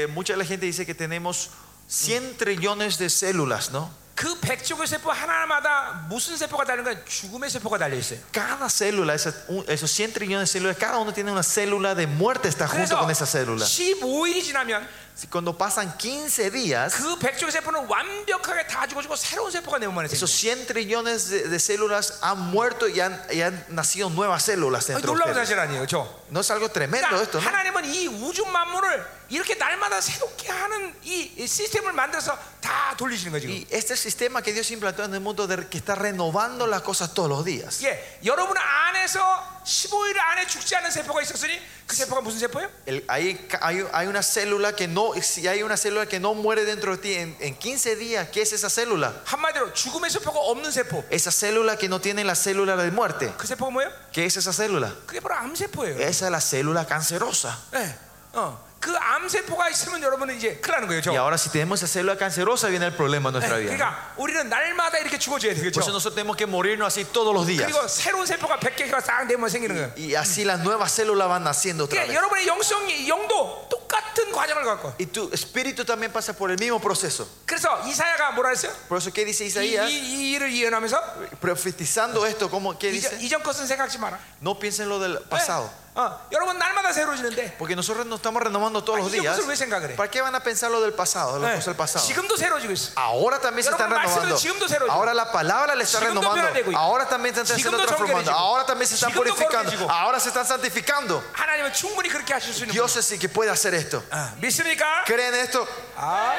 S2: eh, mucha de la gente dice que tenemos 100 trillones de células, ¿no?
S1: 그 100조개 세포 하나마다 무슨 세포가 달린 건 죽음의 세포가 달려 있어요.
S2: Cada célula, esas- un- esos 100 trillones de células, cada uno tiene una célula de muerte, está junto
S1: 그래서
S2: con esa célula.
S1: 15일이 지나면
S2: Si Cuando pasan 15 días,
S1: 그 100조개 세포는 완벽하게 다 죽어지고 새로운 세포가 내 몸 안에
S2: esos
S1: 생겨요.
S2: 100 trillones de, de células han muerto y han, y han nacido nuevas células
S1: 아니,
S2: dentro de
S1: 놀라운
S2: ustedes.
S1: 사실 아니에요, 그렇죠? 저.
S2: No es algo tremendo
S1: 그러니까
S2: esto, ¿no?
S1: 하나님은 이 우주 만물을 이렇게 날마다 새롭게 하는 이- 이 시스템을 만들어서 다 돌리시는 거죠. 지금.
S2: Y este sistema que Dios implantó en el mundo de- que está renovando las cosas todos los días.
S1: 예, 여러분 안에서 15일 안에 죽지 않은 세포가 있었으니 그 세포가 무슨 세포예요?
S2: El- hay, ca- hay, hay una célula que no, si hay una célula que no muere dentro de ti en, en 15 días, ¿qué es esa célula?
S1: 한마디로 죽음의 세포가 없는 세포.
S2: Esa célula que no tiene la célula de muerte,
S1: 그 세포가 뭐예요?
S2: ¿qué es esa célula?
S1: 그게 바로 암 세포예요.
S2: Esa es la célula cancerosa.
S1: 예. 어. 그 암 세포가 있으면 여러분은 이제 큰일 나는 거예요, 저.
S2: Y ahora si tenemos esa célula cancerosa viene el problema en
S1: 예,
S2: nuestra vida. ¿no?
S1: 그러니까 우리는 날마다 이렇게 죽어줘야
S2: Por eso
S1: 되겠죠.
S2: nosotros tenemos que morirnos así todos los días.
S1: 그리고 새로운 세포가 100개가 싹 내 몸에 생기는 거예요.
S2: Y así las nuevas células van naciendo otra
S1: 그러니까
S2: vez.
S1: 여러분의 영성이 영도 똑같은 과정을 갖고.
S2: Y tu espíritu también pasa por el mismo proceso.
S1: 그래서 이사야가 뭐라 했어요?
S2: Por eso, ¿qué dice
S1: 이,
S2: Isaías?
S1: 이, 이 일을 예언하면서
S2: Profetizando esto, ¿cómo, ¿qué
S1: 이전,
S2: dice?
S1: 이전 것은 생각지 마라.
S2: No piensen lo del
S1: 예.
S2: pasado.
S1: 어, 여러분 날마다 새로워지는데
S2: Porque nosotros nos estamos renovando todos
S1: Ah,
S2: los
S1: ¿y ellos
S2: días.
S1: por qué 생각을 해?
S2: ¿Para qué van a pensar lo del pasado, de las
S1: 예,
S2: cosas del pasado?
S1: 지금도 새로워지고 있어.
S2: Ahora también se
S1: Pero
S2: están
S1: el 말씀은
S2: renovando.
S1: 지금도 새로워지고.
S2: Ahora la palabra le está
S1: 지금도 변화되고
S2: renovando.
S1: 있고.
S2: Ahora también se están siendo
S1: 지금도
S2: transformando.
S1: 정결해지고.
S2: Ahora también se están
S1: 지금도
S2: purificando.
S1: 거룩해지고.
S2: Ahora se están santificando.
S1: 하나님은 충분히 그렇게 하실 수 있는 분.
S2: Dios es el que puede hacer esto.
S1: 아, 믿습니까?
S2: ¿Creen esto?
S1: 아,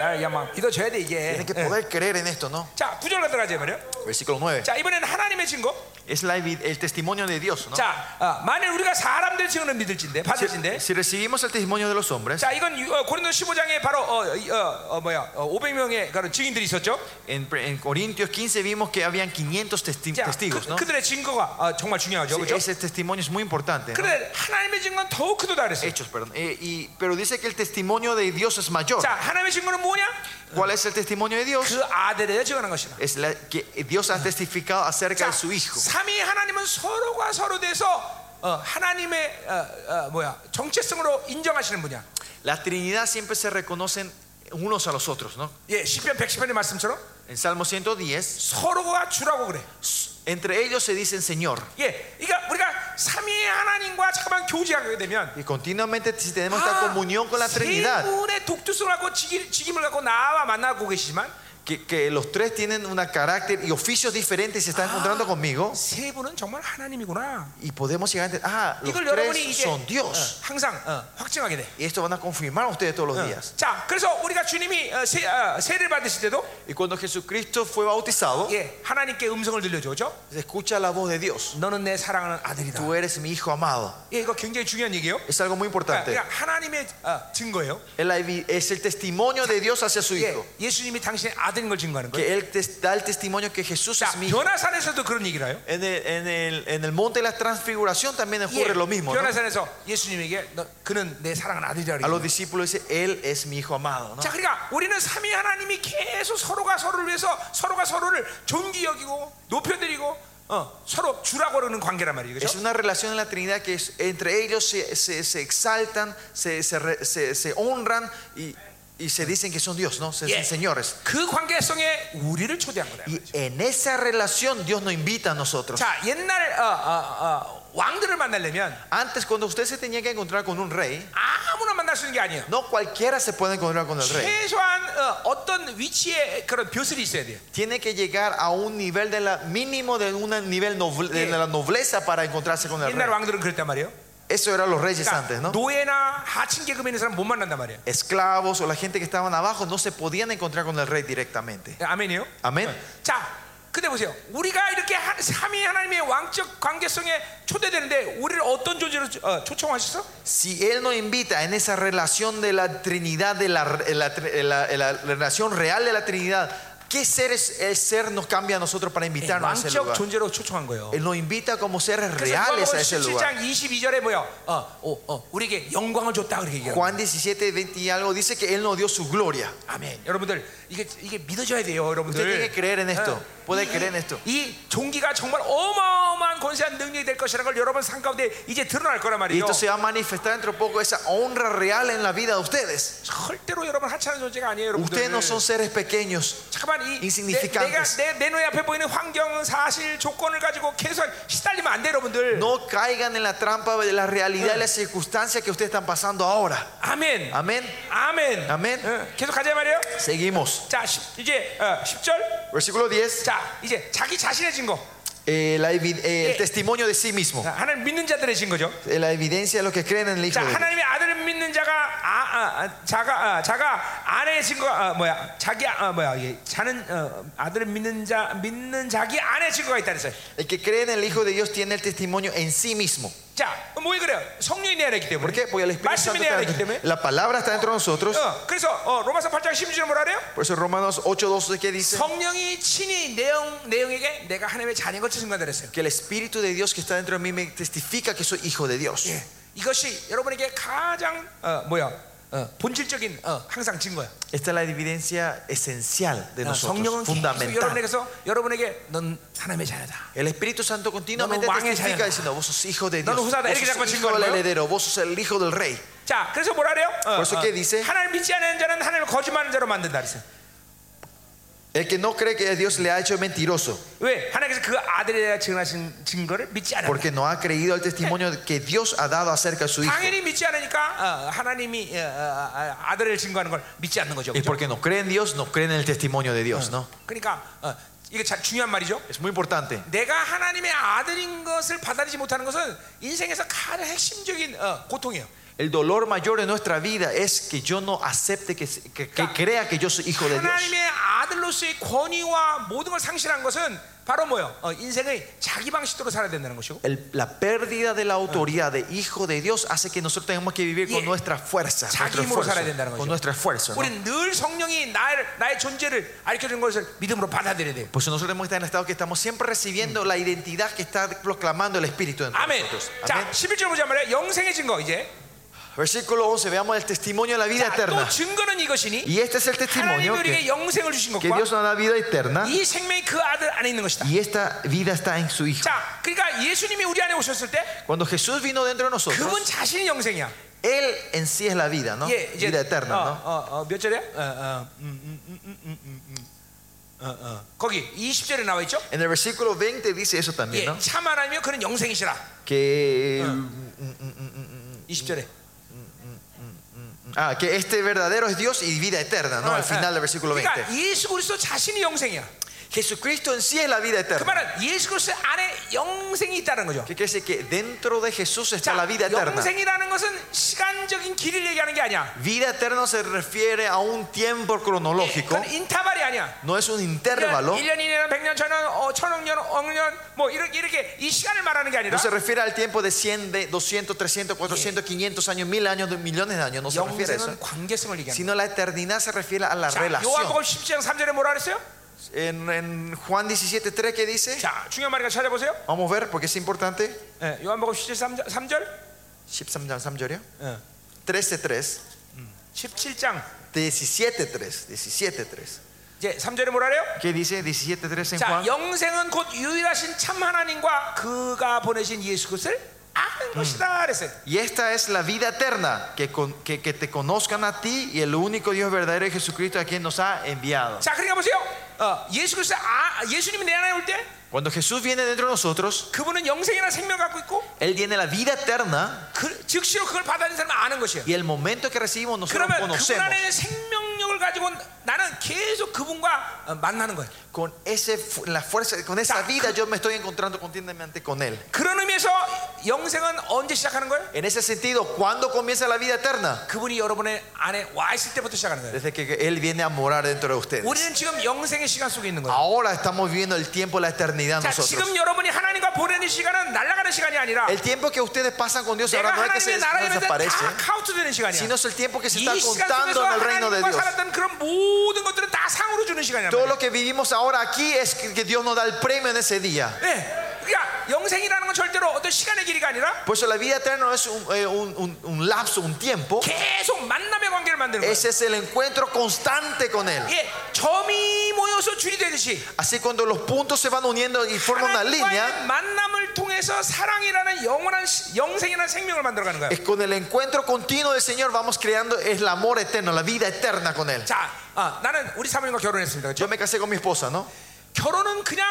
S1: 야, 야마 믿어줘야 돼 이게. 네. 뭐-
S2: Tienen que poder creer en esto, ¿no?
S1: 자, 구절 들어가자 말이요.
S2: Versículo 9.
S1: 자, 이번에는 하나님의 증거.
S2: Es la evi- el testimonio de Dios, ¿no?
S1: 자, 아, 만일 우리가 사람들 증언을 믿을진데 받을진데.
S2: Si, si recibimos el testimonio de los hombres,
S1: 자, 이건 유- 어, 고린도 15장에 바로 어, 이- 어, 어, 뭐야? 어, 500명의 그런 증인들이 있었죠.
S2: en, en Corintios 15 vimos que habían 500 testi-
S1: 자,
S2: testigos, ¿no?
S1: 그, 들의 증거가 어, 정말 중요하죠. 그죠?
S2: Ese testimonio es muy importante. ¿no?
S1: 그런데 하나님의 증거는 더욱 크도다 그랬어요.
S2: Hechos, perdón. Eh, y- pero dice que el testimonio de Dios es mayor.
S1: 자, 하나님의 증거는 뭐냐?
S2: ¿Cuál es el testimonio de Dios?
S1: 그 아들에 증언한 것이다.
S2: Es la, que Dios ha testificado acerca
S1: 자,
S2: de su Hijo.
S1: 삼위 하나님은 서로가 서로 돼서 어, 하나님의 어, 어, 뭐야 정체성으로 인정하시는 분이야.
S2: La Trinidad siempre se reconocen unos a los otros, ¿no?
S1: 예, 시편 110편의 말씀처럼
S2: En Salmo 110,
S1: 서로가 주라고 그래.
S2: entre ellos se dicen Señor.
S1: 예, 그러니까 우리가 삼위 하나님과 잠깐만 교제하게 되면 아,
S2: Y continuamente si tenemos
S1: Ah,
S2: esta comunión con la
S1: 세
S2: Trinidad,
S1: 분의 독특성을 갖고 직임, 직임을 갖고 나와 만나고 계시지만
S2: que, que los tres tienen una carácter y oficios diferentes y se están encontrando conmigo,
S1: 세 분은 정말 하나님이구나.
S2: y podemos llegar a entender, ah, los
S1: 이걸 여러분이
S2: tres
S1: 이제
S2: son
S1: 어,
S2: Dios.
S1: 항상 어, 확증하게 돼.
S2: Y esto van a confirmar ustedes todos
S1: Ah.
S2: los días.
S1: 자, 그래서 우리가 주님이 어, 세, 어, 세를 받으실 때도
S2: Y cuando Jesucristo fue bautizado,
S1: 예, 하나님께 음성을 들려줘죠.
S2: se escucha la voz de Dios.
S1: 너는 내 사랑하는 아들이다.
S2: Tú eres mi hijo amado.
S1: 예, 이거 굉장히 중요한 얘기예요.
S2: Es algo muy
S1: 그러니까,
S2: importante.
S1: 그러니까 하나님의 어, 증거예요.
S2: Es la evi- Es el testimonio de Dios hacia su
S1: 예,
S2: hijo.
S1: 예수님이 당신의 아들인 걸 증거하는 거예요.
S2: Que él tes- da el testimonio que Jesús
S1: 자,
S2: es mi hijo.
S1: 변화산에서도 그런 얘기를 해요.
S2: En el, en el- en el monte de la transfiguración también
S1: 예,
S2: ocurre lo mismo. ¿no?
S1: 변화산에서 예수님에게 너, 그는 내 사랑하는 아들이라
S2: A los
S1: 그랬어요.
S2: discípulos dice, él es mi hijo amado. ¿no?
S1: 자, 그러니까 우리는 삼위 하나님이 계속 서로가 서로를 위해서 서로가 서로를 존귀 여기고 높여드리고 어, 서로 주라고 그러는 관계란 말이에요.
S2: Es
S1: 그렇죠?
S2: una relación en la Trinidad que es- entre ellos se, se- se exaltan, se, se re- se- se honran y, y se dicen que son Dios, ¿no? Se dicen
S1: Yeah.
S2: señores.
S1: 그 관계성에 우리를 초대한 거다.
S2: Y en esa relación Dios nos invita a nosotros.
S1: 자, 옛날 어, 어, 어, 왕들을 만나려면
S2: Antes, cuando usted se tenía que encontrar con un rey,
S1: 아무나 만날 수 있는 게 아니에요.
S2: no cualquiera se puede encontrar con el rey.
S1: 최소한 어, 어떤 위치에 그런 벼슬이 있어야 돼요.
S2: Tiene que llegar a un nivel de la mínimo de un nivel noble- de
S1: Yeah.
S2: la nobleza para encontrarse con el
S1: 옛날
S2: rey.
S1: 왕들은 그랬단 말이에요.
S2: Eso eran los reyes
S1: 그러니까
S2: antes, ¿no?
S1: 노예나 하층 계급에 있는 사람 못 만난단 말이에요.
S2: Esclavos o la gente que estaban abajo no se podían encontrar con el rey directamente.
S1: 아멘이요. 네.
S2: 아멘.
S1: 자, 근데 보세요. 우리가 이렇게 하- 삼위 하나님의 왕적 관계성에 초대되는데 우리를 어떤 존재로 어, 초청하셨어?
S2: Si él nos invita en eh, esa relación de la Trinidad, de la, en la- en la- en la relación real de la Trinidad, ¿Qué ser, es, el ser nos cambia a nosotros para invitarnos a ese
S1: 네, 왕적
S2: lugar?
S1: 존재로 초청한 거예요.
S2: Él nos invita como seres
S1: 그래서
S2: reales a ese lugar.
S1: 17장 22절에 뭐야? 어, 어, 어, 우리에게 영광을 줬다 그렇게 얘기해요.
S2: Juan 17, 20 y algo dice que Él nos dio su gloria.
S1: 아멘. 여러분들 이게 이게 믿어져야 돼요,
S2: Usted tiene
S1: 여러분들.
S2: que creer en esto.
S1: 어.
S2: Puede
S1: 이-
S2: creer en esto.
S1: 이 종기가 정말 어마어마한 권세한 능력이 될 것이라는 걸 여러분 삶 가운데 이제 드러날 거란
S2: Y
S1: 말이에요.
S2: esto se va a manifestar dentro de poco, esa honra real en la vida de ustedes.
S1: 절대로 여러분 하찮은 존재가 아니에요, 여러분들.
S2: Ustedes no son seres pequeños.
S1: 잠깐만 이 내, 내가
S2: insignificantes.
S1: 내, 내 눈에 앞에 보이는 환경은 사실 조건을 가지고 계속 시달리면 안 돼, 여러분들.
S2: No caigan en la trampa de la realidad y las circunstancias que ustedes están pasando ahora.
S1: 아멘.
S2: Amén.
S1: 아멘.
S2: 아멘.
S1: 어, 계속 가자 말이에요.
S2: Seguimos.
S1: 자, 십- 이제 어, 10절.
S2: Versículo 10.
S1: 자, 이제 자기 자신의 증거.
S2: eh, la evi-
S1: Eh.
S2: eh, el testimonio de sí mismo.
S1: 자, 하나님 믿는 자들의 증거죠.
S2: Eh, La evidencia de los que creen en el Hijo
S1: 자,
S2: de Dios.
S1: 하나님의 아들을 믿는 자가 아, 아, 아, 자가 아, 자가 아내의 증거 아, 뭐야? 자기 아, 아, 뭐야? 이게 자는 어, 아들을 믿는 자 믿는 자기 아내의 증거가 있다 그랬어요.
S2: El que cree en el Hijo de Dios tiene el testimonio en sí mismo.
S1: 자, 뭐 그래요? 성령이 내 안에 있기
S2: ¿Por
S1: 때문에.
S2: qué? Porque el Espíritu
S1: 말씀이
S2: Santo
S1: 내
S2: está
S1: 안에 있기
S2: dentro-
S1: 때문에.
S2: La ¿eh? palabra está dentro de nosotros.
S1: 어, 그래서 어, 로마서 8장 16절에 뭐라 그래요?
S2: Por eso Romanos 8:12 que dice
S1: 성령이 친히 내영 내영에게 내가 하나님의 자녀인 것을 증거다 그랬어요.
S2: que el Espíritu de Dios que está dentro de mí me testifica que soy hijo de Dios.
S1: 예. 이것이 여러분에게 가장 어, 뭐야? 어, 본질적인 어, 항상 증거야.
S2: Esta es la evidencia esencial de
S1: 어, 성령은 계속
S2: nosotros, fundamental.
S1: 여러분에게서 여러분에게 넌 하나님의 자녀다.
S2: El Espíritu Santo continuamente
S1: No, no, 왕의
S2: testifica
S1: 자녀다.
S2: diciendo, vos sos hijo de
S1: No,
S2: Dios,
S1: no,
S2: vos
S1: 후사다. 이렇게 자꾸
S2: sos hijo del
S1: 증거하는
S2: heredero, vos sos el hijo del rey.
S1: 자, 그래서 뭐라 그래요? 어,
S2: Por eso
S1: 어,
S2: que dice-
S1: 하나님 믿지 않는 자는 하나님을 거짓말하는 자로 만든다 그랬어요.
S2: El que no cree que Dios le ha hecho mentiroso,
S1: 왜? 하나님께서 그 아들에 증하신 증거를 믿지 않아.
S2: porque no ha creído el testimonio que Dios ha dado acerca de su hijo.
S1: 당연히 믿지 않으니까 어, 하나님이 어, 어, 어, 아들을 증거하는 걸 믿지 않는 거죠.
S2: Y
S1: 그렇죠?
S2: porque no creen en Dios, no creen en el testimonio de Dios, ¿no?
S1: 그러니까 어, 이게 참 중요한 말이죠.
S2: Es muy importante.
S1: 내가 하나님의 아들인 것을 받아들이지 못하는 것은 인생에서 가장 핵심적인 어, 고통이에요.
S2: El dolor mayor de nuestra vida es que yo no acepte que, que- que crea que yo soy hijo de Dios.
S1: 하나님의 아들로서의 권위와 모든 걸 상실한 것은 바로 뭐요? 어, 인생의 자기 방식대로 살아야 된다는 것이고.
S2: El- la pérdida de la autoridad de hijo de Dios hace que nosotros tengamos que vivir
S1: Yeah.
S2: con nuestra fuerza, nuestro
S1: 자기 힘으로 살아야 된다는 거죠.
S2: esfuerzo, con nuestro esfuerzo. ¿no?
S1: 우리는 늘 성령이 나의, 나의 존재를 알려 주는 것을 믿음으로 받아들여야 돼요.
S2: Por eso nosotros hemos estado en el estado que estamos siempre recibiendo la identidad que está proclamando el Espíritu en
S1: 아멘.
S2: nosotros.
S1: 자,
S2: Amén.
S1: 11절 보자 말이야. 영생의 증거 이제.
S2: Versículo 11, veamos el testimonio de la
S1: 자,
S2: vida
S1: 또
S2: eterna.
S1: 증거는 아, 이것이니
S2: Y este es el
S1: 하나님이
S2: testimonio
S1: 우리에게
S2: que,
S1: 영생을 주신
S2: que
S1: 것과
S2: Dios nos da vida eterna
S1: 이 생명이 그 아들 안에 있는 것이다.
S2: y esta vida está en su Hijo.
S1: 자, 그러니까 예수님이 우리 안에 오셨을 때
S2: Cuando Jesús vino dentro de nosotros,
S1: 어, 그분 자신이 영생이야.
S2: Él en sí es la vida, ¿no?
S1: 예, 이제
S2: Vida eterna,
S1: 어,
S2: ¿no?
S1: 어, 어, 몇 절이야? 어, 어, 음, 음, 음, 음, 음, 음, 음. 어, 어. 거기 20절에 나와 있죠?
S2: En el versículo 20 dice eso
S1: 예,
S2: también, ¿no?
S1: 참 하나님이여 그는 영생이시라.
S2: Que
S1: 20절에.
S2: Ah, que este verdadero es Dios y vida eterna, ¿no? Al final del versículo 20.
S1: 어, 그러니까 예수 그리스도 자신이 영생이야.
S2: Jesucristo en sí es la vida
S1: 그
S2: eterna.
S1: 말은 예수 그리스도 안에 영생이 있다는 거죠.
S2: ¿Qué quiere decir? Que dentro de Jesús está
S1: 자,
S2: la vida eterna.
S1: 영생이라는 것은 시간적인 길을 얘기하는 게 아니야.
S2: Vida eterna se refiere a un tiempo cronológico,
S1: 그건 인타발이 아니야.
S2: no es un
S1: 1년,
S2: intervalo,
S1: 1년, 100년, 1000년, 어, 1000억년, 억년 뭐 이렇게, 이렇게 이 시간을 말하는 게 아니라
S2: no se refiere al tiempo de 100, de 200, 300, 400, 500 años, 1000 años, de millones de años, no se refiere a eso.
S1: 영생은 관계성을 얘기하는
S2: Sino la eternidad se refiere a la
S1: 거야. 자,
S2: relación.
S1: 요한복음 10장 3절에 뭐라 그랬어요?
S2: En, en Juan 17:3 que dice,
S1: 자, 중요한 말이니까 찾아보세요.
S2: vamos a ver porque es importante.
S1: 예, 요한복음 17장 3절. 예,
S2: 13장 3절이요. 13:3,
S1: 17장
S2: 17:3, 17:3.
S1: 이제 3절에 뭐라 그래요?
S2: ¿Qué dice 17:3 en
S1: 자,
S2: Juan?
S1: 영생은 곧 유일하신 참 하나님과 그가 보내신 예수 그리스도를 아는 것이다 그랬어요.
S2: Y esta es la vida eterna, que, con- que, que te conozcan a ti y el único Dios verdadero es Jesucristo a quien nos ha enviado.
S1: 자, 그러니까 보세요. 어, 예수 그리스도 아, 예수님이 내 안에 올 때
S2: Cuando Jesús viene dentro de nosotros,
S1: 그분은 영생이나 생명 갖고 있고
S2: Él tiene la vida eterna
S1: 그, 즉시로 그걸 받아들인 사람은 아는 것이에요.
S2: y el momento que recibimos nosotros
S1: 그러면 그분
S2: conocemos.
S1: 안에 생명력을 가지고 나는 계속 그분과 어, manna는 거예요.
S2: Con, ese, fu- la fuerza, con esa
S1: 자,
S2: vida yo me estoy encontrando continuamente con Él.
S1: 그런 의미에서 영생은 언제 시작하는 거예요?
S2: En ese sentido, ¿cuándo comienza la vida eterna?
S1: 그분이 여러분의 안에 와 있을 때부터 시작하는 거예요.
S2: Desde que Él viene a morar dentro de ustedes.
S1: 우리는 지금 영생의 시간 속에 있는 거예요.
S2: Ahora estamos viviendo el tiempo, la eternidad
S1: 자,
S2: nosotros.
S1: 지금 여러분이 하나님과 보내는 시간은 날아가는 하는 시간이 아니라
S2: El tiempo que ustedes pasan con Dios
S1: 내가
S2: ahora no es que se
S1: 하나님의 나라에
S2: no
S1: 대해서
S2: desaparece,
S1: 다 카운트되는 시간이야.
S2: sino es el tiempo que se está
S1: 이 시간
S2: contando
S1: 속에서
S2: en el reino de
S1: 하나님과
S2: Dios.
S1: 살았던 그런 모든 것들은 다 상으로 주는 시간이야.
S2: Todo lo que vivimos ahora aquí es que que Dios nos da el premio en ese día.
S1: 네. 그러니까 영생이라는 건 절대로 어떤 시간의 길이가 아니라
S2: Por eso la vida eterna no es un, eh, un- un- un lapso, un tiempo.
S1: 계속 만남의 관계를 만드는 거야.
S2: Ese es el encuentro constante con Él.
S1: 예, 점이 모여서 줄이 되듯이
S2: Así cuando los puntos se van uniendo y forman una línea,
S1: 하나님과의 만남을 통해서 사랑이라는 영원한 시- 영생이라는 생명을 만들어가는 거야.
S2: es con el encuentro continuo del Señor vamos creando el amor eterno, la vida eterna con Él.
S1: 자, 아, 나는 우리 사모님과 결혼했습니다. 그렇죠?
S2: Yo me casé con mi esposa, ¿no?
S1: 결혼은 그냥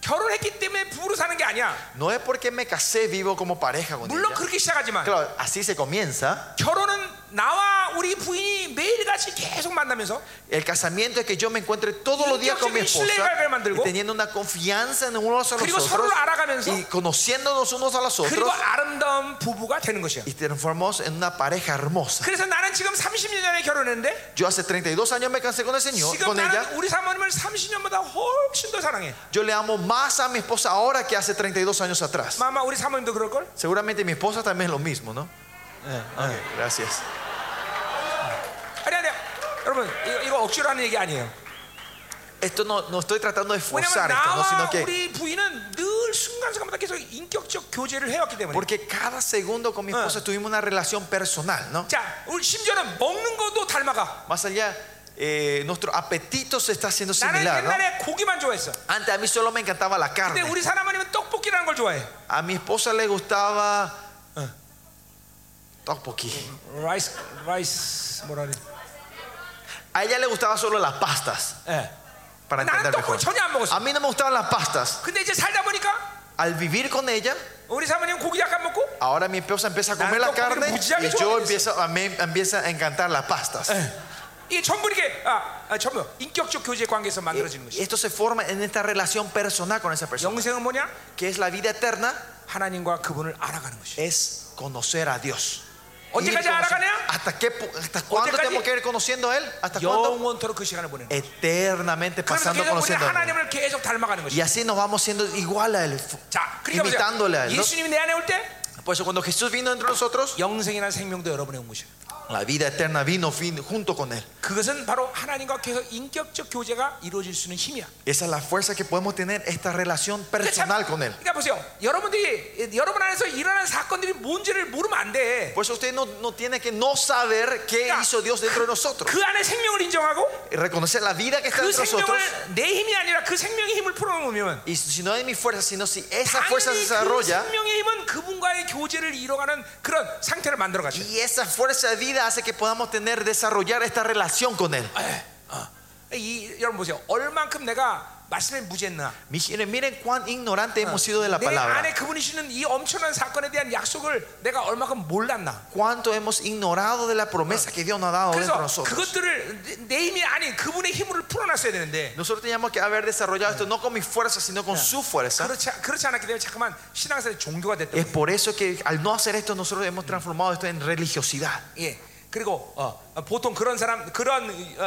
S1: 결혼했기 때문에 부부로 사는 게 아니야.
S2: No es porque me casé vivo como pareja con
S1: 물론
S2: ella.
S1: 그렇게 시작하지만
S2: Claro, así se comienza.
S1: 결혼은 나와 우리 부인이 매일같이 계속 만나면서
S2: El casamiento es que yo me encuentre todos los días con mi esposa, y teniendo una confianza en unos a
S1: 그리고
S2: los
S1: 서로를
S2: otros
S1: 알아가면서
S2: y conociéndonos unos a los
S1: 그리고
S2: otros
S1: 아름다운 부부가 되는 것이야.
S2: y transformamos en una pareja hermosa.
S1: 그래서 나는 지금 30년 전에 결혼했는데
S2: Yo hace 32 años me casé con el Señor,
S1: 지금
S2: con ella.
S1: 나는 우리 사모님을 30년보다 훨씬 더 사랑해.
S2: Yo le amo más a mi esposa ahora que hace 32 años atrás.
S1: 마마 우리 사모님도 그럴 걸?
S2: Seguramente mi esposa también es lo mismo, ¿no? Ah, Gracias.
S1: 아니 아니 여러분 이거, 이거 억지로 하는 얘기 아니에요.
S2: Esto no, no estoy tratando de
S1: 왜냐면
S2: forzar esto, ¿no?
S1: 나와
S2: sino que
S1: 우리 부인은 늘 순간순간마다 계속 인격적 교제를 해왔기 때문에.
S2: porque cada segundo con mi esposa tuvimos una relación personal, ¿no?
S1: 자, 우리 심지어는 먹는 것도 닮아가.
S2: Más allá, eh, nuestro apetito se está haciendo
S1: 나는
S2: similar, ¿no?
S1: 옛날에 고기만 좋아했어.
S2: Antes a mí solo me encantaba la
S1: 근데
S2: carne.
S1: 우리 사모님은 떡볶이라는 걸 좋아해.
S2: A mi esposa le gustaba tteokbokki.
S1: 라이스 라이스 뭐라 그래?
S2: A ella le gustaba solo las pastas,
S1: 예.
S2: para
S1: 나는
S2: entender mejor.
S1: 떡볶이 전혀 안 먹었어.
S2: A mí no me gustaban las pastas.
S1: 근데 이제 살다 보니까
S2: Al vivir con ella,
S1: 우리 사모님 고기 약간 먹고
S2: ahora mi esposa empieza a comer la carne y yo empiezo a, me empieza a encantar las pastas.
S1: Ah, 예. 이게 전부 이렇게 아, 아 전부 인격적 교제 관계에서 만들어지는 것이.
S2: Esto se forma en esta relación personal con esa persona,
S1: 영생은 뭐냐?
S2: que es la vida eterna,
S1: 하나님과 그분을 알아가는 것이.
S2: es conocer a Dios. Ir
S1: 언제까지
S2: conociendo-
S1: 알아가냐?
S2: ¿Hasta, qué, pu- ¿Hasta cuándo
S1: ¿Onde까지?
S2: tenemos que ir conociendo a Él? ¿Hasta cuándo?
S1: 영원토록 그 시간을 보내는.
S2: Eternamente
S1: 그러면서
S2: pasando
S1: 계속 우리
S2: conociendo a Él.
S1: 하나님을 계속 닮아가는 것이.
S2: Y así nos vamos siendo igual a Él.
S1: 자, 그러니까
S2: Imitándole a él,
S1: 보세요.
S2: ¿no?
S1: 예수님이 내 안에 올 때
S2: Por eso Pues cuando Jesús vino entre nosotros,
S1: 영생이라는 생명도 여러분의 온 것이에요.
S2: la vida eterna vino fin- junto con Él.
S1: 그것은 바로 하나님과 계속 인격적 교제가 이루어질 수 있는 힘이야.
S2: Esa es la fuerza que podemos tener, esta relación
S1: 그러니까 참,
S2: personal con Él.
S1: 그러니까 보세요. 여러분들이 여러분 안에서 일어난 사건들이 뭔지를 모르면 안 돼.
S2: Por eso usted no, no tiene que no saber qué
S1: Ya.
S2: hizo Dios dentro de nosotros.
S1: 그 안에 생명을 인정하고
S2: Reconocer la vida que está
S1: 그
S2: dentro de nosotros.
S1: 생명을 내 힘이 아니라 그 생명의 힘을 풀어놓으면
S2: Y si no es mi fuerza, sino si esa fuerza se
S1: 당연히 그
S2: desarrolla
S1: 생명의 힘은 그분과의 교제를 이뤄가는 그런 상태를 만들어 가죠.
S2: y esa fuerza de vida hace que podamos tener, desarrollar esta relación con Él.
S1: 이 여러분 보세요. 얼만큼 내가 말씀에 무지했나.
S2: Miren, miren cuán ignorante hemos sido de la
S1: 내 안에
S2: palabra.
S1: 그분이시는 이 엄청난 사건에 대한 약속을 내가 얼만큼 몰랐나.
S2: Cuánto hemos ignorado de la promesa que Dios nos ha dado dentro de
S1: 어, 그래서
S2: nosotros.
S1: 그것들을 내- 내 힘이 아닌 그분의 힘으로 풀어놨어야 되는데
S2: Nosotros teníamos que haber desarrollado esto no con mi fuerza, sino con su fuerza.
S1: 그렇지, 그렇지 않았기 때문에 자꾸만 신앙생활의 종교가 됐던
S2: Es por eso que al no hacer esto, nosotros hemos transformado esto en religiosidad.
S1: 예. 그리고 어, 어, 보통 그런 사람 그런 어,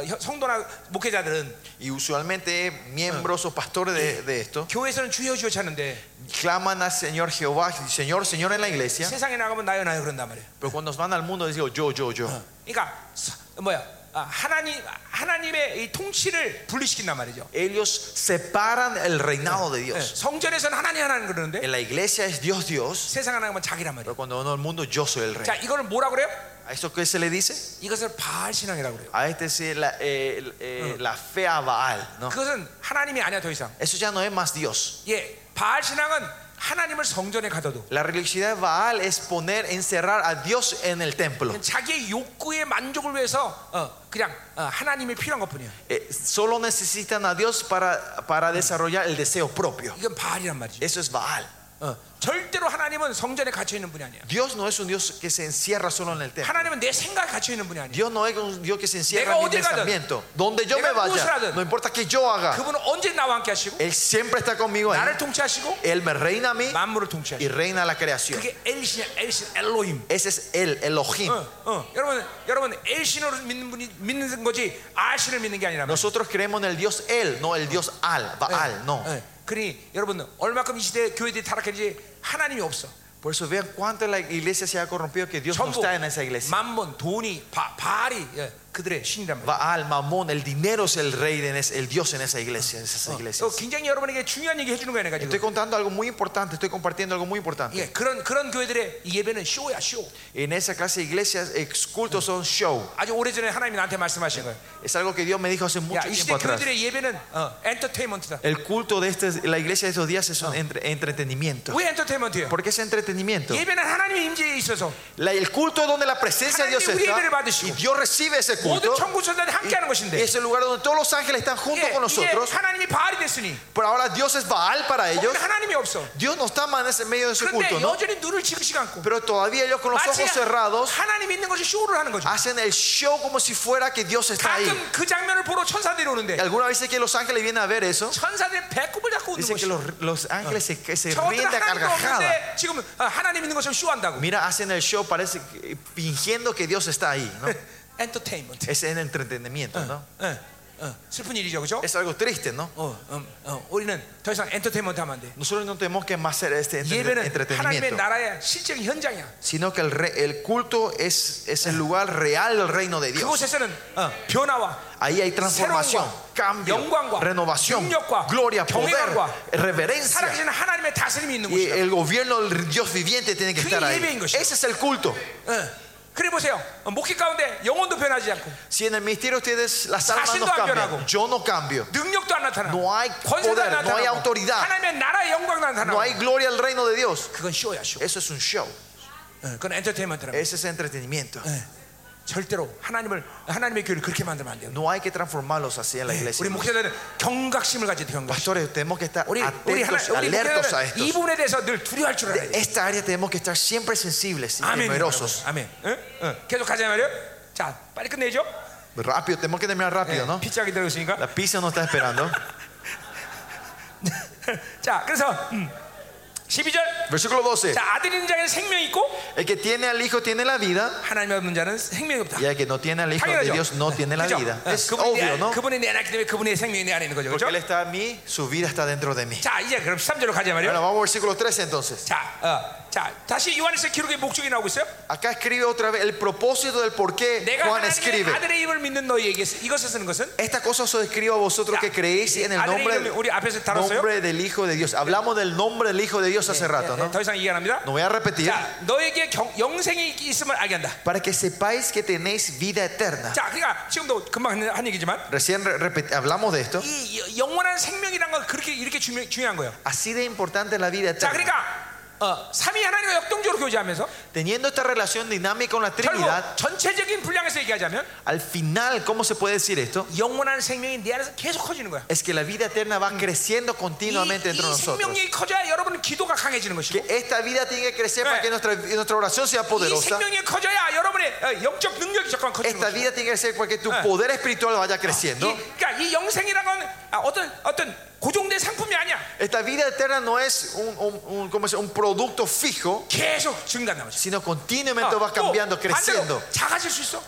S1: 어, 혀- 성도나 목회자들은
S2: Y usualmente miembros o pastores de, de esto
S1: 교회에서는 주여 주여 찾는데
S2: claman al Señor Jehová, Señor, Señor en la iglesia,
S1: 세상에 나가면 나요 나요 그런단 말이에요
S2: pero cuando van al mundo dicen yo, yo, yo.
S1: 그러니까 서- 뭐야 아, 하나님, 하나님의 이 통치를 분리시킨단 말이죠
S2: Ellos separan el reinado de
S1: 예,
S2: Dios.
S1: 성전에서는 하나님 하나님 그러는데
S2: En la iglesia es Dios, Dios,
S1: 세상에 나가면 자기란 말이에요
S2: pero cuando uno al mundo yo soy el rey.
S1: 자 이거를 뭐라 그래요?
S2: ¿A eso qué se le dice?
S1: 이것을 바알신앙이라고 그래요
S2: A este sí, la, eh, el- eh, la fe a Baal. ¿no?
S1: 그것은 하나님이 아니야 더 이상
S2: Eso ya no es más Dios.
S1: 예, 바알 신앙은 하나님을 성전에 가둬도
S2: La religiosidad de Baal es poner, encerrar a Dios en el templo.
S1: 자기의 욕구의 만족을 위해서 어, 그냥 어, 하나님이 필요한 것뿐이에요.
S2: Eh, solo necesitan a Dios para, para desarrollar el deseo propio.
S1: 이건 바알이란 말이죠.
S2: Eso es Baal.
S1: 어, 절대로 하나님은 성전에 갇혀 있는 분이 아니야.
S2: Dios no es un Dios que se encierra solo en el templo.
S1: 하나님은 내 생각에 갇혀 있는 분이 아니야.
S2: Dios no es un Dios que se encierra
S1: Nega
S2: en mi
S1: 어딜 가든,
S2: pensamiento. Donde yo
S1: nega
S2: me
S1: 무엇을
S2: vaya,
S1: 하든,
S2: no importa que yo haga,
S1: 그분은 언제 나와 함께 하시고
S2: Él siempre está conmigo ahí.
S1: 나를 통치하시고
S2: Él me reina a mí
S1: 만물을
S2: y
S1: 통치하시고
S2: reina la creación.
S1: 그게 엘신, 엘신, 엘로힘.
S2: Ese es Él, Elohim.
S1: 어, 어. 여러분, 여러분 엘신으로 믿는 분이 믿는 거지 아신을 믿는 게 아니라. Eh,
S2: Nosotros creemos en el Dios Él, no el Dios Al, Baal, no.
S1: 예. 그러니 여러분 얼마큼 이 시대 교회들이 타락했는지 하나님이 없어.
S2: Por eso vean cuánto la iglesia se ha corrompido que Dios no está en esa iglesia.
S1: 만본, 돈이, 바, 바알이 예, 그들의 신이란 말이야.
S2: Baal, Mamón, el dinero es el rey, de es- el Dios en esa iglesia, en esas
S1: 어,
S2: iglesias.
S1: 굉장히 여러분에게 중요한 얘기 해주는 거야 내가
S2: Estoy
S1: 지금.
S2: contando algo muy importante, estoy compartiendo algo muy importante.
S1: 예, 그런 그런 교회들의 이 예배는 쇼야 쇼.
S2: En esa clase de iglesias, ex- cultos son show.
S1: 아주 오래전에 하나님이 나한테 말씀하신 거예요.
S2: Es algo que Dios me dijo hace mucho
S1: 야, 이 시대
S2: tiempo atrás.
S1: 교회들의 예배는 어, 엔터테인먼트다.
S2: El culto de este, la iglesia de estos días es un entre- entretenimiento.
S1: 왜 엔터테인먼트예요?
S2: ¿Por qué es entretenimiento?
S1: 예배는 하나님의 임재에 있어서
S2: La- el culto es donde la presencia de Dios
S1: 하나님이 우리
S2: está
S1: 예배를 받으시고
S2: y Dios recibe
S1: 모든
S2: ese culto.
S1: 천국 천사들이 함께하는
S2: Y
S1: 것인데
S2: es el lugar donde todos los ángeles están junto
S1: 예,
S2: con
S1: 이제
S2: nosotros.
S1: 하나님이 바알이 됐으니
S2: Pero ahora Dios es Baal para ellos.
S1: 거기는 하나님이 없어.
S2: Dios no está más en ese medio de su
S1: 예, 그런데
S2: culto, ¿no?
S1: 여전히 눈을 지그시 감고
S2: Pero todavía ellos con los
S1: 마치
S2: ojos cerrados
S1: 하나님 있는 것이 쇼를 하는 거죠.
S2: hacen el show como si fuera que Dios está ahí.
S1: 가끔 그 장면을 보러 천사들이
S2: Y
S1: 오는데
S2: alguna vez es que los ángeles vienen a ver eso.
S1: 천사들이 배꼽을 잡고 웃는
S2: Dicen que
S1: 것이.
S2: los, los ángeles se, que se ríen
S1: 저들은
S2: de a
S1: 하나님도
S2: carcajada.
S1: 없는데 지금 어, 하나님 있는 것처럼 쇼한다고.
S2: Mira, hacen el show, parece que- eh, fingiendo que Dios está ahí, ¿no?
S1: 엔터테인먼트.
S2: Es el entretenimiento, ¿no?
S1: 어, 어, 슬픈 일이죠, 그죠
S2: Es algo triste, ¿no?
S1: 어, 음, 어, 우리는 더 이상 엔터테인먼트 하면 안 돼.
S2: Nosotros no tenemos que más hacer este entre-
S1: 예배는 하나님의
S2: entretenimiento,
S1: 나라의 실적인 현장이야.
S2: sino que el, re- el culto es, es el lugar real del reino de Dios.
S1: 그곳에서는 어, 변화와
S2: Ahí hay transformación,
S1: 새로운과,
S2: cambio,
S1: 영광과,
S2: renovación,
S1: 능력과,
S2: gloria, poder,
S1: 경외함과,
S2: reverencia.
S1: 그 살아계신 하나님의 다스림이 있는
S2: Y
S1: 곳이야.
S2: el gobierno del Dios viviente tiene que
S1: 그게
S2: estar ahí.
S1: 예배인 것이야.
S2: Ese es el culto.
S1: 어, 그래 보세요. 어, 목회 가운데 영혼도 변하지 않고
S2: Si en el misterio ustedes las almas no
S1: 자신도 안
S2: cambian,
S1: 변하고.
S2: yo no cambio.
S1: 능력도 안 나타나고
S2: No hay
S1: 권세도 안
S2: poder, no hay
S1: 나타나고
S2: autoridad.
S1: 하나님의 나라의 그 영광도 안
S2: No hay
S1: 나타나고
S2: gloria al reino de Dios.
S1: 그건 쇼야 쇼.
S2: Eso es un show.
S1: 어, 그건 엔터테인먼트라고.
S2: Ese es entretenimiento.
S1: 절대로 하나님을 하나님의 교회를 그렇게 만들면 안 돼요.
S2: No hay que transformarlos así en la iglesia.
S1: 우리 목회자들은 경각심을 가져야 돼 경각.
S2: Pastores, tenemos que estar
S1: 우리 우리 하나
S2: atentos,
S1: 우리
S2: alertos a
S1: 목회자들은 이
S2: esto.
S1: 부분에 대해서 늘 두려워할 줄 알아야 돼.
S2: Esta área tenemos que estar siempre sensibles y
S1: 아멘.
S2: temerosos.
S1: 아멘. 응? 응. 계속 가자 말이요. 자, 빨리 끝내죠. 예.
S2: Rápido, tenemos que terminar rápido, ¿no?
S1: 피자기 들어있으니까. [LAUGHS]
S2: La pizza no está esperando.
S1: 자, 그래서 음. 12절.
S2: Versículo 12.
S1: 자, 아들 있는 자에는 생명이 있고
S2: El que tiene al hijo tiene la vida
S1: 하나님 없는 자는 생명이 없다.
S2: y el que no tiene al hijo de
S1: 당연하죠.
S2: Dios no tiene la
S1: 그죠?
S2: vida.
S1: 어,
S2: Es
S1: 그분이 내
S2: obvio,
S1: 안-
S2: ¿no?
S1: 그분이 내 안에 있기 때문에 그분의 생명이 내 안에 있는 거죠.
S2: Porque él
S1: 그렇죠?
S2: está en mí, su vida está dentro de mí.
S1: 자, 이제 그럼 13절로 가자
S2: Bueno,
S1: 말이요.
S2: vamos al versículo 13 entonces.
S1: 자, 어, 자, 다시 요한에서 기록의 목적이 나오고 있어요.
S2: Acá escribe otra vez el propósito del por qué
S1: 내가
S2: Juan
S1: 하나님의
S2: escribe.
S1: 아들의 입을 믿는 너희에게 이것을 쓰는 것은
S2: Estas cosas os escribo a vosotros que creéis en el
S1: 아들의
S2: nombre,
S1: 이름이 우리 앞에서 다뤘어요?
S2: nombre del Hijo de Dios. Hablamos del nombre del Hijo de Dios hace rato, ¿no?
S1: 네, 더 이상 이해 안 합니다.
S2: No voy a repetir.
S1: 자, 너에게 경- 영생이 있음을 알게 한다.
S2: Para que sepáis que tenéis vida eterna.
S1: 자, 그러니까 지금도 금방 한 얘기지만
S2: Recién re- repet- hablamos de esto.
S1: 이 여- 영원한 생명이란 건 그렇게 이렇게 중요, 중요한 거예요.
S2: Así de importante es la vida
S1: 자,
S2: eterna.
S1: 그러니까 어, 삼위 하나님과 역동적으로 교제하면서
S2: Teniendo esta relación dinámica con la Trinidad,
S1: 결국 전체적인 분량에서 얘기하자면
S2: al final, ¿cómo se puede decir esto?
S1: 영원한 생명이 내 안에서 계속 커지는 거야.
S2: Es que la vida eterna
S1: Mm.
S2: va creciendo
S1: 이,
S2: continuamente entre
S1: 이
S2: nosotros.
S1: 생명이 커져야 여러분은 기도가 강해지는
S2: Que
S1: 것이고
S2: esta vida tiene que crecer para
S1: Eh.
S2: que nuestra, nuestra oración sea
S1: 이
S2: poderosa.
S1: 생명이 커져야 여러분의 어, 영적 능력이 잠깐 커지는
S2: Esta
S1: 것이고
S2: vida tiene que crecer para que tu
S1: Eh.
S2: poder espiritual vaya creciendo.
S1: 이, 그러니까 이 영생이란 건 아, 어떤 어떤 고정된 상품이 아니야.
S2: Esta vida eterna no es un, un, un- ¿cómo se llama? un producto fijo,
S1: 계속 증가하는 거지.
S2: sino
S1: 어,
S2: continuamente va
S1: 또
S2: cambiando, creciendo.
S1: 반대로 작아질 수 있어.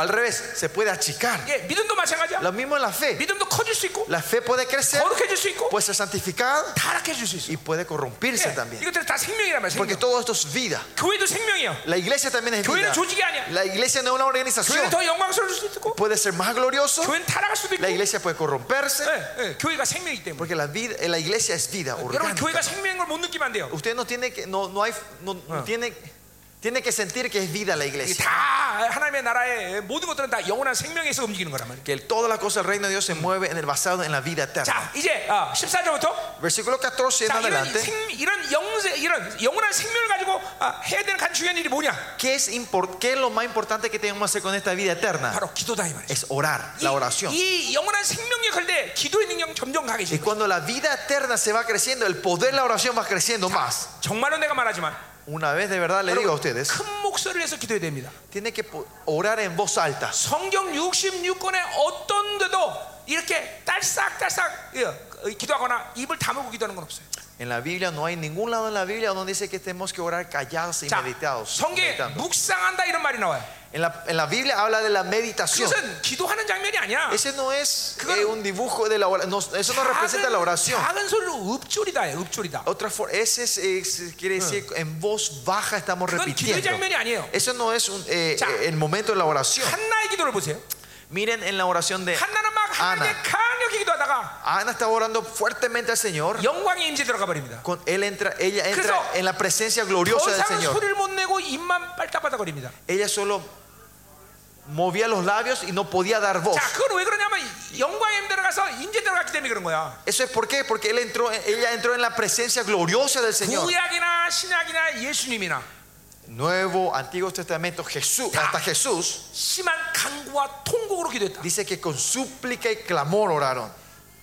S2: Al revés, se puede achicar.
S1: 예, 믿음도 마찬가지야.
S2: Lo mismo en la fe.
S1: 믿음도 커질 수 있고
S2: La fe puede crecer,
S1: 거룩해질 수 있고
S2: puede ser santificada
S1: 타락해질 수 있어.
S2: y puede corrompirse
S1: 예,
S2: también.
S1: 이것들 다 생명이란 말이야.
S2: Porque
S1: 생명.
S2: todo esto es vida.
S1: 교회도 생명이야.
S2: La iglesia también es
S1: 교회는
S2: vida.
S1: 조직이 아니야.
S2: La iglesia no es una
S1: 교회는
S2: organización.
S1: 더 영광스러울 수도 있고
S2: Puede ser más glorioso.
S1: 교회는 타락할 수도 있고.
S2: La iglesia puede corromperse.
S1: 예, 예, 교회가 생명이기 때문에.
S2: Porque la, vida, eh, la iglesia es vida.
S1: 여러분 교회가
S2: Orgánica.
S1: 생명인 걸 못 느끼면 안 돼요.
S2: Usted no tiene que, no, no hay, no, tiene, tiene que sentir que es vida la
S1: 이게
S2: iglesia.
S1: 다 하나님의 나라의 모든 것들은 다 영원한 생명에서 움직이는 거란 말이야.
S2: que el- toda la cosa del reino de Dios se mueve en el basado en la vida eterna.
S1: 자, 이제 어, 14절부터
S2: Versículo 14 en
S1: 자, 이런,
S2: adelante.
S1: 생, 이런 영세 이런 영원한 생명을 가지고 아, 해야 되는 가장 중요한 일이 뭐냐?
S2: ¿Qué es, impor- qué es lo más importante que tenemos que hacer con esta vida eterna?
S1: 바로 기도다 이 말이야.
S2: Es orar, la oración.
S1: 이, 이 영원한 생명에 걸때 기도의 능력 점점
S2: Y
S1: 강해지.
S2: cuando la vida eterna se va creciendo, el poder de la oración va creciendo más.
S1: 정말로 내가 말하지만
S2: Una vez de verdad le digo a ustedes,
S1: 큰 목소리를 해서 기도해야 됩니다.
S2: tiene que po- orar en voz alta.
S1: 성경 66권의 어떤 데도 이렇게 딸싹딸싹 예, 어, 기도하거나 입을 다물고 기도하는 건 없어요.
S2: En la Biblia no hay ningún lado en la Biblia donde dice que tenemos que orar callados y
S1: 자,
S2: meditados.
S1: 성경에
S2: meditando.
S1: 묵상한다 이런 말이 나와요.
S2: En la, en la Biblia habla de la meditación.
S1: 그것은 기도하는 장면이 아니야.
S2: Ese no es
S1: 그건-
S2: eh, un dibujo de la oración. eso no representa la oración.
S1: 작은 소리로 읍조리다, 읍조리다.
S2: Otra forma, ese es, es- quiere decir en voz baja estamos
S1: 그건 기도의
S2: repitiendo.
S1: 장면이 아니에요.
S2: Eso no es un, eh,
S1: 자.
S2: eh, el momento de la oración.
S1: 한나의 기도를 보세요.
S2: Miren en la oración de
S1: 한나는 막 예. 아, 하나님께
S2: Ana.
S1: 강력히 기도하다가
S2: Ana estaba orando fuertemente al Señor.
S1: 영광의 임재 들어가 버립니다.
S2: Con él entra, ella
S1: 그래서
S2: entra en la presencia
S1: 더
S2: gloriosa del
S1: 이상은
S2: Señor.
S1: 소리를 못 내고 입만 빨딱빨딱거립니다.
S2: Ella solo movía los labios y no podía dar voz.
S1: 자, 그건 왜 그러냐면 영광의 임재 들어가서 임재 들어갔기 때문에 그런 거야.
S2: Eso es por qué, porque él entró, ella entró en la presencia gloriosa del Señor.
S1: 구약이나 신약이나 예수님이나
S2: Nuevo, Antiguo Testamento, Jesús, hasta Jesús
S1: 심한 강구와 통곡으로 기도했다. 네,
S2: dice que con súplica y clamor oraron.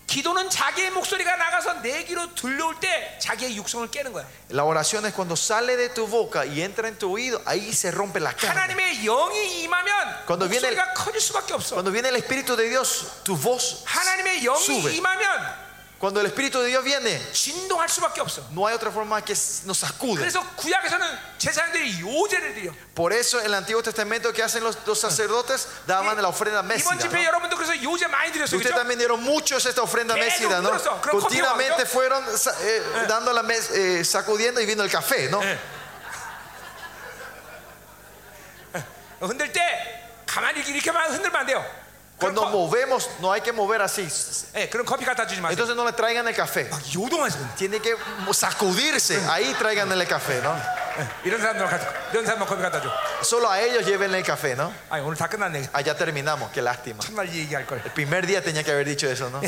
S1: 기도는 자기의 목소리가 나가서 내 귀로 들려올 때 자기의 육성을 깨는 거야.
S2: La oración es cuando sale de tu boca y entra en tu oído, ahí se rompe la carne.
S1: 하나님의 영이 임하면
S2: Cuando viene
S1: 목소리가 커질 수밖에 없어.
S2: Cuando viene el Espíritu de Dios, tu voz
S1: 하나님의 영이
S2: sube.
S1: 임하면
S2: Cuando el Espíritu de Dios viene,
S1: 진동할 수밖에 없어.
S2: no hay otra forma que nos sacude.
S1: 그래서 구약에서는 제사장들이 요제를 드려.
S2: Por eso en el Antiguo Testamento que hacen los, los sacerdotes daban la ofrenda
S1: 이번
S2: mesida.
S1: 집회
S2: ¿no?
S1: 여러분도 그래서 요제 많이 드렸어.
S2: Ustedes
S1: 그렇죠?
S2: también dieron muchos esta ofrenda mesida, ¿no?
S1: 계속 들었어. 그럼
S2: Continuamente
S1: 커피로
S2: fueron sa- eh, dando la mes- eh, sacudiendo y vino el café, ¿no?
S1: 흔들 때 가만히 이렇게- 이렇게만 흔들면 안 돼요. 그럼
S2: Cuando
S1: 커,
S2: movemos, no hay que mover así.
S1: 예, 그런 커피 갖다 주지 마세요.
S2: Entonces no le traigan el café.
S1: 요동하시는 거예요.
S2: Tiene que sacudirse. Ahí traigan el café, ¿no?
S1: 이런 사람들 갖다 이런 사람만 커피 갖다 줘.
S2: Solo a ellos lleven el café, ¿no?
S1: 아니 오늘 다 끝났네.
S2: Allá terminamos, qué lástima.
S1: 참날 이 얘기할 걸.
S2: El primer día tenía que haber dicho eso, ¿no?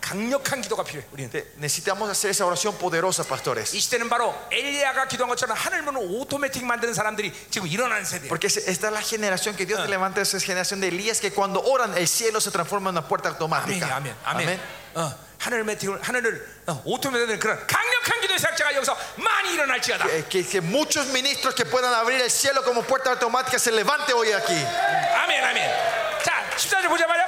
S1: 강력한 기도가 필요해. 우리는
S2: Te- Necesitamos hacer esa oración poderosa, pastores.
S1: 이 시대는 바로 엘리야가 기도한 것처럼 하늘 문을 오토매틱 만드는 사람들이 지금 일어나는 세대예요.
S2: Porque se- esta es la generación que Dios te levanta, esa es generación de Elías que cuando oran el cielo se transforma en una puerta
S1: 네, 아멘,
S2: automática.
S1: 아멘, 아멘. 어, 하늘 매틱을 하늘을 어, 오토매틱 그런 강력한 기도의 사역자가 여기서 많이 일어날지어다.
S2: Eh, Que, que muchos ministros que puedan abrir el cielo como puerta automática se levante hoy aquí.
S1: 아멘, 아멘. 자, 14절 보자마자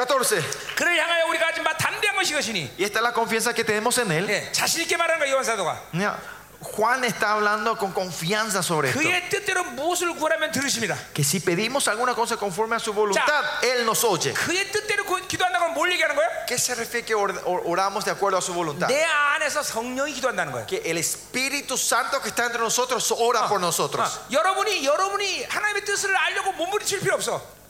S2: 14.
S1: 그를 향하여 우리가 지금 담대한 것이 것이니.
S2: Y esta es la confianza que tenemos en él.
S1: 예, 자신 있게 말하는 거예요, 요한 사도가.
S2: Mira, Juan está hablando con confianza sobre esto.
S1: 그의 뜻대로 무엇을 구하면 들으십니다.
S2: Que si pedimos alguna cosa conforme a su voluntad, él nos oye.
S1: 그의 뜻대로 구- 기도한다고 하면 뭘 얘기하는 거예요?
S2: ¿Qué se refiere que or- or- oramos de acuerdo a su voluntad?
S1: 내 안에서 성령이 기도한다는 거예요.
S2: Que el Espíritu Santo que está entre nosotros ora por nosotros.
S1: 아, 여러분이 여러분이 하나님의 뜻을 알려고 몸부림칠 필요 없어.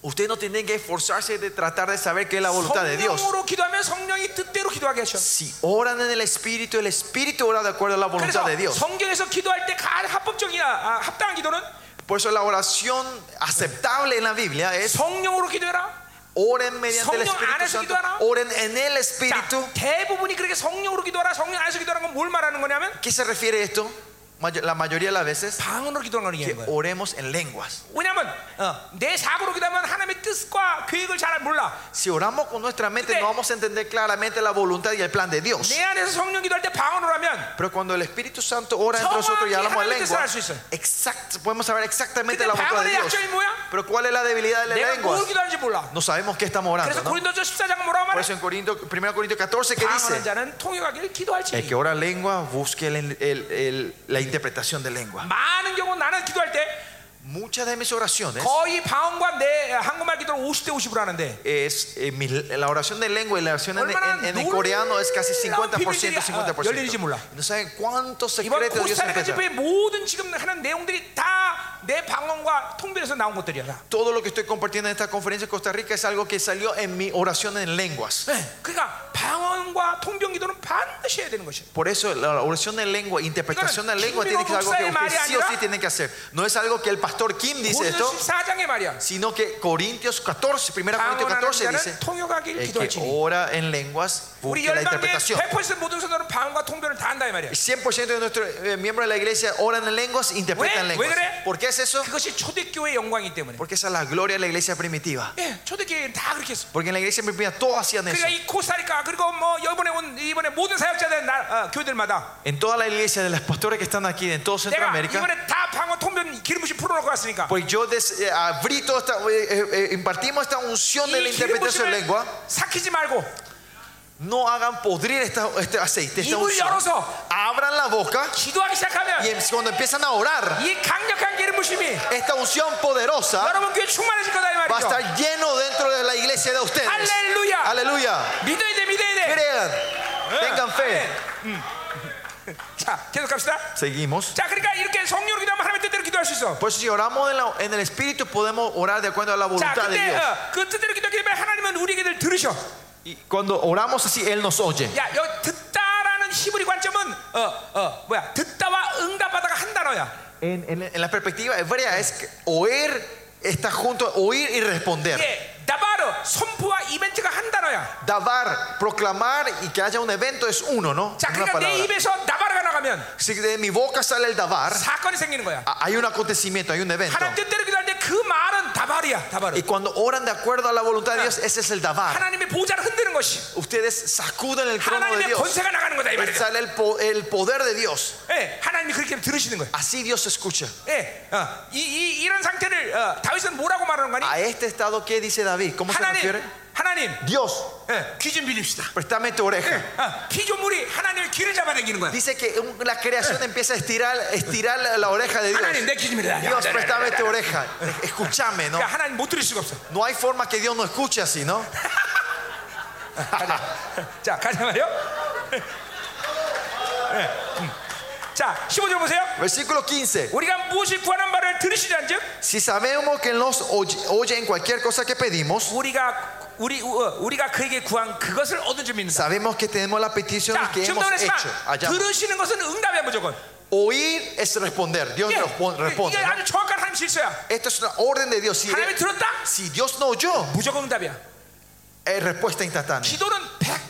S2: Usted no tiene que esforzarse de tratar de saber qué es la
S1: 어,
S2: voluntad de Dios.
S1: 성령으로 기도하면 성령이 뜻대로 기도하게 하셔.
S2: Si oran en el Espíritu, el Espíritu ora de acuerdo a la voluntad de
S1: 그래서
S2: Dios.
S1: 성경에서 기도할 때 가장 합법적이나 아, 합당한 기도는
S2: Por eso la oración aceptable en la Biblia es
S1: 성령으로 기도해라.
S2: oren mediante el
S1: 성령
S2: Espíritu
S1: 안에서
S2: Santo,
S1: 기도하라.
S2: oren en el
S1: 자,
S2: Espíritu.
S1: 대부분이 그렇게 성령으로 기도하라. 성령 안에서 기도하는 건 뭘 말하는 거냐면
S2: ¿Qué se refiere esto? Mayo- La mayoría de las veces
S1: 방언으로 기도하는 걸
S2: que
S1: 얘기하는 거예요.
S2: oremos en lenguas.
S1: 왜냐면 어, 내 사고로 기도하면 하나님의 뜻과 계획을 잘 몰라.
S2: Si oramos con nuestra mente,
S1: 근데-
S2: no vamos a entender claramente la voluntad y el plan de Dios.
S1: 내 안에서 성령 기도할 때 방언으로 하면
S2: Pero cuando el Espíritu Santo ora entre nosotros y
S1: 정확히
S2: hablamos en
S1: 하나님의 뜻을
S2: lengua,
S1: 알수 있어요.
S2: exacto, podemos saber exactamente
S1: 근데
S2: la voluntad de
S1: 방언의
S2: Dios.
S1: 약점이 뭐야?
S2: Pero ¿cuál es la debilidad de la
S1: 내가
S2: lengua?
S1: 뭘 기도하는지 몰라.
S2: No sabemos qué estamos orando.
S1: 그래서
S2: ¿no?
S1: 고린도전 14장은 뭐라고
S2: Por
S1: 말해?
S2: eso en Corinto, 1 Corintios 14 que
S1: 방언한
S2: dice,
S1: 자는 통역하기를
S2: el
S1: 기도할지.
S2: que ora lengua busque el- el- el- la interpretación de lengua.
S1: 많은 경우 나는 기도할 때
S2: Muchas de mis oraciones,
S1: 거의 방언과 내 한국말 기도를 50대 50으로 하는데
S2: es, eh, mi- la oración de lengua y la oración en,
S1: 얼마나
S2: en- en el coreano es casi
S1: 놀라운
S2: 50%,
S1: 비밀들이, 아, 열리는지
S2: 50%.
S1: 몰라.
S2: No saben cuántos
S1: 이번
S2: secretos Dios
S1: 코스타리카
S2: encuentra.
S1: 집회의 모든 지금 하는 내용들이 다 내 방언과 통변에서 나온 것들이야. 다.
S2: Todo lo que estoy compartiendo en esta conferencia en Costa Rica es algo que salió en mi oración en lenguas.
S1: 네. 그러니까 방언과 통변 기도는 반드시 해야 되는 것이야.
S2: Por eso la oración en lengua, interpretación de lengua tiene que ser algo que usted sí o sí tiene que hacer. No es algo que el pastor Kim dice
S1: 고린도
S2: Ah, esto,
S1: 14장의 말이야.
S2: sino que Corintios 14, 1 Corintios
S1: 방언하는
S2: 14
S1: 자는
S2: dice
S1: 통역하기를
S2: el que
S1: 기도할지.
S2: ora en lenguas
S1: 우리
S2: busca la
S1: 열방의
S2: interpretación.
S1: 100% 모든 성도는 방언과 통변을 다 한다 이 말이야.
S2: 100% de nuestros eh, miembros de la iglesia oran en lenguas, interpretan
S1: ¿Ve?
S2: lenguas.
S1: ¿Ve cree?
S2: ¿Por qué es eso?
S1: 그것이 초대교회의 영광이기 때문에.
S2: Porque esa es la gloria de la iglesia primitiva.
S1: 예, 초대교회는 다 그렇게 했어.
S2: Porque en la iglesia primitiva todos hacían eso.
S1: 그러니까 이 코스타리카 그리고 뭐 이번에 온 이번에 모든 사역자들 나, 어, 교회들마다
S2: En toda la iglesia de los pastores que están aquí, en todo
S1: 내가
S2: Centroamérica.
S1: 이번에 다 방언 통변 기름부심 풀어놓고 왔으니까
S2: Pues yo des- eh, abrí toda esta, eh, eh, eh, impartimos esta unción de la
S1: 이
S2: interpretación de
S1: 기름부심을
S2: lengua.
S1: 삭히지 말고
S2: No hagan podrir esta- este aceite. esta
S1: 입을
S2: unción.
S1: 열어서.
S2: Abran la boca
S1: 기도하기 시작하면
S2: y em- cuando empiezan a orar,
S1: 이 강력한 기름 부심이
S2: esta unción poderosa
S1: 여러분 교회 충만해질 거다 이
S2: va a
S1: 말이죠.
S2: estar lleno dentro de la iglesia de ustedes.
S1: 할렐루야.
S2: Aleluya.
S1: 믿어야 돼, 믿어야 돼. 네.
S2: Crean. Tengan fe.
S1: 자, 계속 갑시다.
S2: Seguimos.
S1: 자, 그러니까 이렇게 성령으로 기도하면 하나님의 뜻대로 기도할 수 있어.
S2: Por eso si oramos en, la- en el Espíritu podemos orar de acuerdo a la
S1: 자,
S2: voluntad de
S1: 근데
S2: Dios.
S1: 어, 그 뜻대로 기도하기 때문에 하나님은 우리에게들 들으셔.
S2: Y cuando oramos así, Él nos oye.
S1: 야, 여기 듣다라는 히브리 관점은 어, 어, 뭐야? 듣다와 응답하다가 한 단어야.
S2: En, en- en la perspectiva hebrea es que oír está junto a oír y responder.
S1: 예, 다바르 선포와 이벤트가 한 단어야.
S2: Dabar, proclamar y que haya un evento es uno, ¿no?
S1: 자,
S2: Una
S1: 그러니까 내
S2: palabra.
S1: 입에서 다바르가 나가면
S2: Si de mi boca sale el dabar,
S1: 사건이 생기는 거야.
S2: a- hay un acontecimiento, hay un evento.
S1: 하나님 뜻대로 기도할 때 그 말은 다바르야, 다바르.
S2: Y cuando oran de acuerdo a la voluntad de Dios, ese es el dabar.
S1: 하나님의 보좌를 흔드는 것이
S2: Ustedes sacuden el trono de
S1: 하나님의
S2: Dios.
S1: 권세가 나가는 거다 이
S2: Y
S1: 말이죠.
S2: sale el, po- el poder de Dios.
S1: 예, 하나님이 그렇게 들으시는 거예요.
S2: Así Dios escucha.
S1: 예, 어, 이, 이 이런 상태를 어, 다윗은 뭐라고 말하는 거니?
S2: A este estado, ¿qué dice David? ¿Cómo se refiere?
S1: 하나님, 하나님,
S2: Dios,
S1: 귀 좀 빌립시다.
S2: préstame tu oreja.
S1: 어, 피조물이 하나님의 귀를 잡아당기는 거야.
S2: Dice que un- la creación empieza a estirar, estirar la oreja de
S1: 하나님
S2: Dios.
S1: 내 귀 좀 빌려.
S2: Dios, préstame tu
S1: 그러니까
S2: oreja. Escúchame, ¿no?
S1: 하나님 못 들을 수가 없어. [LAUGHS]
S2: No hay forma que Dios no escuche así, ¿no?
S1: 자, 가자 말요. [LAUGHS] 예, 음. 자, 15절 보세요.
S2: Versículo 15.
S1: 우리가 무엇이 구하는 바를 들으시는즉
S2: Si sabemos que Él nos oye, oye en cualquier cosa que pedimos,
S1: 우리가 우리 어, 우리가 그에게 구한 그것을 얻은 줄 믿는다.
S2: sabemos que tenemos las peticiones
S1: 자,
S2: que
S1: 지금
S2: hemos
S1: 도그랬지만
S2: hecho. Allá.
S1: 들으시는 것은 응답이야 무조건.
S2: Oír es responder. Dios
S1: 예,
S2: respon-
S1: 이게
S2: responde. ¿no?
S1: 아주 정확한 하나님 질서야.
S2: Esto es una orden de Dios. Si,
S1: 하나님이 들었다.
S2: si Dios no oyó,
S1: 무조건 응답이야.
S2: es respuesta instantánea.
S1: 기도는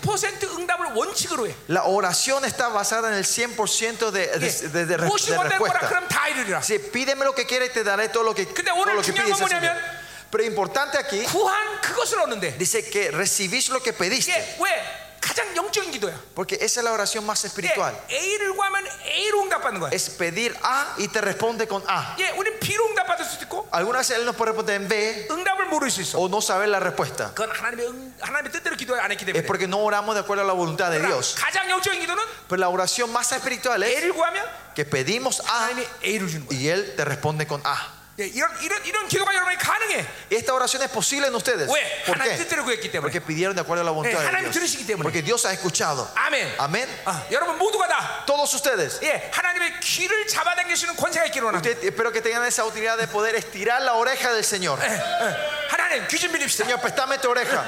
S1: 100% 응답을 원칙으로 해.
S2: La oración está basada en el 100% de,
S1: 네,
S2: de, de- de- de
S1: 무엇이 원하는 거라
S2: respuesta.
S1: 그럼 다 이르리라.
S2: Si pídeme lo que quieres, te daré todo lo que,
S1: 근데
S2: todo
S1: 오늘
S2: lo que
S1: 중요한 건
S2: pides. Señor.
S1: 뭐냐면-
S2: Pero importante aquí
S1: 구한 그것을 얻는데.
S2: dice que recibís lo que pediste,
S1: 이게 왜 가장 영적인 기도야?
S2: porque esa es la oración más
S1: 예,
S2: espiritual.
S1: A를 구하면 A로 응답받는 거야.
S2: Es pedir A y te responde con A.
S1: 예, 우리는 B로 응답받을 수도 있고
S2: Algunas veces él nos puede responder en B
S1: 응답을 모를 수 있어.
S2: o no saber la respuesta.
S1: 그건 하나님의 응, 하나님의 뜻대로 기도 안 했기
S2: Es
S1: 때문에.
S2: porque no oramos de acuerdo a la voluntad de
S1: 그러나
S2: Dios.
S1: 가장 영적인 기도는
S2: Pero la oración más espiritual es
S1: A를 구하면
S2: que pedimos A
S1: 하나님이 A를 주는 거야.
S2: y él te responde con A.
S1: 예, 이런 이런 이런 기도가 여러분이 가능해.
S2: Esta oración es posible en ustedes.
S1: 왜?
S2: ¿Por
S1: 하나님
S2: qué?
S1: 뜻대로 구했기 때문에.
S2: Porque pidieron de acuerdo a la voluntad
S1: 하나님
S2: de
S1: 들으시기
S2: Dios.
S1: 때문에.
S2: Porque Dios ha escuchado.
S1: 아멘.
S2: Amén.
S1: 아, 여러분 모두가 다
S2: Todos ustedes.
S1: 예, 하나님의 귀를 잡아당기시는 권세가 있기를 원합니다.
S2: Usted- espero que tengan esa utilidad de poder estirar la oreja del Señor.
S1: 예, 예. 하나님 귀 좀 빌립시다.
S2: Señor, préstame tu oreja.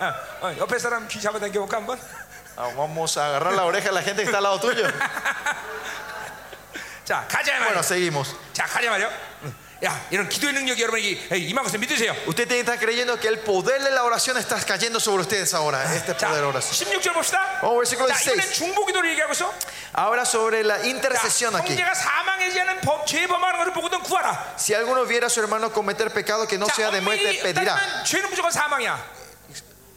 S1: 어, 어, 옆에 사람 귀 잡아당겨 볼까 한번?
S2: Ah, Vamos a agarrar la oreja de la gente que está al lado tuyo.
S1: 자, 가자 말이요.
S2: Bueno, seguimos.
S1: 자, 가자 말이요. 응. 야, 이런 기도의 능력이 여러분에게 임한 것을 믿으세요.
S2: Usted tiene que estar creyendo que el poder de la oración está cayendo sobre ustedes ahora. Este
S1: 자,
S2: poder de la oración.
S1: 16절 봅시다.
S2: 어, versículo
S1: 자,
S2: 16.
S1: 이번엔 중보기도를 얘기하고 있어.
S2: Ahora sobre la
S1: 자,
S2: intercesión aquí.
S1: 형제가 사망하지 않은 범, 죄범하는 것을 보거든 구하라.
S2: Si alguno viera a su hermano cometer pecado que no sea
S1: 자,
S2: de
S1: 엄밀히
S2: muerte, pedirá.
S1: 따지면 죄는 무조건 사망이야.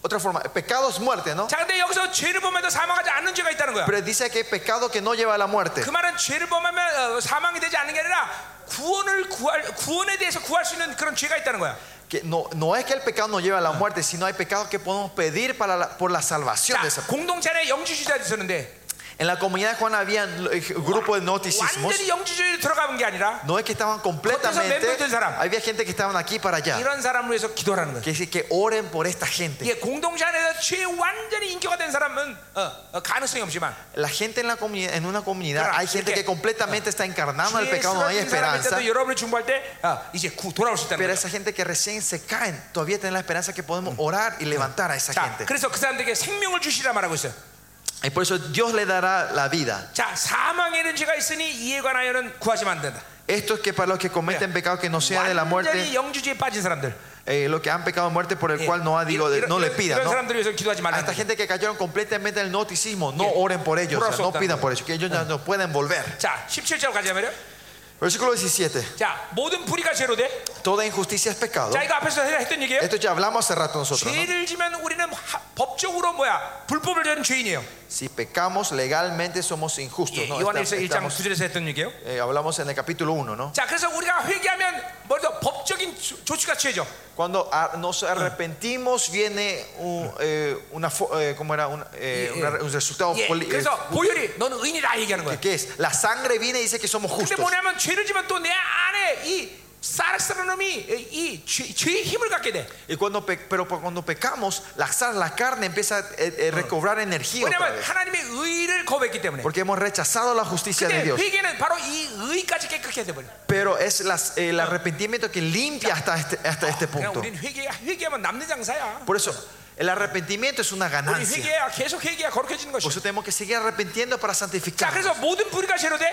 S2: Otra forma, pecado es muerte, ¿no?
S1: 자, 근데 여기서 죄를 범해도 사망하지 않는 죄가 있다는 거야.
S2: Pero dice que pecado que no lleva a la muerte.
S1: 그 말은 죄를 범하면 어, 사망이 되지 않는 게 아니라 구원을 구할 구원에 대해서 구할 수 있는 그런 죄가 있다는 거야.
S2: Que no, no es que el pecado no lleva a la muerte, sino hay pecados que podemos pedir para la- por la salvación de esa
S1: 자, 공동체 안에 영주주의자 있었는데
S2: En la comunidad de Juan había grupos de noticismos.
S1: 완전히 영주주의로 들어가는 게 아니라
S2: No es que estaban completamente. Había gente que estaban aquí para allá.
S1: 이런 사람을 위해서 기도하는 거야.
S2: Que dice que oren por esta gente.
S1: 예, 공동체 안에서 죄 완전히 인격화 된 사람은 어, 어, 가능성이 없지만
S2: La gente en, la comunidad, en una comunidad, hay gente que completamente está encarnada en el
S1: 죄에
S2: pecado, no hay
S1: 쓰러진
S2: esperanza.
S1: 사람인데도 여러분을 중보할 때 어, 이제 구, 돌아올 수 있다는
S2: Pero
S1: 거야.
S2: esa gente que recién se caen, todavía tienen la esperanza que podemos orar y levantar a esa
S1: 자,
S2: gente.
S1: 그래서 그 사람들에게 생명을 주시라 말하고 있어요.
S2: Y por eso Dios le dará la vida.
S1: 자, 사망에는 죄가 있으니 이에 관하여는 구하시면 안 된다.
S2: Esto es que para los que cometen pecado que no sea de la
S1: 완전히
S2: muerte,
S1: 영주주의에 빠진 사람들.
S2: eh, los que han pecado muerte por el
S1: 예.
S2: cual no, ha, digo,
S1: 이런-
S2: de- no le
S1: 이런-
S2: pidan.
S1: 이런
S2: ¿no?
S1: 사람들 위해서 기도하지
S2: A
S1: 말라.
S2: esta gente que cayeron completamente en el noticismo, no
S1: Sí.
S2: oren por ellos, o sea,
S1: Por eso,
S2: no
S1: también.
S2: pidan por ellos, que ellos ya no pueden volver.
S1: 자, 17절 가자 말이요.
S2: Versículo 17.
S1: 자, 모든 불의가 죄로 돼.
S2: Toda injusticia es pecado.
S1: 자, 이거 앞에서 했던 얘기예요.
S2: Esto ya hablamos hace rato nosotros. ¿no?
S1: 죄를 지면 우리는 하- 법적으로 뭐야? 불법을 저는 죄인이에요.
S2: Si pecamos legalmente somos injustos.
S1: 예,
S2: ¿no?
S1: 요한일서
S2: Esta-
S1: 1장
S2: estamos-
S1: 9절에서 했던 얘기예요.
S2: eh, hablamos en el capítulo 1, ¿no?
S1: 자, 그래서 우리가 회개하면 먼저 법적인 조- 조치가 취해져.
S2: Cuando a- nos arrepentimos viene un, eh, una, fo- eh, ¿cómo era? Una, eh,
S1: Yeah,
S2: una-
S1: yeah.
S2: un resultado
S1: 예,
S2: poli- eh,
S1: 그래서 보혈이 너는 의인이라 얘기하는 거야.
S2: ¿Qué es? La sangre viene y dice que somos
S1: 근데
S2: justos.
S1: 뭐냐면 죄를 지면 또 내 안에 이 사르스라는 놈이 이 죄- 죄의 힘을 갖게 돼.
S2: Y cuando pe- pero cuando pecamos, la, sal- la carne empieza a eh, eh, recobrar energía. otra
S1: 왜냐면
S2: vez.
S1: 하나님의 의를 거부했기 때문에.
S2: porque hemos rechazado la justicia de
S1: 근데
S2: Dios.
S1: 네, 회개는 바로 이 의까지 깨끗해져 버려.
S2: Pero es las- eh, el arrepentimiento que limpia hasta este, hasta este
S1: 그냥
S2: punto.
S1: 우리는 회개 회개하면 남는 장사야.
S2: Por eso, el arrepentimiento es una
S1: 우리
S2: ganancia.
S1: 회개야 계속 회개야 거룩해지는
S2: Por
S1: 것이.
S2: eso tenemos que seguir arrepintiendo para
S1: 자,
S2: santificar.
S1: 그래서 모든 불의가 죄로 돼.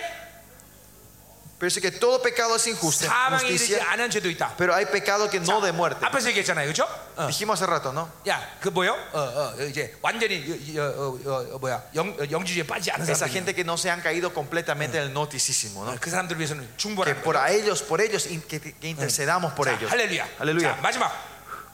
S2: Pero dice que todo pecado es injusto.
S1: 사망에 이르지
S2: Justicia,
S1: 않은 죄도 있다.
S2: pero hay pecado que no de muerte.
S1: 앞에서 얘기했잖아요, 그렇죠?
S2: Dijimos hace rato, ¿no?
S1: 야, 그 뭐요? 어, 어, 이제 완전히 어, 어, 어, 어, 뭐야 영, 어, 영주주의에 빠지지 않은
S2: Esa
S1: 사람들.
S2: gente que no se han caído completamente en el noticismo, ¿no?
S1: 그 사람들 을 위해서는
S2: Que
S1: 중보라.
S2: por a ellos, por ellos, in- que, que intercedamos por
S1: 자,
S2: ellos.
S1: 할렐루야.
S2: Aleluya.
S1: 자, 마지막.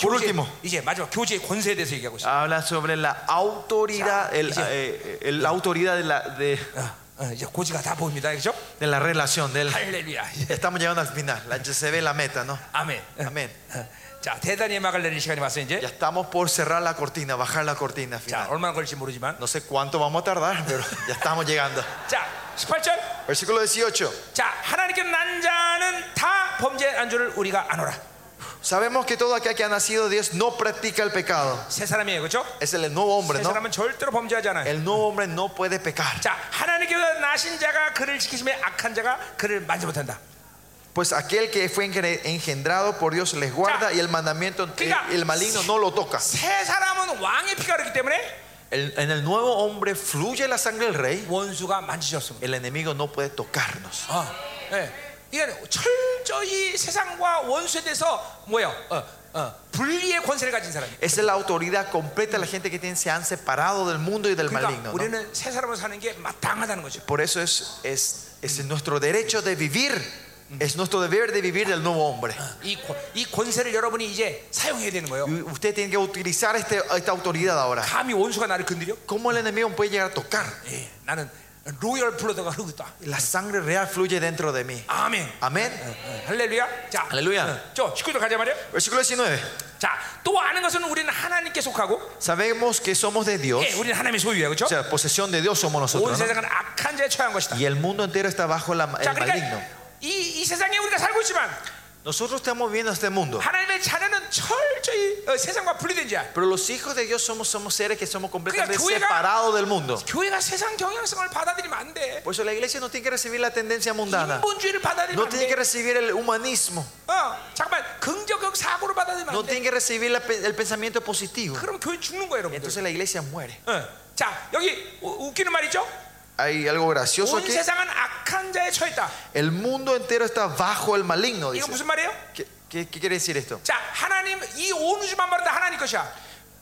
S2: Por
S1: 교제,
S2: último.
S1: 이제 마지막 교제의 권세에 대해서 얘기하고 있어.
S2: Habla sobre la autoridad, el-
S1: Ya.
S2: eh, el- la autoridad de la, de,
S1: 어, 어, 이제 고지가 다 보입니다. 그렇죠?
S2: de la relación. del-
S1: 할렐루야. 예.
S2: estamos llegando al final. La- se ve la meta, ¿no?
S1: 아멘.
S2: Amén.
S1: 어, 자, 대단히 막을 내릴 시간이 왔어요, 이제.
S2: Ya estamos por cerrar la cortina, bajar la cortina
S1: 자,
S2: final.
S1: 얼마나 걸릴지 모르지만.
S2: No sé cuánto vamos a tardar, pero ya estamos llegando.
S1: 자, 18절.
S2: Versículo 18.
S1: 자, 하나님께 난 자는 다 범죄 안주를 우리가 안 오라.
S2: Sabemos que todo aquel que ha nacido de Dios no practica el pecado.
S1: 세 사람이에요. 그렇죠?
S2: Es el nuevo hombre,
S1: 세
S2: ¿no?
S1: 사람은 절대로 범죄하지 않아요.
S2: El nuevo hombre no puede pecar.
S1: 자, 하나님께 나신 자가 그를 지키심에 악한 자가 그를 만지 못한다.
S2: Pues aquel que fue engre- engendrado por Dios les guarda y el mandamiento, el, el maligno no lo toca.
S1: 세 사람은 왕의 피가 흐르기 때문에
S2: El- en el nuevo hombre fluye la sangre del rey.
S1: 원수가 만지지 없습니다.
S2: El enemigo no puede tocarnos.
S1: 아, 예. 이건 철저히 세상과 원수에 대해서 뭐예요? 어, 어, 분리의 권세를 가진 사람이.
S2: Esa es la autoridad completa de la gente que tiene, se han separado del mundo y del
S1: 그러니까
S2: maligno. ¿no?
S1: 우리는 새 사람으로 사는 게 마땅하다는 거죠.
S2: Por eso es, es, es nuestro derecho de vivir. Es nuestro deber de vivir del nuevo hombre.
S1: 이, 권- 이 권세를 여러분이 이제 사용해야 되는 거예요.
S2: Y usted tiene que utilizar este- esta autoridad ahora.
S1: 감히 원수가 나를 건드려?
S2: ¿Cómo el enemigo puede llegar a tocar?
S1: 예, 나는 로열 블러드가 흐르고 있다.
S2: La sangre real fluye dentro de mí.
S1: 아멘.
S2: Amén.
S1: 예, 할렐루야. 자,
S2: 할렐루야.
S1: 어, 저 19절 가자 말이야.
S2: Versículo 19.
S1: 자, 또 아는 것은 우리는 하나님께 속하고,
S2: Sabemos que somos de Dios.
S1: 예, 우리는 하나님의 소유야, 그렇죠?
S2: O sea, posesión de Dios somos
S1: 온
S2: nosotros. ¿no?
S1: 세상은 악한 자에 처한 것이다.
S2: Y el mundo entero está bajo la-
S1: 자,
S2: el maligno.
S1: 그러니까 이, 이 세상에 우리가 살고 있지만
S2: Nosotros estamos viendo este mundo.
S1: 하나님의 자녀는 철저히 어, 세상과 분리된 자야.
S2: Pero los hijos de Dios somos, somos seres que somos completamente
S1: Claro, 교회가-
S2: separados del mundo.
S1: 교회가 세상 경향성을 받아들이면 안 돼.
S2: Por eso la iglesia no tiene que recibir la tendencia mundana.
S1: 인본주의를 받아들이면
S2: No
S1: 안
S2: tiene que
S1: 돼.
S2: recibir el humanismo.
S1: 어, 잠깐만 긍정적 사고를 받아들이면
S2: No
S1: 안 돼.
S2: tiene que recibir la pe- el pensamiento positivo.
S1: 그럼 교회 죽는 거예요, 여러분들.
S2: Entonces la iglesia muere.
S1: 어. 자, 여기 우- 웃기는 말이죠.
S2: Hay algo gracioso
S1: 온
S2: aquí.
S1: 세상은 악한 자에 처했다.
S2: El mundo entero está bajo el
S1: 이거
S2: maligno. Dice.
S1: 무슨 말이에요?
S2: ¿Qué, qué- qué quiere decir esto?
S1: 자, 하나님 이 온 우주만 바다 하나님 것이야.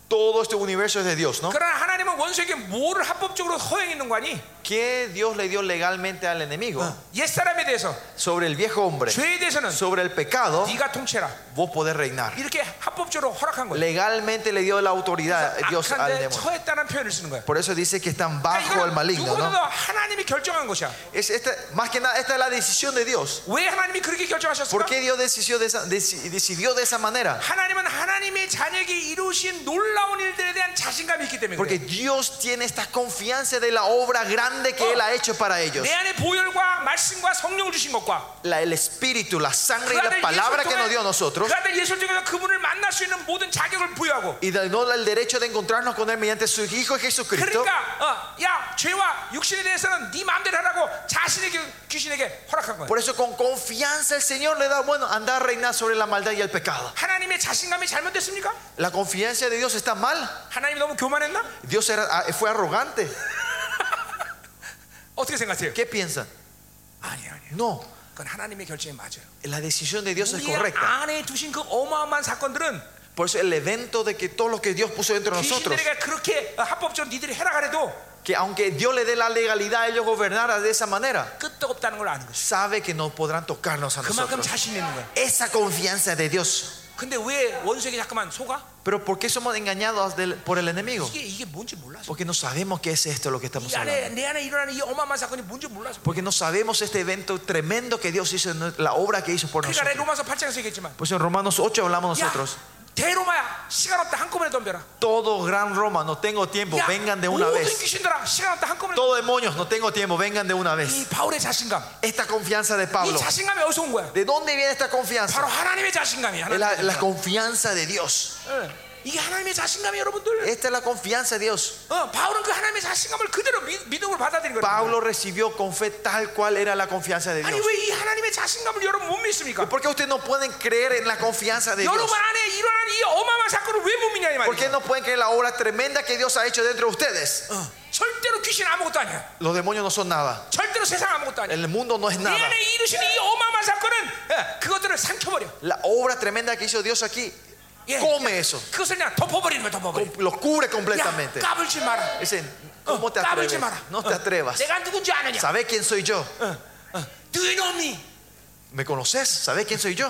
S2: Todo este universo es de Dios, ¿no?
S1: 그러나 하나님은 원수에게 뭐를 합법적으로 허용했는 거니?
S2: ¿Qué Dios le dio legalmente al enemigo?
S1: 옛 사람에 대해서
S2: Sobre el viejo hombre.
S1: 죄에 대해서는
S2: Sobre el pecado,
S1: 네가 통치해라.
S2: vos podés reinar.
S1: 이렇게 합법적으로 허락한 거예요.
S2: Legalmente le dio la autoridad Dios al
S1: 악한데
S2: demonio.
S1: 처했다는 표현을 쓰는 거예요.
S2: Por eso dice que están
S1: 그러니까
S2: bajo
S1: 이거는
S2: el maligno,
S1: 누구보다도
S2: ¿no?
S1: 하나님이 결정한 것이야.
S2: Es esta- más que nada, esta es la decisión de Dios.
S1: 왜 하나님이 그렇게
S2: ¿Por
S1: 결정하셨을까?
S2: qué Dios decidió de esa, deci- decidió de esa manera?
S1: 하나님은 하나님의 자녀에게 이루신 놀라운 일들에 대한 자신감이 있기 때문에
S2: Porque
S1: 그래요.
S2: Dios tiene esta confianza de la obra grande que Él ha hecho para ellos.
S1: 내 안에 보혈과 말씀과 성령을 주신 것과
S2: La- el espíritu, la sangre
S1: 그
S2: y la
S1: 아들
S2: palabra que nos dio a
S1: 예수 통해
S2: nosotros.
S1: 그 아들 예수 통해서 그분을 만날 수 있는 모든 자격을 부여하고
S2: Y dándonos el derecho de encontrarnos con Él mediante su Hijo Jesucristo.
S1: 그러니까 어, 야 죄와 육신에 대해서는 네 마음대로 하라고 자신에게 귀신에게 허락한 거예요.
S2: Por eso con confianza el Señor le da, bueno, andar a reinar sobre la maldad y el pecado.
S1: 하나님의 자신감이 잘못됐습니까?
S2: La confianza de Dios está mal.
S1: 하나님이 너무 교만했나?
S2: Dios era, ah, fue arrogante.
S1: 어떻게 생각하세요?
S2: ¿Qué piensan?
S1: 아니에요, 아니에요.
S2: No,
S1: 그건 하나님의 결정이 맞아요.
S2: la decisión de Dios es
S1: 우리
S2: correcta.
S1: 안에 두신 그 어마어마한 사건들은
S2: Por eso el evento de que todo lo que Dios puso dentro de nosotros,
S1: 귀신들에게 그렇게 합법적으로 니들이 해라 그래도
S2: que aunque Dios le dé la legalidad a ellos gobernar de esa manera,
S1: 끄떡없다는 걸 아는 거죠.
S2: sabe que no podrán tocarnos a
S1: 그만큼
S2: nosotros.
S1: 자신 있는 거야.
S2: Esa confianza de Dios.
S1: 근데 왜 원수에게 자꾸만 속아?
S2: Pero ¿por qué somos engañados del- por el enemigo?
S1: 이게 이게 뭔지 몰라서.
S2: Porque no sabemos qué es esto lo que estamos
S1: 이 안에
S2: hablando.
S1: 내 안에 일어나는 이 어마어마한 사건이 뭔지 몰라서.
S2: Porque no sabemos este evento tremendo que Dios hizo, en nue- la obra que hizo por
S1: 그러니까 내
S2: nosotros.
S1: 로마서 8장에서 얘기했지만
S2: Pues en Romanos 8 hablamos
S1: 야,
S2: nosotros.
S1: 대로마야 시간 없다 한꺼번에 덤벼라.
S2: Todo gran Roma, no tengo tiempo,
S1: 야,
S2: vengan de una
S1: 모든
S2: vez.
S1: 귀신들아 시간 없다 한꺼번에
S2: Todo demonios, no tengo tiempo, vengan de una
S1: 이
S2: vez.
S1: 바울의 자신감.
S2: Esta confianza de
S1: 이
S2: Pablo.
S1: 자신감이 어디서 온 거야?
S2: ¿De dónde viene esta
S1: 바로
S2: confianza?
S1: 하나님의 자신감이야.
S2: Es
S1: 하나님의
S2: la, la
S1: 자신감.
S2: confianza de Dios.
S1: 예. 이게 하나님의 자신감이 여러분들.
S2: Esta es la confianza de Dios.
S1: 어, 바울은 그 하나님의 자신감을 그대로 미, 믿음으로 받아들인 거야.
S2: Pablo recibió con fe tal cual era la confianza de
S1: 아니
S2: Dios.
S1: 왜 이 하나님의 자신감을 여러분 못 믿습니까?
S2: ¿Por qué ustedes no pueden creer en la confianza de Dios?
S1: 여러분 안에 일어난 이 어마어마한 사건을 왜 못 믿냐 이
S2: ¿Por
S1: 말이야.
S2: qué no pueden creer la obra tremenda que Dios ha hecho dentro de ustedes?
S1: 어, 절대로 귀신 아무것도 아니야.
S2: Los demonios no son nada.
S1: 절대로 세상 아무것도 아니야.
S2: El mundo no es
S1: 내
S2: nada.
S1: 안에 이루시는 이 어마어마한 사건은 예, 그것들을 삼켜버려.
S2: La obra tremenda que hizo Dios aquí
S1: 예.
S2: come eso.
S1: 그것을 그냥 덮어버리는 거야 덮어버려.
S2: Lo cubre
S1: 야
S2: completamente.
S1: 까불지 마라.
S2: Dicen,
S1: 어,
S2: ¿cómo te
S1: 까불지
S2: atreves?
S1: 마라.
S2: No te
S1: 어,
S2: atrevas.
S1: 내가 누군지 아느냐?
S2: ¿Sabes quién soy yo?
S1: 너희 놈이.
S2: ¿Me conoces? ¿Sabes quién soy yo?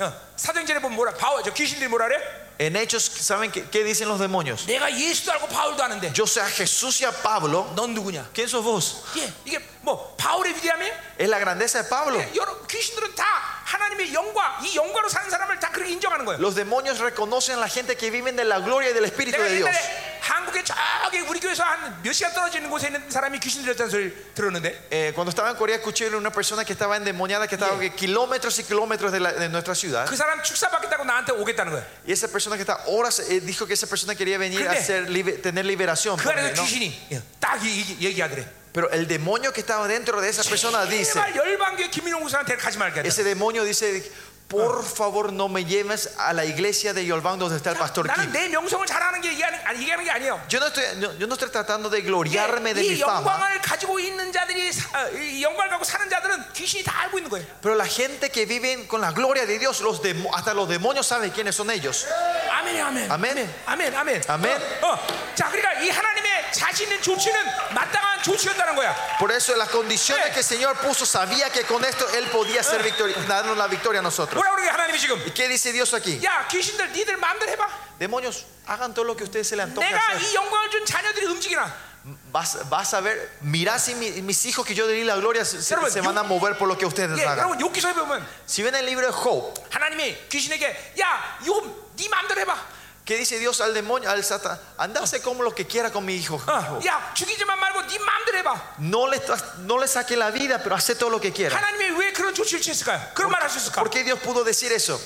S1: 어, 사도행전에 보면 뭐라? 바울 저 귀신들이 뭐라 그래?
S2: En Hechos, ¿saben qué, qué dicen los demonios?
S1: 내가 예수도 알고 바울도 아는데
S2: Yo sé a Jesús y a Pablo.
S1: 넌 누구냐?
S2: ¿Quién sos vos?
S1: 예, 이게 뭐 바울의 위대함이
S2: Es la grandeza de Pablo.
S1: 여러 귀신들은 다 하나님의 영과 이 영과로 사는 사람을 다 그렇게 인정하는 거예요.
S2: Los demonios reconocen a la gente que viven de la gloria y del Espíritu
S1: 내가
S2: de Dios.
S1: 옛날에 한국에 저기 우리 교회에서 한 몇 시간 떨어지는 곳에 있는 사람이 귀신들이었다는 소리를 들었는데
S2: Eh, cuando estaba en Corea escuché de una persona que estaba endemoniada, que estaba que kilómetros y kilómetros de, la- de nuestra ciudad.
S1: 그 사람 축사받겠다고 나한테 오겠다는 거예요.
S2: Y esa persona que está horas eh, dijo que esa persona quería venir a
S1: Pero-
S2: hacer libe- tener liberación.
S1: 그 안에서
S2: ponele, ¿no?
S1: 귀신이 딱 이- 이- 얘기하더래.
S2: Pero el demonio que estaba dentro de esa persona dice,
S1: 제발 열방교회 김민호 목사한테 가지 말게. 하자.
S2: ese demonio dice, por favor no me lleves a la iglesia de Yolván donde está el pastor
S1: 나는
S2: Kim.
S1: 내 명성을 잘하는 게 얘기하는, 아니, 얘기하는 게 아니에요.
S2: Yo no, estoy, yo, yo no estoy tratando de gloriarme de mi
S1: 이
S2: fama,
S1: 영광을 가지고 있는 자들이 사- 어, 이 영광을 갖고 사는 자들은 귀신이 다 알고 있는 거예요.
S2: pero la gente que vive con la gloria de Dios, los demo- hasta los demonios saben quiénes son ellos.
S1: 아멘, 아멘.
S2: Amén.
S1: 아멘, 아멘.
S2: 아멘.
S1: 어, 어. 자, 그러니까 이 하나님의 자신의 조치는 마땅한 조치였다는 거야.
S2: Por eso las condiciones que el Señor puso sabía que con esto Él podía hacer victoria, darnos la victoria a nosotros.
S1: 뭐라 그러게 하나님이 지금?
S2: ¿Y qué dice Dios aquí?
S1: 야, 귀신들 니들 마음대로 해봐.
S2: Demonios, hagan todo lo que a ustedes se les antoje
S1: 내가
S2: hacer.
S1: 이 영광을 준 자녀들이 움직이나. 예,
S2: Vas, vas a ver, mirá si mi- mis hijos que yo le di la gloria se, se-
S1: Hermano,
S2: se
S1: yo-
S2: van a mover por lo que ustedes
S1: 예,
S2: hagan.
S1: 여러분 욕기서에 보면
S2: Si ven el libro de Job,
S1: 하나님이 귀신에게 야, 요거 네 마음대로 해봐.
S2: ¿qué dice Dios al demonio, al Satán? Andase como lo que quiera con mi hijo.
S1: 어, 야, 죽이지만 말고 네 마음대로 해봐.
S2: No le, no le saque la vida, pero hace todo lo que quiera.
S1: 하나님이 왜 그런 조치를 취했을까요? 네. 그런 말 할 수 있을까?
S2: ¿Por qué Dios pudo decir eso?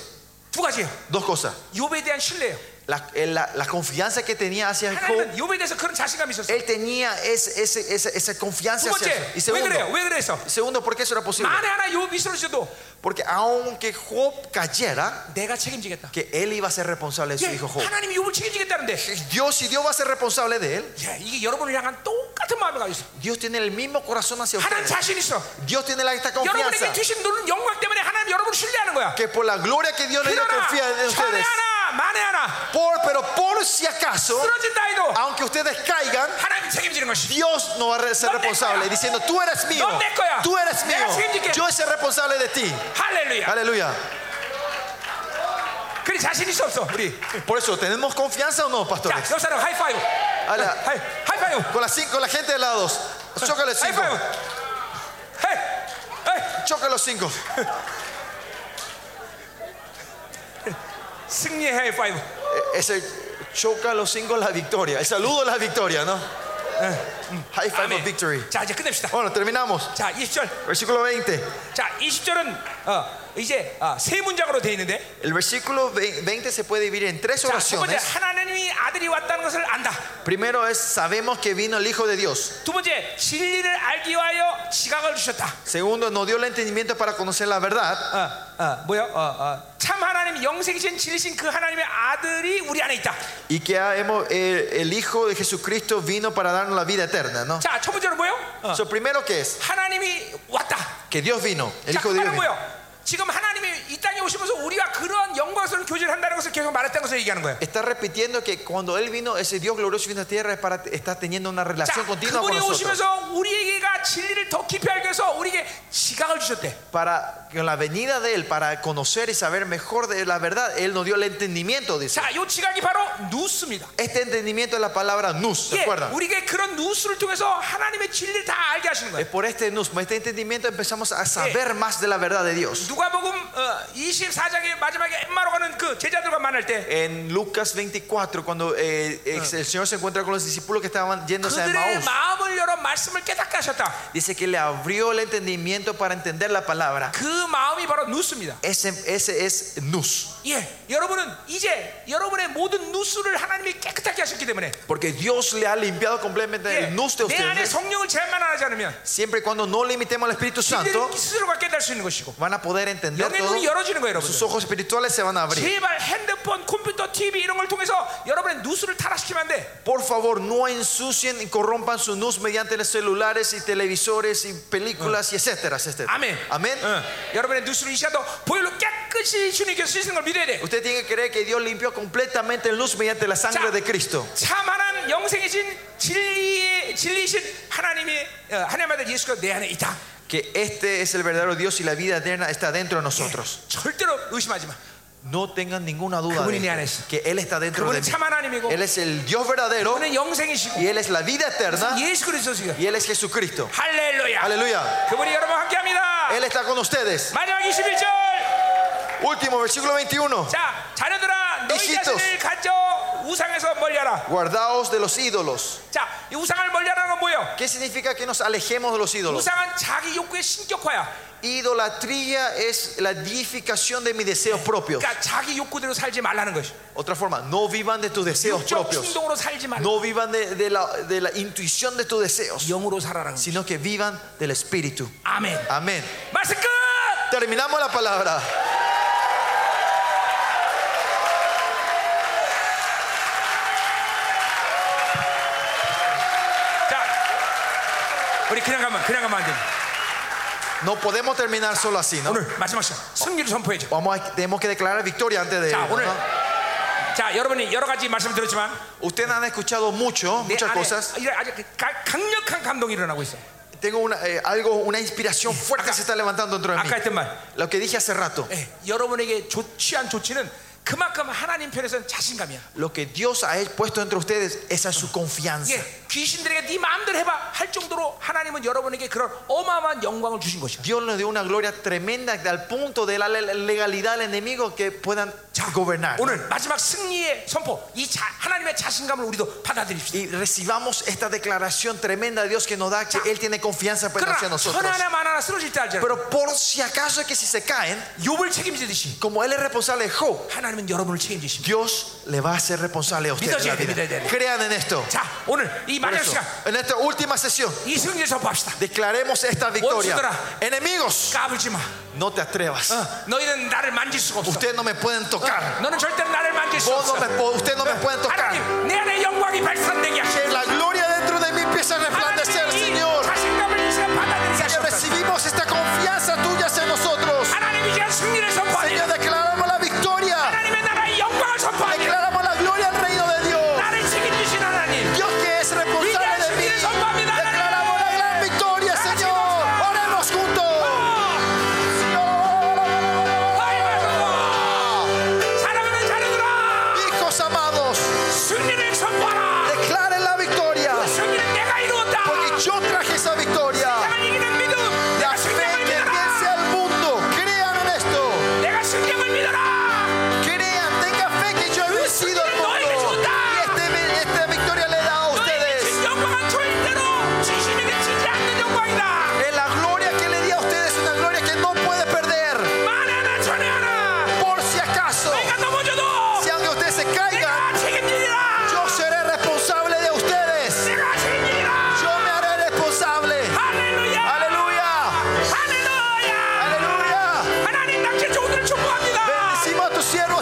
S1: 두 가지예요.
S2: Dos cosas.
S1: 욥에 대한 신뢰예요.
S2: La, la- la confianza que tenía hacia Job
S1: 하나님은 욥에 대해서 그런 자신감이 있었어요.
S2: Él tenía ese- ese- ese- esa
S1: 두
S2: confianza hacia
S1: 번째,
S2: eso. Y
S1: 왜 그래요?
S2: segundo,
S1: 왜 그래서?
S2: segundo, ¿por qué eso era posible?
S1: 만에 하나 욥이 쓰러져도
S2: Porque aunque Job cayera,
S1: 내가 책임지겠다.
S2: que él iba a ser responsable de su
S1: 예,
S2: hijo Job.
S1: 하나님이 욥을 책임지겠다는데
S2: Dios, si Dios va a ser responsable de él,
S1: 예, 이게 여러분을 향한 똑같은 마음을 가지고 있어.
S2: Dios tiene el mismo corazón hacia
S1: 하나님
S2: ustedes.
S1: 자신 있어.
S2: Dios tiene la- esta confianza.
S1: 여러분에게 주신 노는 영광 때문에 하나님 여러분을 신뢰하는 거야.
S2: Que por la gloria que Dios le dio,
S1: 그러나
S2: confía en
S1: 천에
S2: ustedes.
S1: 하나 만에 하나
S2: Por, pero por si acaso,
S1: 쓰러진다 해도
S2: aunque ustedes caigan,
S1: 하나님 책임지는 것이.
S2: Dios no va a ser
S1: No te
S2: responsable.
S1: coja.
S2: Diciendo, tú eres mío,
S1: No te coja.
S2: tú eres mío,
S1: Mira, siente que-
S2: yo soy responsable de ti.
S1: 할렐루야.
S2: Aleluya.
S1: 그래 자신 있어 없어 우리.
S2: Por eso, ¿tenemos confianza o no,
S1: 자,
S2: pastores?
S1: 옆 사람 하이파이브.
S2: Ala.
S1: 하이, 하이파이브.
S2: Con, las cinco- con la gente de lados. Choca los cinco.
S1: 하이파이브. 헤이, 헤이.
S2: Choca los cinco.
S1: 승리 하이파이브.
S2: E- Ese choca los cinco la victoria. El saludo es la victoria, ¿no? Eh, mm, High five of
S1: 아멘.
S2: victory.
S1: 자 이제 끝냅시다.
S2: Bueno, terminamos.
S1: 자 20절.
S2: Versículo 20.
S1: 자 20절은 어, 이제 어, 세 문장으로 되어 있는데.
S2: El versículo ve- 20 se puede dividir en tres
S1: 자, 첫 번째
S2: oraciones.
S1: 하나님이 아들이 왔다는 것을 안다.
S2: Primero es, sabemos que vino el Hijo de Dios.
S1: 두 번째 진리를 알기 위하여 지각을 주셨다.
S2: Segundo, nos dio el entendimiento para conocer la verdad.
S1: 어, 어, 뭐요? 어, 어, 참 하나님 영생이신 진리신 그 하나님의 아들이 우리 안에 있다.
S2: Y que ha- hemos- eh, el Hijo de Jesucristo vino para darnos la vida eterna, ¿no?
S1: 자, 첫 번째로 뭐요? 어,
S2: So, primero, ¿qué es?
S1: 하나님이 왔다.
S2: Que Dios vino. El
S1: 자,
S2: Hijo
S1: 그
S2: de Dios
S1: 말은
S2: vino.
S1: 뭐요? 지금 하나님이 이 땅에 오시면서 우리와 그런 영광스러운 교제를 한다는 것을 계속 말했다는 것을 얘기하는 거예요.
S2: Está repitiendo que cuando Él vino, ese Dios glorioso vino a tierra es para, está teniendo una
S1: 자,
S2: relación continua con
S1: 그분이
S2: nosotros.
S1: 오시면서 우리에게가 진리를 더 깊이 알게 해서 우리에게 지각을 주셨대.
S2: Para, con la venida de Él, para conocer y saber mejor de la verdad, Él nos dio el entendimiento, dice.
S1: 자, 요 지각이 바로 누스입니다.
S2: Este entendimiento es la palabra nous, ¿se
S1: 예,
S2: acuerdan?
S1: 우리에게 그런 누스를 통해서 하나님의 진리를 다 알게 하시는
S2: Es
S1: 거예요.
S2: por este nous, por este entendimiento empezamos a saber más de la verdad de
S1: 예.
S2: Dios.
S1: 누가복음 어, 24장의 마지막에 엠마로 가는 그 제자들과 만날 때
S2: En Lucas 24, cuando eh, eh, el Señor se encuentra con los discípulos que estaban yéndose a
S1: 그들의
S2: Maús,
S1: 마음을 열어 말씀을 깨닫게 하셨다.
S2: dice que le abrió el entendimiento para entender la palabra.
S1: 그 마음이 바로 누스입니다.
S2: Ese, ese es nous.
S1: 예, 여러분은 이제 여러분의 모든 누스를 하나님이 깨끗하게 하셨기 때문에
S2: Porque Dios le ha limpiado
S1: 예,
S2: completamente el nous de
S1: 내 안에
S2: ustedes.
S1: 성령을 제한만 안 하지 않으면
S2: Siempre y cuando no limitemos al Espíritu Santo,
S1: 이들은 스스로가 깨달을 수 있는 것이고
S2: van a poder entender
S1: 영의
S2: todo.
S1: 눈이 열어지는 거예요, 여러분.
S2: Sus ojos espirituales se van a abrir.
S1: 제발 핸드폰, 컴퓨터, TV 이런 걸 통해서 여러분의 누수를 타락시키면 안 돼.
S2: Por favor, no ensucien y corrompan su nous mediante los celulares y televisores y películas y etcétera, etcétera.
S1: 아멘.
S2: Amén.
S1: 응. 여러분의 누수를 이 시간도 보혈로 깨끗이 주님께서 씻는 걸 믿어야 돼.
S2: Usted tiene que creer que Dios limpió completamente el luz mediante la sangre
S1: Ya.
S2: de Cristo.
S1: 참하는 영생이신 진리의 진리신 하나님이 어, 하나님 아들 예수가 내 안에 있다.
S2: Que este es el verdadero Dios y la vida eterna está dentro de nosotros.
S1: 절대로 의심하지 마.
S2: No tengan ninguna duda
S1: 그분이
S2: de
S1: 내 안에
S2: esto,
S1: 있어.
S2: que Él está dentro de
S1: 그분은
S2: mí.
S1: 참 하나님이고
S2: Él es el Dios verdadero
S1: 그분은 영생이시고
S2: y Él es la vida eterna
S1: 예수 그리스도시고
S2: y Él es Jesucristo.
S1: 할렐루야.
S2: Aleluya.
S1: 그분이 여러분 함께합니다.
S2: Él está con ustedes.
S1: 마지막 21절.
S2: Último, versículo 21.
S1: 자, 자녀들아 너희
S2: Hijitos.
S1: 자신을 가져 우상에서 멀리하라.
S2: Guardaos de los ídolos.
S1: 자, 이 우상을 멀리하라는 건 뭐예요?
S2: ¿Qué significa que nos alejemos de los ídolos?
S1: 우상은 자기 욕구의 신격화야.
S2: Idolatría es la deificación de mis deseos propios.
S1: 그러니까 자기 욕구대로 살지 말라는 것이.
S2: Otra forma, no vivan de tus deseos
S1: 육적
S2: propios.
S1: 충동으로 살지 말라.
S2: No vivan de, de la, de la intuición de tus deseos,
S1: 영으로 살아라는 것.
S2: sino que vivan del Espíritu.
S1: 아멘.
S2: Amén.
S1: 말씀 끝.
S2: Terminamos la palabra.
S1: 자, 우리 그냥 가면 그냥 가면 안 돼.
S2: No podemos terminar solo así, ¿no?
S1: 오늘 마지막 시간 승리를 선포해줘.
S2: Vamos a- tenemos que declarar victoria antes de
S1: 자,
S2: irnos,
S1: 오늘
S2: ¿no?
S1: 자 여러분이 여러 가지 말씀 들었지만
S2: Ustedes han escuchado mucho,
S1: 내
S2: muchas
S1: 안에
S2: cosas.
S1: 이런 아주 가- 강력한 감동이 일어나고 있어.
S2: Tengo una, eh, algo, una inspiración fuerte
S1: acá-
S2: se está levantando dentro de mí.
S1: 아까 했던 말,
S2: Lo que dije hace rato.
S1: 예, 여러분에게 좋지 않 좋지는 그만큼 하나님 편에서는 자신감이야.
S2: Lo que Dios ha puesto entre ustedes, esa es su confianza.
S1: 예, 귀신들에게 네 마음대로 해봐 할 정도로 하나님은 여러분에게 그런 어마어마한 영광을 주신 것이야.
S2: Dios nos dio una gloria tremenda al punto de la le- legalidad al enemigo que puedan gobernar. ¿no?
S1: 오늘 마지막 승리의 선포, 이 자, 하나님의 자신감을 우리도 받아들입시다.
S2: Y recibamos esta declaración tremenda de Dios que nos da que Él tiene confianza pues, hacia
S1: 그러나 천
S2: nosotros.
S1: 하나 만 하나 쓰러질 때 알잖아.
S2: Pero por si acaso es que si se caen,
S1: 욥을 책임지듯이
S2: como Él es responsable de Job,
S1: 하나님은 여러분을 책임지십니다.
S2: Dios le va a ser responsable a ustedes. de la
S1: Mito-
S2: vida.
S1: mito- mito- mito-
S2: Crean en esto.
S1: 자, 오늘 이
S2: Por
S1: 마지막
S2: eso,
S1: 시간
S2: en esta última sesión,
S1: 이 승리를 선포합시다.
S2: declaremos esta victoria.
S1: Bolsudra.
S2: Enemigos,
S1: 까불지 마.
S2: no te atrevas.
S1: Ah. 너희는 나를 만질 수가 없어.
S2: Ustedes no me pueden tocar.
S1: 너는 절대로 나를 만질 수
S2: Vos
S1: 없어.
S2: no me, po- ustedes no me pueden
S1: 뭐
S2: tocar.
S1: 하나님, 내 안에 영광이 발산되게 하시오.
S2: Que la gloria dentro de mí empiece a resplandecer,
S1: 하나님, 이
S2: Señor.
S1: 자신감을 이제 받아들이게
S2: Que
S1: 하시옵소서.
S2: recibimos esta confianza tuya hacia nosotros.
S1: 하나님 이제 승리를
S2: Señor,
S1: 선포합니다.
S2: declaramos la victoria.
S1: 하나님의 나라의 영광을 선포합니다.
S2: Declaramos la gloria al reino de Dios.
S1: 나를 책임지신 하나님.
S2: Dios que es responsable de mí. Declaramos la gran victoria, Señor. Oremos juntos. Señor.
S1: 사랑하는 자녀들아,
S2: Hijos amados, este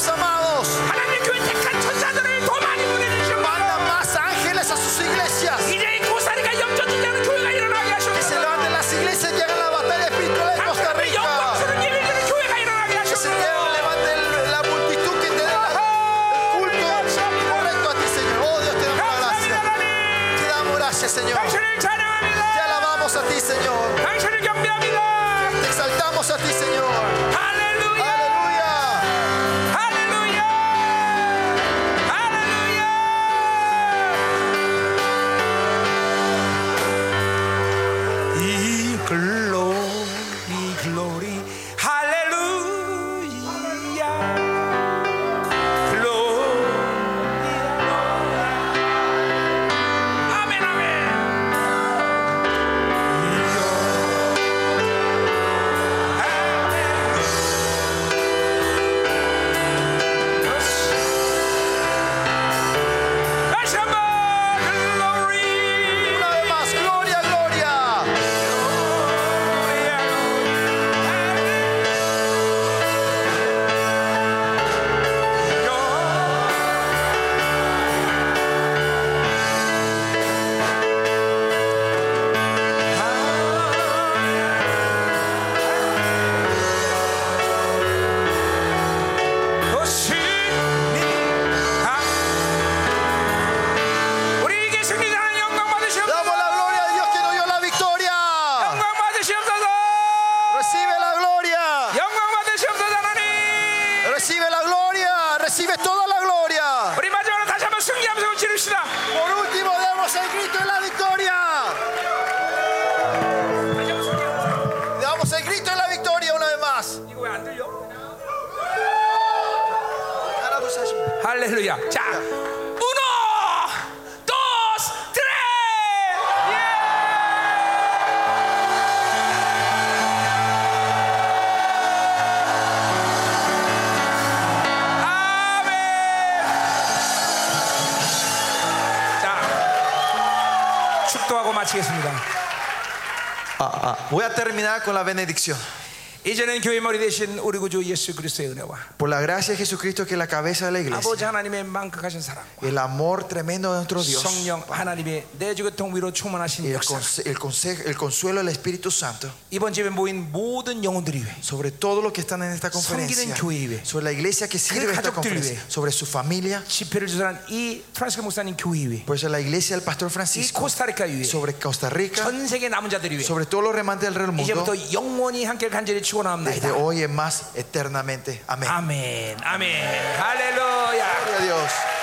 S2: Oh,
S1: 할렐루야. 자, uno, dos, tres. 아멘. 자, 축도하고 마치겠습니다.
S2: Ah, ah, Voy a terminar con la bendición.
S1: 이제는 교회 머리 대신 우리 구주 예수 그리스도의 은혜와
S2: Por la gracia de Jesucristo que es la cabeza de la iglesia.
S1: 아버지 하나님의 만극하신 사랑.
S2: El amor tremendo de nuestro Dios.
S1: 성령 하나님의 내주 교통 위로
S2: Y
S1: 충만하신
S2: el,
S1: 역사
S2: conse- el, conse- el consuelo del Espíritu Santo.
S1: 이번 집에 모인 모든 영혼들이 위해
S2: Sobre todo lo que están en esta conferencia.
S1: Sanguinen 교회 위해.
S2: Sobre la iglesia que sirve esta
S1: 가족들
S2: conferencia.
S1: 위해.
S2: Sobre su familia.
S1: 집회를 주선한 이 프란스카 목사님 교회 위해
S2: Por eso la iglesia del pastor
S1: 이
S2: Francisco.
S1: 코스타리카 위해
S2: Sobre Costa Rica.
S1: 전 세계 남은 자들이 위해
S2: Sobre todos los remantes del mundo.
S1: 이제부터 영원히 함께 간절히
S2: Desde
S1: 추원합니다
S2: hoy en más eternamente. Amén.
S1: 아멘 아멘 할렐루야
S2: Gloria a Dios.